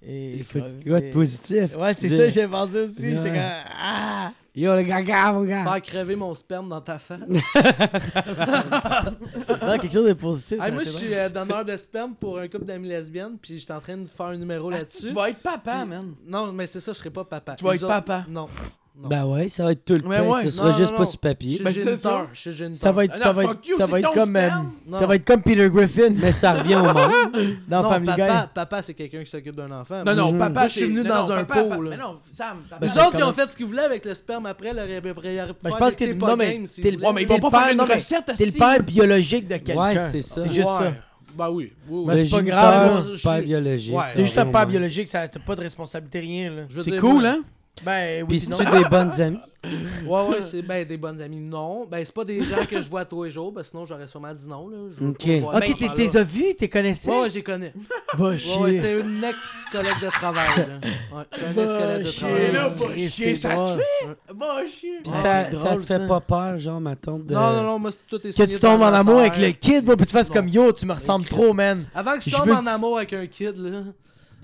Speaker 5: Et.
Speaker 4: Il faut
Speaker 5: crever-
Speaker 4: quoi de positif.
Speaker 5: Ouais, c'est
Speaker 4: J'ai-
Speaker 5: ça, j'ai pensé aussi. J'étais
Speaker 4: Ouais.
Speaker 5: comme. Ah!
Speaker 4: Yo, le gaga, mon gars.
Speaker 3: Faire crever mon sperme dans ta face.
Speaker 5: Non, quelque chose de positif.
Speaker 3: Hey,
Speaker 5: ça
Speaker 3: moi,
Speaker 5: aurait
Speaker 3: je
Speaker 5: été
Speaker 3: suis euh, donneur de sperme pour un couple d'amis lesbiennes, puis j'étais en train de faire un numéro
Speaker 2: Ah,
Speaker 3: là-dessus.
Speaker 2: Tu vas être papa, man.
Speaker 3: Non, mais c'est ça, je serais pas papa.
Speaker 2: Tu vas
Speaker 3: Nous
Speaker 2: être
Speaker 3: autres-
Speaker 2: papa.
Speaker 3: Non. Non. Non.
Speaker 4: Ben ouais, ça va être tout le
Speaker 3: Mais
Speaker 4: temps.
Speaker 3: ouais,
Speaker 4: ce sera
Speaker 3: non,
Speaker 4: juste
Speaker 3: non,
Speaker 4: pas
Speaker 3: non.
Speaker 4: sur papier.
Speaker 3: Chez
Speaker 2: Ben, c'est
Speaker 3: géniteur,
Speaker 2: sûr.
Speaker 3: chez géniteur.
Speaker 5: Ça va être,
Speaker 2: Ah
Speaker 5: ça
Speaker 2: non,
Speaker 5: va être,
Speaker 2: fuck you,
Speaker 5: ça
Speaker 2: c'est
Speaker 5: va être
Speaker 2: ton
Speaker 5: comme, euh,
Speaker 2: sperme.
Speaker 3: Non.
Speaker 5: ça va être comme Peter Griffin
Speaker 4: Mais ça revient au même.
Speaker 5: dans
Speaker 3: Non,
Speaker 5: Family
Speaker 3: papa,
Speaker 5: Guy.
Speaker 3: papa c'est quelqu'un qui s'occupe d'un enfant.
Speaker 2: Non, non,
Speaker 4: Mhm.
Speaker 2: papa,
Speaker 3: Moi, je suis
Speaker 2: c'est-
Speaker 3: venu
Speaker 2: non,
Speaker 3: dans
Speaker 2: non,
Speaker 3: un
Speaker 2: papa,
Speaker 3: pot,
Speaker 2: papa-
Speaker 3: là.
Speaker 2: Mais non, Sam, papa-
Speaker 5: Ben,
Speaker 3: Eux
Speaker 5: c'est
Speaker 3: autres, ils ont
Speaker 5: comment-
Speaker 3: fait ce qu'ils voulaient avec le sperme après. Leur...
Speaker 2: Ben,
Speaker 5: je pense que- non, mais t'es le-
Speaker 2: Ouais, mais ils vont
Speaker 5: T'es le
Speaker 2: pas faire
Speaker 5: père-
Speaker 2: une
Speaker 5: non, mais
Speaker 2: recette,
Speaker 5: T'es le
Speaker 2: hostie.
Speaker 5: père biologique de quelqu'un.
Speaker 4: Ouais, c'est ça.
Speaker 5: C'est juste ça.
Speaker 3: Bah oui. oui, oui.
Speaker 5: Mais c'est
Speaker 4: Le
Speaker 5: pas
Speaker 4: géniteur,
Speaker 5: grave,
Speaker 3: moi, je-
Speaker 4: Pas biologique.
Speaker 3: Ouais.
Speaker 4: ça
Speaker 5: T'es juste
Speaker 4: revient
Speaker 5: un
Speaker 4: au
Speaker 5: père
Speaker 4: même.
Speaker 5: biologique, ça- t'as pas de responsabilité, rien. Là.
Speaker 3: Je veux
Speaker 2: C'est
Speaker 3: dire,
Speaker 2: cool,
Speaker 3: ouais.
Speaker 2: hein?
Speaker 5: Ben oui,
Speaker 4: Puis
Speaker 5: puis
Speaker 4: c'est-tu
Speaker 5: non.
Speaker 4: des bonnes amies?
Speaker 3: Ouais, ouais, c'est ben, des bonnes amies. Non. Ben, c'est pas des gens que je vois tous les jours. Ben, sinon, j'aurais sûrement dit non. Là. Je veux
Speaker 4: Ok.
Speaker 3: pas voir
Speaker 2: Ben,
Speaker 5: Ok,
Speaker 3: ces
Speaker 5: t'es-
Speaker 3: gens-là.
Speaker 5: t'es as vu, t'es connaissais?
Speaker 3: Ben, Ouais, ouais, j'ai connais.
Speaker 5: Va
Speaker 3: Ouais, ouais,
Speaker 5: chier.
Speaker 3: c'était une ex-collègue de travail. là. Ouais, c'est un ex-collègue de
Speaker 5: chier.
Speaker 3: travail.
Speaker 2: Et là, va
Speaker 5: Chris,
Speaker 2: chier,
Speaker 5: c'est
Speaker 2: ça se
Speaker 5: drôle.
Speaker 2: fait! Va chier!
Speaker 4: Puis
Speaker 5: Ah,
Speaker 4: ça,
Speaker 5: c'est
Speaker 4: ça
Speaker 5: drôle,
Speaker 4: te fait
Speaker 5: ça.
Speaker 4: pas peur, genre, ma tante de.
Speaker 3: Non, non, non, moi, c'est- tout est
Speaker 5: ben, Que
Speaker 3: signé
Speaker 5: tu tombes
Speaker 3: dans
Speaker 5: en
Speaker 3: la
Speaker 5: amour
Speaker 3: terre.
Speaker 5: avec le kid, bro, puis tu fasses
Speaker 3: Non.
Speaker 5: comme yo, tu me ressembles trop, man.
Speaker 3: Avant que je
Speaker 5: Je
Speaker 3: tombe
Speaker 5: veux
Speaker 3: en
Speaker 5: que tu-
Speaker 3: amour avec un kid, là.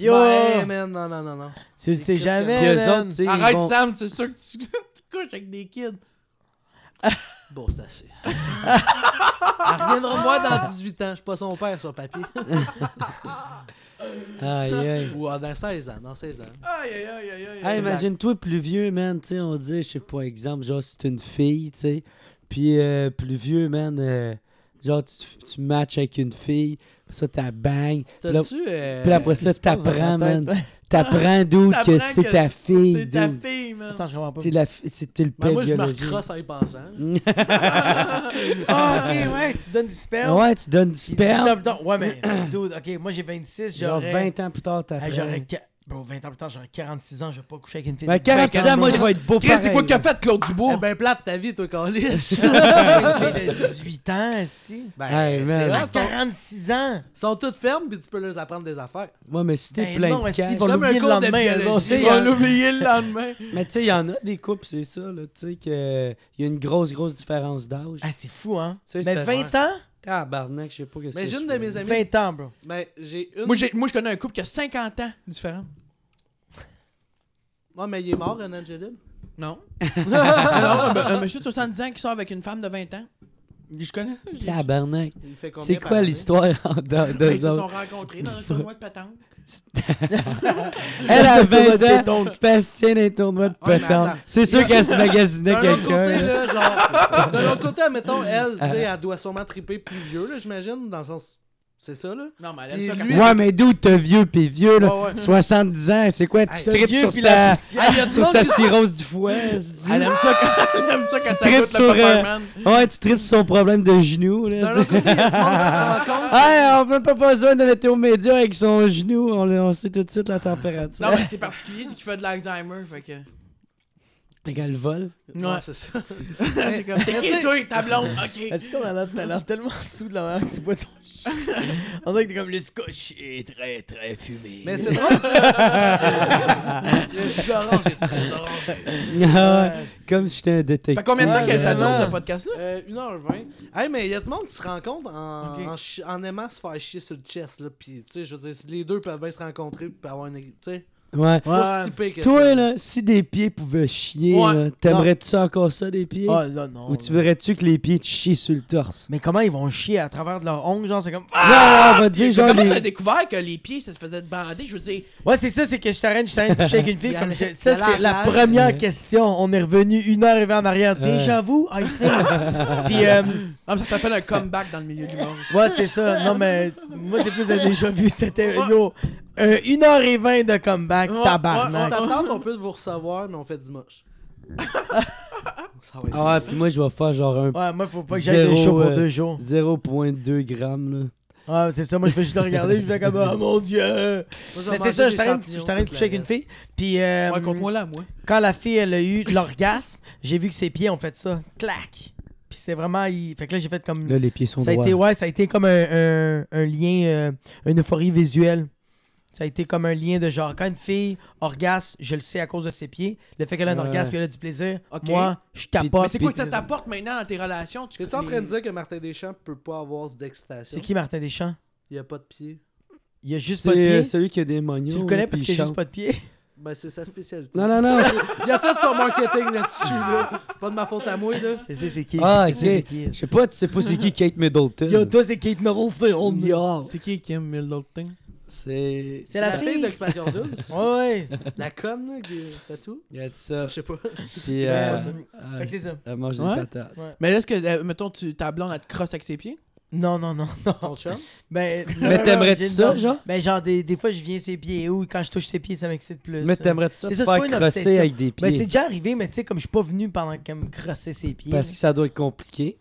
Speaker 5: Yo!
Speaker 3: Ben, man, non, non, non, non.
Speaker 5: Tu le sais
Speaker 3: Qu'est-ce que-
Speaker 4: Puis
Speaker 5: jamais,
Speaker 4: eux
Speaker 5: man.
Speaker 4: autres, tu sais, ils
Speaker 2: Arrête,
Speaker 4: vont-
Speaker 2: Sam, c'est sûr que tu, tu couches avec des kids.
Speaker 3: Bon, c'est assez. Elle reviendra me voir dans 18 ans. Je suis pas son père sur papier.
Speaker 4: Aïe, aïe.
Speaker 3: Ou ah, dans 16 ans, dans 16 ans.
Speaker 2: Aïe, aïe, aïe, aïe, aïe.
Speaker 4: Ah, imagine-toi plus vieux, man, tu sais, on dit, je sais pas, exemple, genre, c'est une fille, tu sais, puis euh, plus vieux, man, euh, genre, tu, te- tu matches avec une fille, puis ça, t'as bang, puis là-
Speaker 3: T'as-tu... euh,
Speaker 4: puis après ça, t'apprends, man, t'apprends, dude, que
Speaker 2: T'apprends
Speaker 4: c'est
Speaker 2: que
Speaker 4: ta fille,
Speaker 2: C'est ta
Speaker 4: dude,
Speaker 2: fille, man.
Speaker 5: Attends, je comprends pas.
Speaker 4: t'es la fi- c'est t'es le
Speaker 3: ben,
Speaker 4: père
Speaker 3: moi, je me
Speaker 4: biologique.
Speaker 3: recrosse en y pensant.
Speaker 5: Mm. Ah, ok, ouais, tu donnes du sperme.
Speaker 4: Ouais, tu donnes du
Speaker 5: Puis
Speaker 4: sperme,
Speaker 5: tu donnes- Ouais, mais, dude, ok, moi j'ai 26,
Speaker 4: genre
Speaker 5: j'aurais.
Speaker 4: 20 ans plus tard,
Speaker 5: Hey,
Speaker 4: t'apprends.
Speaker 5: J'aurais. qua- Bro, 20 ans plus tard, j'aurais 46 ans, je vais pas coucher avec une fille.
Speaker 4: Ben,
Speaker 5: de
Speaker 4: 46
Speaker 5: 20
Speaker 4: ans, moi, je vais être beau
Speaker 2: Chris, c'est quoi
Speaker 4: pareil,
Speaker 2: qu'a fait Claude Dubois?
Speaker 3: Eh ben, plate ta vie, toi, Carlis.
Speaker 5: Une fille de 18 ans, esti.
Speaker 3: ben,
Speaker 4: Hey,
Speaker 3: c'est
Speaker 4: man.
Speaker 3: là,
Speaker 5: À 46 ans.
Speaker 3: Ils sont toutes fermes, puis tu peux leur apprendre des affaires.
Speaker 4: Moi, mais si t'es
Speaker 5: Ben
Speaker 4: plein
Speaker 5: non,
Speaker 4: de
Speaker 5: esti,
Speaker 4: cash.
Speaker 5: ils vont
Speaker 3: Comme un
Speaker 5: l'oublier le
Speaker 3: cours de
Speaker 5: lendemain, eux
Speaker 3: biologie.
Speaker 5: autres, tu sais,
Speaker 4: Ils
Speaker 2: On
Speaker 4: vont
Speaker 5: hein.
Speaker 2: l'a oublié le lendemain.
Speaker 4: Mais tu sais, il y en a des couples, c'est ça, là, tu sais, que il y a une grosse, grosse différence d'âge.
Speaker 5: Ah, c'est fou, hein?
Speaker 4: Tu sais,
Speaker 5: Mais
Speaker 4: ça-
Speaker 5: 20 ans?
Speaker 4: Tabarnak, je sais pas qu'est-ce que
Speaker 3: Mais j'ai une de mes amies-
Speaker 5: 20 ans, bro.
Speaker 3: Ben, j'ai une...
Speaker 2: Moi, j'ai- moi, je connais un couple qui a 50 ans différents.
Speaker 3: Ouais, mais il est mort, Renan Angelil.
Speaker 2: Non. Alors, un, un monsieur de 70 ans qui sort avec une femme de 20 ans. Je connais. j'ai-
Speaker 4: Tabarnak.
Speaker 3: Il fait combien
Speaker 4: C'est
Speaker 3: par
Speaker 4: quoi
Speaker 3: année?
Speaker 4: l'histoire en- de
Speaker 2: Ben, Ils
Speaker 4: deux
Speaker 2: se sont
Speaker 4: autres?
Speaker 2: rencontrés dans un tournoi de pétanque.
Speaker 4: Elle a
Speaker 5: Sur le tournoi de
Speaker 4: 20 ans, Bastien d'un tournoi de
Speaker 3: Ouais, mais
Speaker 4: pétanque.
Speaker 3: attends.
Speaker 4: C'est sûr qu'elle se magasinait
Speaker 3: D'un autre
Speaker 4: quelqu'un.
Speaker 3: côté,
Speaker 4: là. Ah.
Speaker 3: là, genre. D'un autre côté, admettons, elle, tu sais, elle doit sûrement triper plus vieux, là, j'imagine, dans le sens. C'est ça, là?
Speaker 2: Non, mais
Speaker 3: Puis
Speaker 2: elle aime ça quand
Speaker 3: lui-
Speaker 2: ça-
Speaker 4: Ouais, mais d'où t'es vieux pis vieux, là?
Speaker 2: Ouais, ouais.
Speaker 4: 70 ans, c'est quoi? Tu
Speaker 5: T'es
Speaker 4: tripes
Speaker 5: vieux,
Speaker 4: sur
Speaker 5: puis
Speaker 4: sa,
Speaker 5: la poussière.
Speaker 3: Ah, il y a du
Speaker 4: sur
Speaker 3: monde
Speaker 4: sa
Speaker 3: qui-
Speaker 4: cirrhose du foie, se dit.
Speaker 2: Elle aime ça quand, elle aime ça, quand ça
Speaker 4: tripes
Speaker 2: goûte
Speaker 4: sur,
Speaker 2: le
Speaker 4: euh,
Speaker 2: Pepperman.
Speaker 4: Ouais, tu tripes sur son problème de genou,
Speaker 3: D'un
Speaker 4: là.
Speaker 3: autre côté, il y a du monde qui se rencontre.
Speaker 4: Ah, on n'a pas besoin de météo média avec son genou, on, le- on sait tout de suite la température.
Speaker 2: Non, mais ce qui est particulier, c'est qu'il fait de l'Alzheimer. Fait que.
Speaker 4: Fait qu'elle vole.
Speaker 2: Ouais.
Speaker 3: c'est ça.
Speaker 2: c'est comme. T'es qui, toi, ta blonde? Ok.
Speaker 5: Est-ce qu'on a l'air- t'as l'air tellement sous de la manière que tu bois ton shit? On dirait que t'es comme le scotch est très très fumé.
Speaker 3: Mais c'est drôle. Je suis d'orange, j'ai très orange.
Speaker 4: Ah, Comme si j'étais un détective.
Speaker 2: Fait combien de temps
Speaker 5: Ouais,
Speaker 2: qu'elle ça
Speaker 5: vraiment.
Speaker 2: tourne ce podcast-là?
Speaker 3: Euh, 1h20. Hey, mais il y a du monde qui se rencontre en,
Speaker 2: Ok.
Speaker 3: en, chi- en aimant se faire chier sur le chest, là. Puis, tu sais, je veux dire, les deux peuvent bien se rencontrer, puis avoir une. Tu sais,
Speaker 4: Ouais.
Speaker 3: pas si pire que ça.
Speaker 4: Toi, là, si des pieds pouvaient chier,
Speaker 2: Ouais,
Speaker 4: là, t'aimerais-tu encore ça, des pieds?
Speaker 5: Oh là non.
Speaker 4: Ou tu voudrais-tu que les pieds te chient sur le torse?
Speaker 5: Mais comment ils vont chier à travers de leur ongle, genre c'est comme Ah!
Speaker 4: Ah, on va dire,
Speaker 2: J'ai
Speaker 4: genre,
Speaker 2: comment
Speaker 4: les-
Speaker 2: t'as découvert que les pieds, ça se faisait bander? Je veux dire,
Speaker 5: Ouais, c'est ça, c'est que je t'arrête, je t'arrête de coucher avec une fille comme je-
Speaker 3: Il
Speaker 5: ça
Speaker 3: allait à
Speaker 5: c'est
Speaker 3: la
Speaker 5: la
Speaker 3: plage.
Speaker 5: première question. On est revenu une heure et vingt en arrière.
Speaker 4: Ouais.
Speaker 5: Déjà vous, Ah, I think. Puis euh,
Speaker 2: ah, mais ça s'appelle un comeback dans le milieu du monde.
Speaker 5: ouais, c'est ça. Non mais moi c'est plus un déjà vu, c'était yo euh, une heure et vingt de comeback,
Speaker 2: Ouais,
Speaker 3: Si
Speaker 5: tabarnak.
Speaker 3: ça tente, on peut vous recevoir, mais on fait du moche. ça va être.
Speaker 4: Ah, puis moi, je vais faire genre un
Speaker 5: Ouais, moi faut pas que j'aille de
Speaker 4: Zéro,
Speaker 5: show pour
Speaker 4: euh,
Speaker 5: deux jours.
Speaker 4: 0.2 grammes, là.
Speaker 5: Ouais, c'est ça, moi je fais juste le regarder, je fais comme oh mon dieu.
Speaker 3: Moi, je vais
Speaker 5: Mais
Speaker 3: manger
Speaker 5: c'est ça,
Speaker 3: des
Speaker 5: je t'arrête
Speaker 3: champignons,
Speaker 5: je t'arrête de
Speaker 3: toute
Speaker 5: coucher
Speaker 3: la
Speaker 5: avec une fille. Puis euh,
Speaker 2: Raconte-moi là, moi.
Speaker 5: quand la fille elle a eu l'orgasme, j'ai vu que ses pieds ont fait ça, clac. Puis c'était vraiment il... fait que là j'ai fait comme
Speaker 4: Là, les pieds sont
Speaker 5: ça a
Speaker 4: droits.
Speaker 5: été ouais, ça a été comme un, un- un lien euh, une euphorie visuelle. Ça a été comme un lien de genre quand une fille orgasme, je le sais à cause de ses pieds, le fait qu'elle a un
Speaker 4: Ouais.
Speaker 5: orgasme, puis elle a du plaisir.
Speaker 2: Ok.
Speaker 5: Moi, je capote.
Speaker 2: Mais c'est quoi que ça t'apporte maintenant dans tes relations?
Speaker 3: T'es-tu en train de dire que Martin Deschamps peut pas avoir d'excitation?
Speaker 5: C'est qui Martin Deschamps
Speaker 3: Il y a pas de pied.
Speaker 5: Il a juste
Speaker 4: C'est
Speaker 5: pas de
Speaker 4: euh,
Speaker 5: pieds.
Speaker 4: celui qui a des moignons.
Speaker 5: Tu le
Speaker 4: là,
Speaker 5: connais
Speaker 4: puis
Speaker 5: parce
Speaker 4: il
Speaker 5: qu'il a juste
Speaker 4: chante.
Speaker 5: pas de pieds.
Speaker 3: Ben, c'est sa spécialité.
Speaker 4: Non, non, non. c'est-
Speaker 3: Il a fait son marketing là-dessus, là. C'est Pas de ma faute à moi, là.
Speaker 5: Je sais c'est qui.
Speaker 4: Ah,
Speaker 5: Je sais
Speaker 4: ok.
Speaker 5: c'est qui.
Speaker 4: Je sais pas, tu sais pas c'est qui Kate Middleton.
Speaker 5: Yo, toi c'est Kate Middleton.
Speaker 4: Yo.
Speaker 2: C'est qui Kim Middleton?
Speaker 4: C'est.
Speaker 5: C'est la, fille.
Speaker 3: d'Occupation Double.
Speaker 5: Ouais, ouais.
Speaker 3: La conne, là, qui tatou.
Speaker 4: Regarde ça.
Speaker 3: Je sais pas.
Speaker 4: Puis.
Speaker 5: Euh,
Speaker 4: euh,
Speaker 5: fait
Speaker 4: euh,
Speaker 5: que c'est ça.
Speaker 4: Elle mange des
Speaker 2: Ouais.
Speaker 4: patates.
Speaker 2: Mais est-ce que, euh, mettons, tu, ta blonde, elle te crosse avec ses pieds?
Speaker 5: Non, non, non, non.
Speaker 3: Ton chum.
Speaker 5: Ben,
Speaker 4: Mais t'aimerais-tu ça, genre?
Speaker 5: Ben, genre, des, des fois, je viens ses pieds ou quand je touche ses pieds, ça m'excite plus.
Speaker 4: Mais t'aimerais-tu ça
Speaker 5: C'est
Speaker 4: te
Speaker 5: ça, c'est
Speaker 4: faire
Speaker 5: pas une
Speaker 4: crosser
Speaker 5: obsession.
Speaker 4: avec des
Speaker 5: Ben, c'est
Speaker 4: pieds?
Speaker 5: déjà arrivé, mais tu sais, comme je suis pas venu pendant qu'elle me crossait ses pieds.
Speaker 4: Parce que ça doit être compliqué.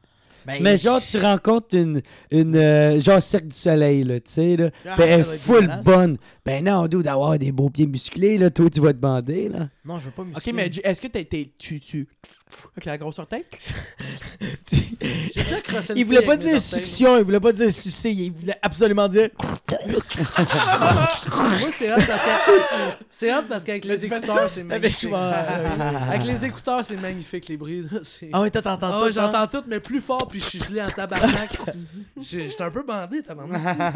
Speaker 5: ben,
Speaker 4: Mais genre, tu rencontres une, une euh, genre Cirque du Soleil, là, tu sais, là.
Speaker 5: Ah,
Speaker 4: ben, elle est
Speaker 5: ça va être
Speaker 4: full
Speaker 5: dégueulasse.
Speaker 4: bonne. Ben non, d'où d'avoir des beaux pieds musclés, là. Toi, tu vas te bander, là.
Speaker 5: Non, je veux pas me
Speaker 2: Ok, mais du- est-ce que t'es, t'es- tu, tu. Avec la grosse orteille?
Speaker 3: J'ai déjà crossé une
Speaker 5: Il voulait
Speaker 3: fille
Speaker 5: pas
Speaker 3: avec mes
Speaker 5: dire
Speaker 3: orteils.
Speaker 5: succion, il voulait pas dire sucer, il voulait absolument dire.
Speaker 3: Moi, c'est hot parce que. C'est hot parce qu'avec les écouteurs, c'est
Speaker 5: T'avais
Speaker 3: magnifique.
Speaker 5: souvent.
Speaker 3: Avec les écouteurs, c'est magnifique, les bruits. là, c'est-
Speaker 5: Ah ouais, toi, t'entends
Speaker 3: Ah
Speaker 5: tout,
Speaker 3: ouais,
Speaker 5: hein?
Speaker 3: j'entends tout, mais plus fort, puis je suis gelé en tabarnak. Euh, J'ai- J'étais un peu bandé, tabarnak.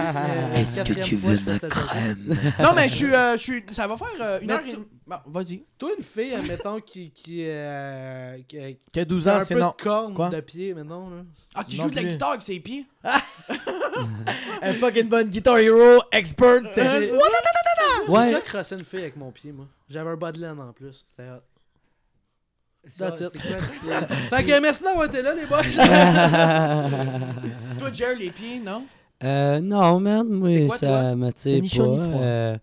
Speaker 3: Est-ce que tu veux ma crème?
Speaker 2: non, mais je suis, euh, je suis. Ça va faire euh, une
Speaker 3: Mais
Speaker 2: heure
Speaker 3: tu-
Speaker 2: et demie. Bon, vas-y.
Speaker 3: Toi, une fille, admettons, qui, qui, euh, qui, qui
Speaker 5: Que 12
Speaker 3: a
Speaker 5: ans,
Speaker 3: un
Speaker 5: c'est
Speaker 3: peu
Speaker 5: non.
Speaker 3: de corne
Speaker 5: Quoi?
Speaker 3: de pied, mais non, là.
Speaker 2: Ah, qui
Speaker 5: Non
Speaker 2: joue de la
Speaker 5: plus.
Speaker 2: guitare avec ses pieds?
Speaker 5: Un fucking bonne guitar hero, expert.
Speaker 3: J'ai
Speaker 5: Ah, J'ai-
Speaker 3: j'ai
Speaker 4: Ouais.
Speaker 3: déjà crossé une fille avec mon pied, moi. J'avais un bas de laine en plus. C'était hot. That's it. Fait que merci d'avoir été là, les boys.
Speaker 2: Toi, Jerry, les pieds, non?
Speaker 4: Euh, non, man,
Speaker 2: C'est
Speaker 4: moi,
Speaker 2: quoi, toi?
Speaker 4: ça
Speaker 5: C'est
Speaker 4: m'attire
Speaker 5: ni
Speaker 4: pas.
Speaker 5: chaud ni froid.
Speaker 4: euh,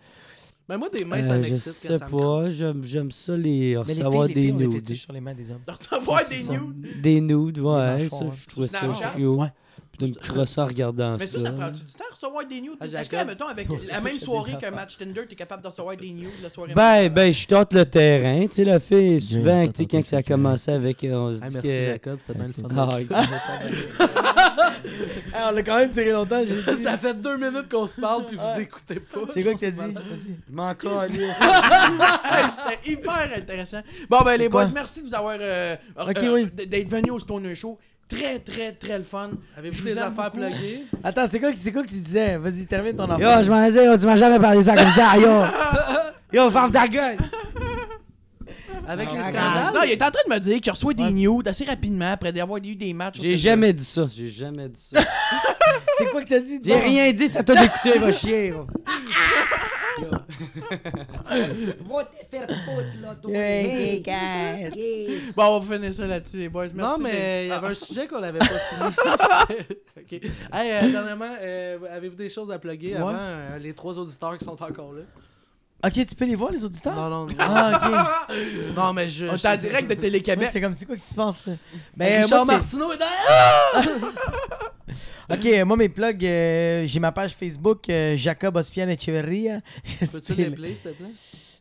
Speaker 3: Mais Ben, moi, des mains, ça
Speaker 4: euh, je
Speaker 3: m'excite quand
Speaker 4: sais
Speaker 3: ça me crosse.
Speaker 4: pas. J'aime j'aime ça, les.
Speaker 5: Mais les
Speaker 4: recevoir
Speaker 5: filles, les
Speaker 4: des
Speaker 5: filles ont des
Speaker 4: nudes.
Speaker 5: fétiches sur les mains des hommes.
Speaker 2: De recevoir
Speaker 3: Ah,
Speaker 2: des
Speaker 5: ça.
Speaker 2: nudes?
Speaker 4: Des nudes, ouais.
Speaker 5: manchons,
Speaker 4: Ça,
Speaker 5: ouais.
Speaker 4: je trouvais ça
Speaker 2: Snapchat?
Speaker 4: cute. Puis de me crosser en regardant
Speaker 2: Mais ça, ça prend-tu du temps à recevoir des nudes?
Speaker 3: Ah,
Speaker 2: Est-ce que,
Speaker 3: Jacob.
Speaker 2: mettons, avec la même
Speaker 5: Des
Speaker 2: soirée qu'un
Speaker 5: affaires.
Speaker 2: match Tinder, t'es capable de recevoir des nudes la soirée
Speaker 4: Ben, ben, je tente le terrain. Tu sais, la fille, souvent,
Speaker 5: ça
Speaker 4: tu sais,
Speaker 5: t'entend,
Speaker 4: quand ça a
Speaker 5: c'est que-
Speaker 4: commencé avec, euh, on se
Speaker 3: Ah,
Speaker 4: dit
Speaker 3: merci,
Speaker 4: que.
Speaker 3: Jacob. C'était bien le fun.
Speaker 4: Ah,
Speaker 5: Ah, on l'a quand même tiré longtemps. j'ai dit.
Speaker 3: ça fait deux minutes qu'on se parle, puis vous écoutez pas.
Speaker 5: C'est quoi que t'as dit? Vas-y.
Speaker 4: Je m'en calisse.
Speaker 2: Hey, C'était hyper intéressant. Bon, ben, les
Speaker 5: ah! quoi?
Speaker 2: boys, merci de vous avoir. euh,
Speaker 5: Ok,
Speaker 2: euh,
Speaker 5: oui.
Speaker 2: d- D'être venus au Stoner Show. Très, très, très le fun. Je
Speaker 3: Avez-vous
Speaker 2: vous
Speaker 3: des
Speaker 2: aime
Speaker 3: affaires
Speaker 2: beaucoup.
Speaker 3: pluguées?
Speaker 5: Attends, c'est quoi, que- c'est quoi que tu disais? Vas-y, termine ton enfant.
Speaker 4: Yo, je m'en disais, yo, tu m'as jamais parlé ça comme ça, yo! Yo, ferme ta gueule!
Speaker 3: Avec les
Speaker 2: Ah,
Speaker 3: scandales?
Speaker 2: Non, il est en train de me dire qu'il reçoit des nudes assez rapidement après d'avoir eu des matchs.
Speaker 4: J'ai jamais dit ça, j'ai jamais dit ça.
Speaker 5: C'est quoi que t'as dit?
Speaker 4: J'ai rien dit, ça t'a d'écouter, va chier, yo! Va te faire foutre, là, toi!
Speaker 5: Hey, guys.
Speaker 2: Bon, on va finir ça là-dessus, les boys. Merci.
Speaker 3: non, mais il y
Speaker 2: Ah,
Speaker 3: avait un sujet qu'on n'avait pas fini. ok. Hey, euh, dernièrement, euh, avez-vous des choses à plugger avant euh, les trois auditeurs qui sont encore là?
Speaker 5: Ok, tu peux les voir, les auditeurs?
Speaker 3: Non, non, non.
Speaker 5: Ah, ok.
Speaker 3: non, mais je.
Speaker 2: On est en direct de
Speaker 5: Moi,
Speaker 2: Télé-Québec.
Speaker 5: j'étais comme, c'est quoi qui se passe, là?
Speaker 3: Ben,
Speaker 5: euh,
Speaker 3: Richard
Speaker 5: moi, c'est-
Speaker 3: Martineau est derrière!
Speaker 5: Ok, euh, moi mes plugs, euh, j'ai ma page Facebook euh, Jacob Ospian Echeverria.
Speaker 3: Peux-tu l'appeler, s'il te plaît?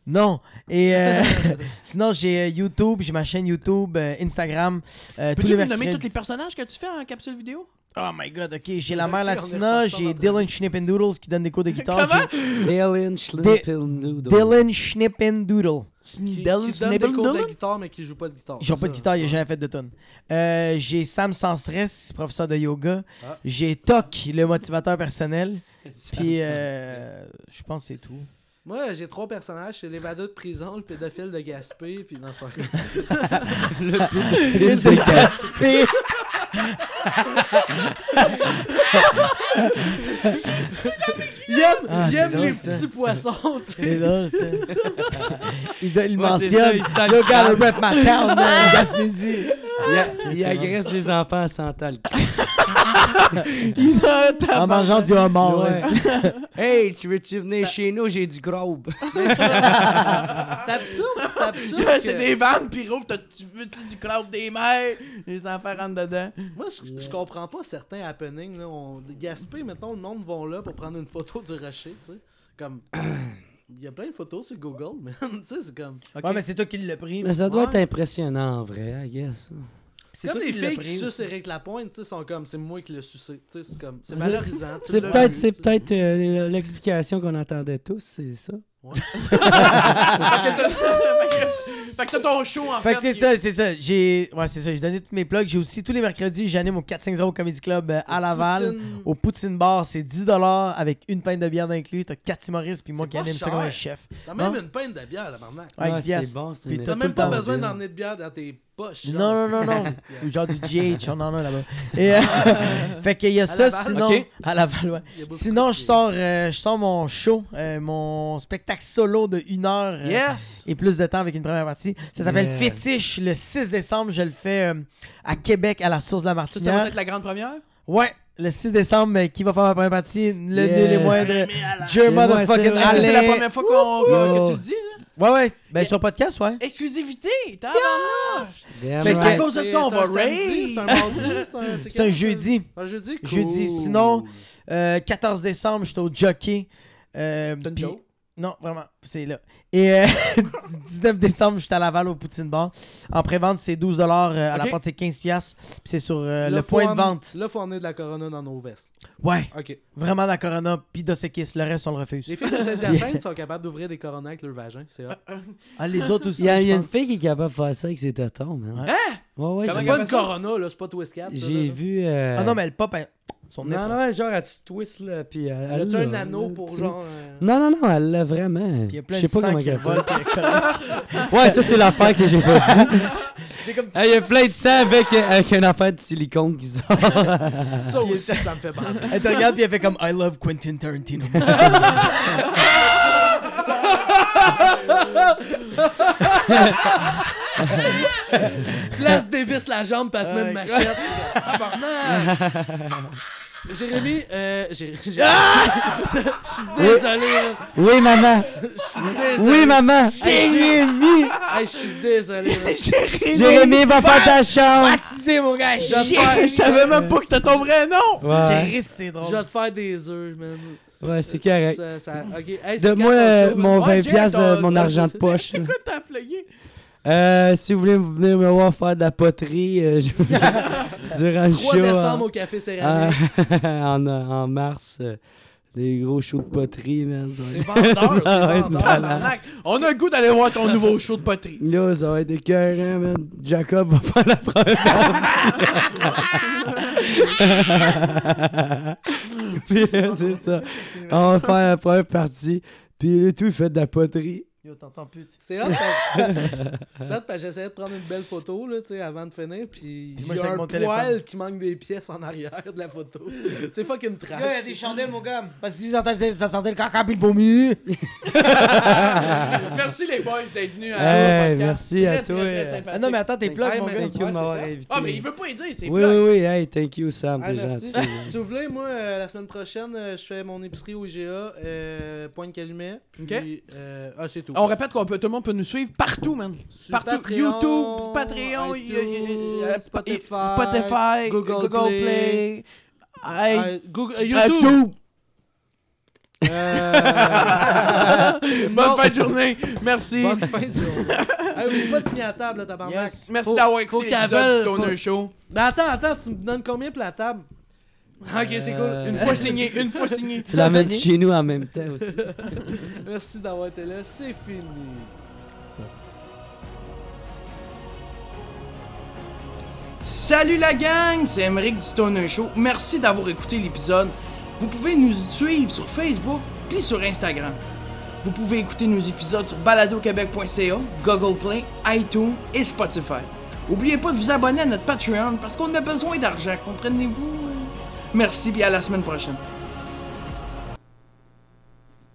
Speaker 5: Non. Et euh, sinon j'ai euh, YouTube, j'ai ma chaîne YouTube, euh, Instagram. euh, tous
Speaker 2: Peux-tu
Speaker 5: les
Speaker 2: nous nommer tous
Speaker 5: mercredis.
Speaker 2: les personnages que tu fais en capsule vidéo?
Speaker 5: Oh my god, ok, j'ai la
Speaker 3: Ok,
Speaker 5: mère
Speaker 3: Ben, on est
Speaker 5: latina,
Speaker 3: reparti en
Speaker 5: j'ai
Speaker 3: entrée.
Speaker 5: Dylan Schnippendoodles qui donne des cours de guitare. j'ai
Speaker 4: Dylan Schlippel Noodle.
Speaker 5: Dylan Schnippendoodle.
Speaker 3: Qui, qui donne des cours de guitare, mais qui joue pas de guitare.
Speaker 5: Ils jouent pas de
Speaker 3: Ça.
Speaker 5: guitare, il a jamais fait de tonne. Euh, j'ai Sam sans stress, professeur de yoga.
Speaker 3: Ah.
Speaker 5: J'ai Toc, le motivateur personnel. Puis euh, je pense que c'est tout.
Speaker 3: Moi, j'ai trois personnages. C'est l'évadé de prison, le pédophile de Gaspé, puis dans ce parc.
Speaker 4: Dylan de Gaspé!
Speaker 3: Il aime,
Speaker 5: Ah,
Speaker 3: il
Speaker 5: c'est
Speaker 3: aime
Speaker 5: drôle,
Speaker 3: les
Speaker 5: ça.
Speaker 3: petits poissons, tu sais.
Speaker 5: C'est drôle, ça. il, doit- il
Speaker 4: Ouais, c'est ça,
Speaker 5: mentionne.
Speaker 4: il sent le
Speaker 5: Yo, gotta
Speaker 4: crâne.
Speaker 5: rep my town, man. euh, Gaspésie.
Speaker 4: Il a- Il agresse des enfants sans talc.
Speaker 5: En mangeant du homard.
Speaker 4: Ah Ouais.
Speaker 5: ouais.
Speaker 4: hey, tu veux-tu venir chez nous? J'ai du gros.
Speaker 3: C'est absurde, c'est absurde.
Speaker 2: C'est
Speaker 3: que-
Speaker 2: des vannes, puis rouvre, t'as- tu veux-tu du cloud des mères? Les enfants rentrent dedans.
Speaker 3: Moi, je, je comprends pas certains happenings. Là. On, Gaspé, mettons, le monde vont là pour prendre une photo du rocher, tu sais. Comme. Il y a plein de photos sur Google, man. tu sais, c'est comme.
Speaker 5: Ouais, mais c'est toi qui l'as pris.
Speaker 4: Mais ça doit
Speaker 3: Ouais.
Speaker 4: être impressionnant en vrai, I guess.
Speaker 5: C'est
Speaker 3: Comme
Speaker 5: toi
Speaker 3: les
Speaker 5: qui l'as
Speaker 3: filles qui
Speaker 5: pris
Speaker 3: sucent
Speaker 5: aussi.
Speaker 3: Eric Lapointe, tu sais, sont comme. C'est moi qui l'ai sucé. Tu sais, c'est comme. C'est
Speaker 4: Je-
Speaker 3: valorisant. tu
Speaker 4: C'est
Speaker 3: l'as
Speaker 4: peut-être
Speaker 3: vu,
Speaker 4: c'est
Speaker 3: tu sais.
Speaker 4: peut-être euh, l'explication qu'on attendait tous, c'est ça.
Speaker 2: Fait que t'as ton show, en fait.
Speaker 5: Fait que c'est
Speaker 2: qui-
Speaker 5: ça, c'est ça. J'ai ouais, c'est ça, j'ai donné tous mes plugs. J'ai aussi tous les mercredis, j'anime au 450 Comedy Club euh, à Laval
Speaker 3: Poutine.
Speaker 5: au Poutine Bar, c'est 10 avec une pinte de bière inclus, t'as 4 humoristes puis moi
Speaker 3: C'est
Speaker 5: qui
Speaker 3: pas
Speaker 5: anime ça
Speaker 3: cher.
Speaker 5: comme un chef.
Speaker 3: T'as même
Speaker 5: Non?
Speaker 3: une pinte de bière, là, maintenant.
Speaker 4: Ouais, Ah, c'est
Speaker 5: Ouais, 10
Speaker 3: Ah,
Speaker 5: piastres.
Speaker 4: bon, c'est
Speaker 5: Puis
Speaker 4: une
Speaker 3: T'as
Speaker 5: Oh. Hein? t'as tout
Speaker 4: excellente
Speaker 3: même pas
Speaker 5: le temps,
Speaker 3: besoin
Speaker 4: idée.
Speaker 3: d'emmener de bière dans tes Pas chance.
Speaker 5: Non, non, non, non. Genre du GH, on en a là-bas. Et, euh, fait qu'il y a ça,
Speaker 3: Laval?
Speaker 5: sinon.
Speaker 1: Ok.
Speaker 5: À Laval, ouais.
Speaker 3: Il y a beaucoup
Speaker 5: Sinon,
Speaker 3: de-
Speaker 5: je sors, euh, je sors mon show, euh, mon spectacle solo de une heure euh,
Speaker 2: Yes!
Speaker 5: et plus de temps avec une première partie. Ça s'appelle
Speaker 4: Yeah.
Speaker 5: Fétiche. Le 6 décembre, je le fais euh, à Québec, à la source de la
Speaker 2: Ça, ça va
Speaker 5: Martinière.
Speaker 2: être la grande première?
Speaker 5: Ouais, le 6 décembre, euh, qui va faire ma première partie? Le
Speaker 4: Yes.
Speaker 5: nœud les moindres. Dieu
Speaker 4: C'est moi, c'est
Speaker 5: motherfucking
Speaker 4: vrai.
Speaker 5: Alain.
Speaker 2: C'est la première fois qu'on- que
Speaker 4: Yo.
Speaker 2: que tu le dis. là.
Speaker 5: Ouais, ouais. Ben, sur podcast, ouais.
Speaker 2: Exclusivité! t'as
Speaker 4: Damn
Speaker 5: Fait que
Speaker 2: C'est à
Speaker 4: right.
Speaker 2: cause de
Speaker 3: C'est-
Speaker 2: ça, on
Speaker 3: c'est
Speaker 2: va
Speaker 3: un samedi,
Speaker 2: raid!
Speaker 3: C'est un mardi, c'est un.
Speaker 5: C'est un jeudi.
Speaker 3: Un jeudi, cool.
Speaker 5: Jeudi. Sinon, euh, 14 décembre, j'étais au jockey. Euh, puis-
Speaker 2: joke?
Speaker 5: Non, vraiment, c'est là. Et euh, 19 décembre, j'étais à Laval au Poutine Bar. En pré-vente, c'est 12 euh, à la
Speaker 2: Ok.
Speaker 5: porte, c'est 15 piastres. Puis c'est sur euh,
Speaker 3: Là,
Speaker 5: le
Speaker 3: faut
Speaker 5: point
Speaker 3: en-
Speaker 5: de vente.
Speaker 3: Là, faut emmener de la Corona dans nos vestes.
Speaker 5: Ouais,
Speaker 3: OK.
Speaker 5: vraiment de la Corona, puis de Sekis. Le reste, on le refuse.
Speaker 3: Les filles de 16 à 5 sont capables d'ouvrir des Corona avec leur vagin. C'est hot.
Speaker 5: Ah, les autres aussi,
Speaker 4: Il y a, il y
Speaker 5: je
Speaker 4: a une
Speaker 5: pense. Hein?
Speaker 4: fille qui est capable de faire ça avec ses tontons, man. Ouais, ouais,
Speaker 2: Comment
Speaker 4: j'ai-
Speaker 2: qu'elle
Speaker 3: Pas une Corona, là. C'est pas Twist Cap. ça, là,
Speaker 4: j'ai
Speaker 3: là.
Speaker 4: vu. euh,
Speaker 5: Ah non, mais le pop, elle- son nez,
Speaker 4: Non,
Speaker 5: pas.
Speaker 4: non, elle, genre, elle se twist, là, puis elle...
Speaker 3: Elle
Speaker 4: elle
Speaker 3: a-tu un
Speaker 4: l'a,
Speaker 3: anneau
Speaker 4: là,
Speaker 3: pour
Speaker 4: tu sais.
Speaker 3: genre. euh,
Speaker 4: Non, non, non, elle l'a vraiment.
Speaker 5: Puis il y a
Speaker 4: Je
Speaker 5: plein de
Speaker 4: sais pas
Speaker 5: sang
Speaker 4: comment
Speaker 5: qui
Speaker 4: elle
Speaker 5: vole.
Speaker 4: fait.
Speaker 5: puis elle est correcte.
Speaker 4: Ouais, ça, c'est l'affaire que j'ai pas dit.
Speaker 5: C'est comme...
Speaker 4: Hey, Il y a plein de sang avec, euh, avec une affaire de silicone qui sort.
Speaker 3: Ça aussi, ça me fait mal.
Speaker 5: Elle te regarde, puis elle fait comme « I love Quentin Tarantino ».
Speaker 2: Place dévisse la jambe, passe même ma machette.
Speaker 1: Jérémy, euh, Jé- Jérémy.
Speaker 2: Ah!
Speaker 1: Désolé, là.
Speaker 4: Oui, maman. Oui, maman. Jérémy.
Speaker 1: Hey, je suis désolé. là.
Speaker 4: Jérémy, va faire ta chambre.
Speaker 5: Baptisé, mon gars! Shit,
Speaker 1: perds.
Speaker 5: Je savais même pas que t'as ton vrai nom!
Speaker 4: Ouais.
Speaker 5: Chris, c'est
Speaker 1: Je vais
Speaker 5: drôle.
Speaker 1: te faire des œufs, man.
Speaker 4: Ouais, c'est correct.
Speaker 1: Ça, ça, ok. Hey,
Speaker 4: De
Speaker 1: c'est
Speaker 4: moi,
Speaker 1: quand
Speaker 4: euh,
Speaker 1: ton show,
Speaker 4: mon
Speaker 1: man? Ouais,
Speaker 4: 20$,
Speaker 1: Jay,
Speaker 4: piastres, euh,
Speaker 1: ton-
Speaker 4: mon
Speaker 1: ton-
Speaker 4: argent de poche. là.
Speaker 2: T'as flagué?
Speaker 4: Euh, si vous voulez venir me voir faire de la poterie euh, je- durant le
Speaker 3: 3
Speaker 4: show
Speaker 3: décembre
Speaker 4: en-
Speaker 3: au Café
Speaker 4: en,
Speaker 3: Céramique.
Speaker 4: en, en mars, euh, des gros shows de poterie, man. ça va
Speaker 3: C'est
Speaker 4: être-
Speaker 3: vendeur, c'est
Speaker 4: Ça va être
Speaker 3: vendeur.
Speaker 4: Ah, malade.
Speaker 2: On a le goût d'aller voir ton nouveau show de poterie.
Speaker 4: Là, ça va être écœurant, man. Jacob va faire la première partie. Puis, euh, c'est ça. On va faire la première partie. Puis le tout, il fait de la poterie.
Speaker 5: Yo, t'entends pute.
Speaker 3: C'est hot, parce- c'est hot parce que j'essayais de prendre une belle photo là, tu sais, avant de finir, puis il
Speaker 5: moi,
Speaker 3: y
Speaker 5: j'étais
Speaker 3: a
Speaker 5: avec
Speaker 3: un
Speaker 5: mon
Speaker 3: poil
Speaker 5: téléphone.
Speaker 3: qui manque des pièces en arrière de la photo. C'est fucking trash.
Speaker 5: Yo, y'a des chandelles, mon gars. Parce que si ça sentait, ça sentait le caca pis le vomi.
Speaker 2: Merci les boys d'être venus à
Speaker 4: Hey,
Speaker 2: podcast.
Speaker 4: merci à
Speaker 2: Très, très,
Speaker 4: toi.
Speaker 2: très
Speaker 4: euh.
Speaker 2: sympathique.
Speaker 5: Ah non, mais attends, t'es plug,
Speaker 3: Hey,
Speaker 5: mon
Speaker 3: man,
Speaker 5: gars.
Speaker 4: Thank you de m'avoir invité.
Speaker 2: Ah, mais il veut pas y dire, c'est
Speaker 4: Oui,
Speaker 2: plug.
Speaker 4: oui, oui. Hey, thank you, Sam.
Speaker 3: Ah,
Speaker 4: T'es
Speaker 3: merci.
Speaker 4: gentil.
Speaker 3: Si vous voulez, moi, euh, la semaine prochaine, euh, je fais mon épicerie au IGA, euh, Pointe Calumet. Puis, euh, ah, c'est tout.
Speaker 2: On répète qu'on peut, tout le monde peut nous suivre partout, man.
Speaker 3: Sur
Speaker 2: partout.
Speaker 3: Patreon,
Speaker 2: YouTube, Patreon,
Speaker 3: iTunes,
Speaker 2: y- y- y- euh,
Speaker 3: Spotify,
Speaker 2: Spotify,
Speaker 3: Google
Speaker 2: Play. Hey,
Speaker 3: Euh, Google- euh, YouTube.
Speaker 2: Bonne fin de journée. Merci.
Speaker 3: Bonne fin de journée. hey, oublie pas de signer à table, là, tabarnak.
Speaker 5: Yes.
Speaker 2: Merci
Speaker 3: Faut-
Speaker 2: d'avoir
Speaker 3: faut
Speaker 2: écouté
Speaker 3: qu'elle
Speaker 2: l'épisode du
Speaker 3: veuille,
Speaker 2: Stoner
Speaker 3: faut-
Speaker 2: Show.
Speaker 3: Mais attends, attends, tu me donnes combien pour la table?
Speaker 2: Ok, c'est cool. Une
Speaker 4: Euh.
Speaker 2: fois signé, une fois signé.
Speaker 4: Tu l'amènes chez nous en même temps aussi.
Speaker 3: Merci d'avoir été là, c'est fini.
Speaker 2: Salut la gang, c'est Emeric du Stoner Show. Merci d'avoir écouté l'épisode. Vous pouvez nous suivre sur Facebook puis sur Instagram. Vous pouvez écouter nos épisodes sur baladoquebec.ca, Google Play, iTunes et Spotify. N'oubliez pas de vous abonner à notre Patreon parce qu'on a besoin d'argent, comprenez-vous? Merci et à la semaine prochaine.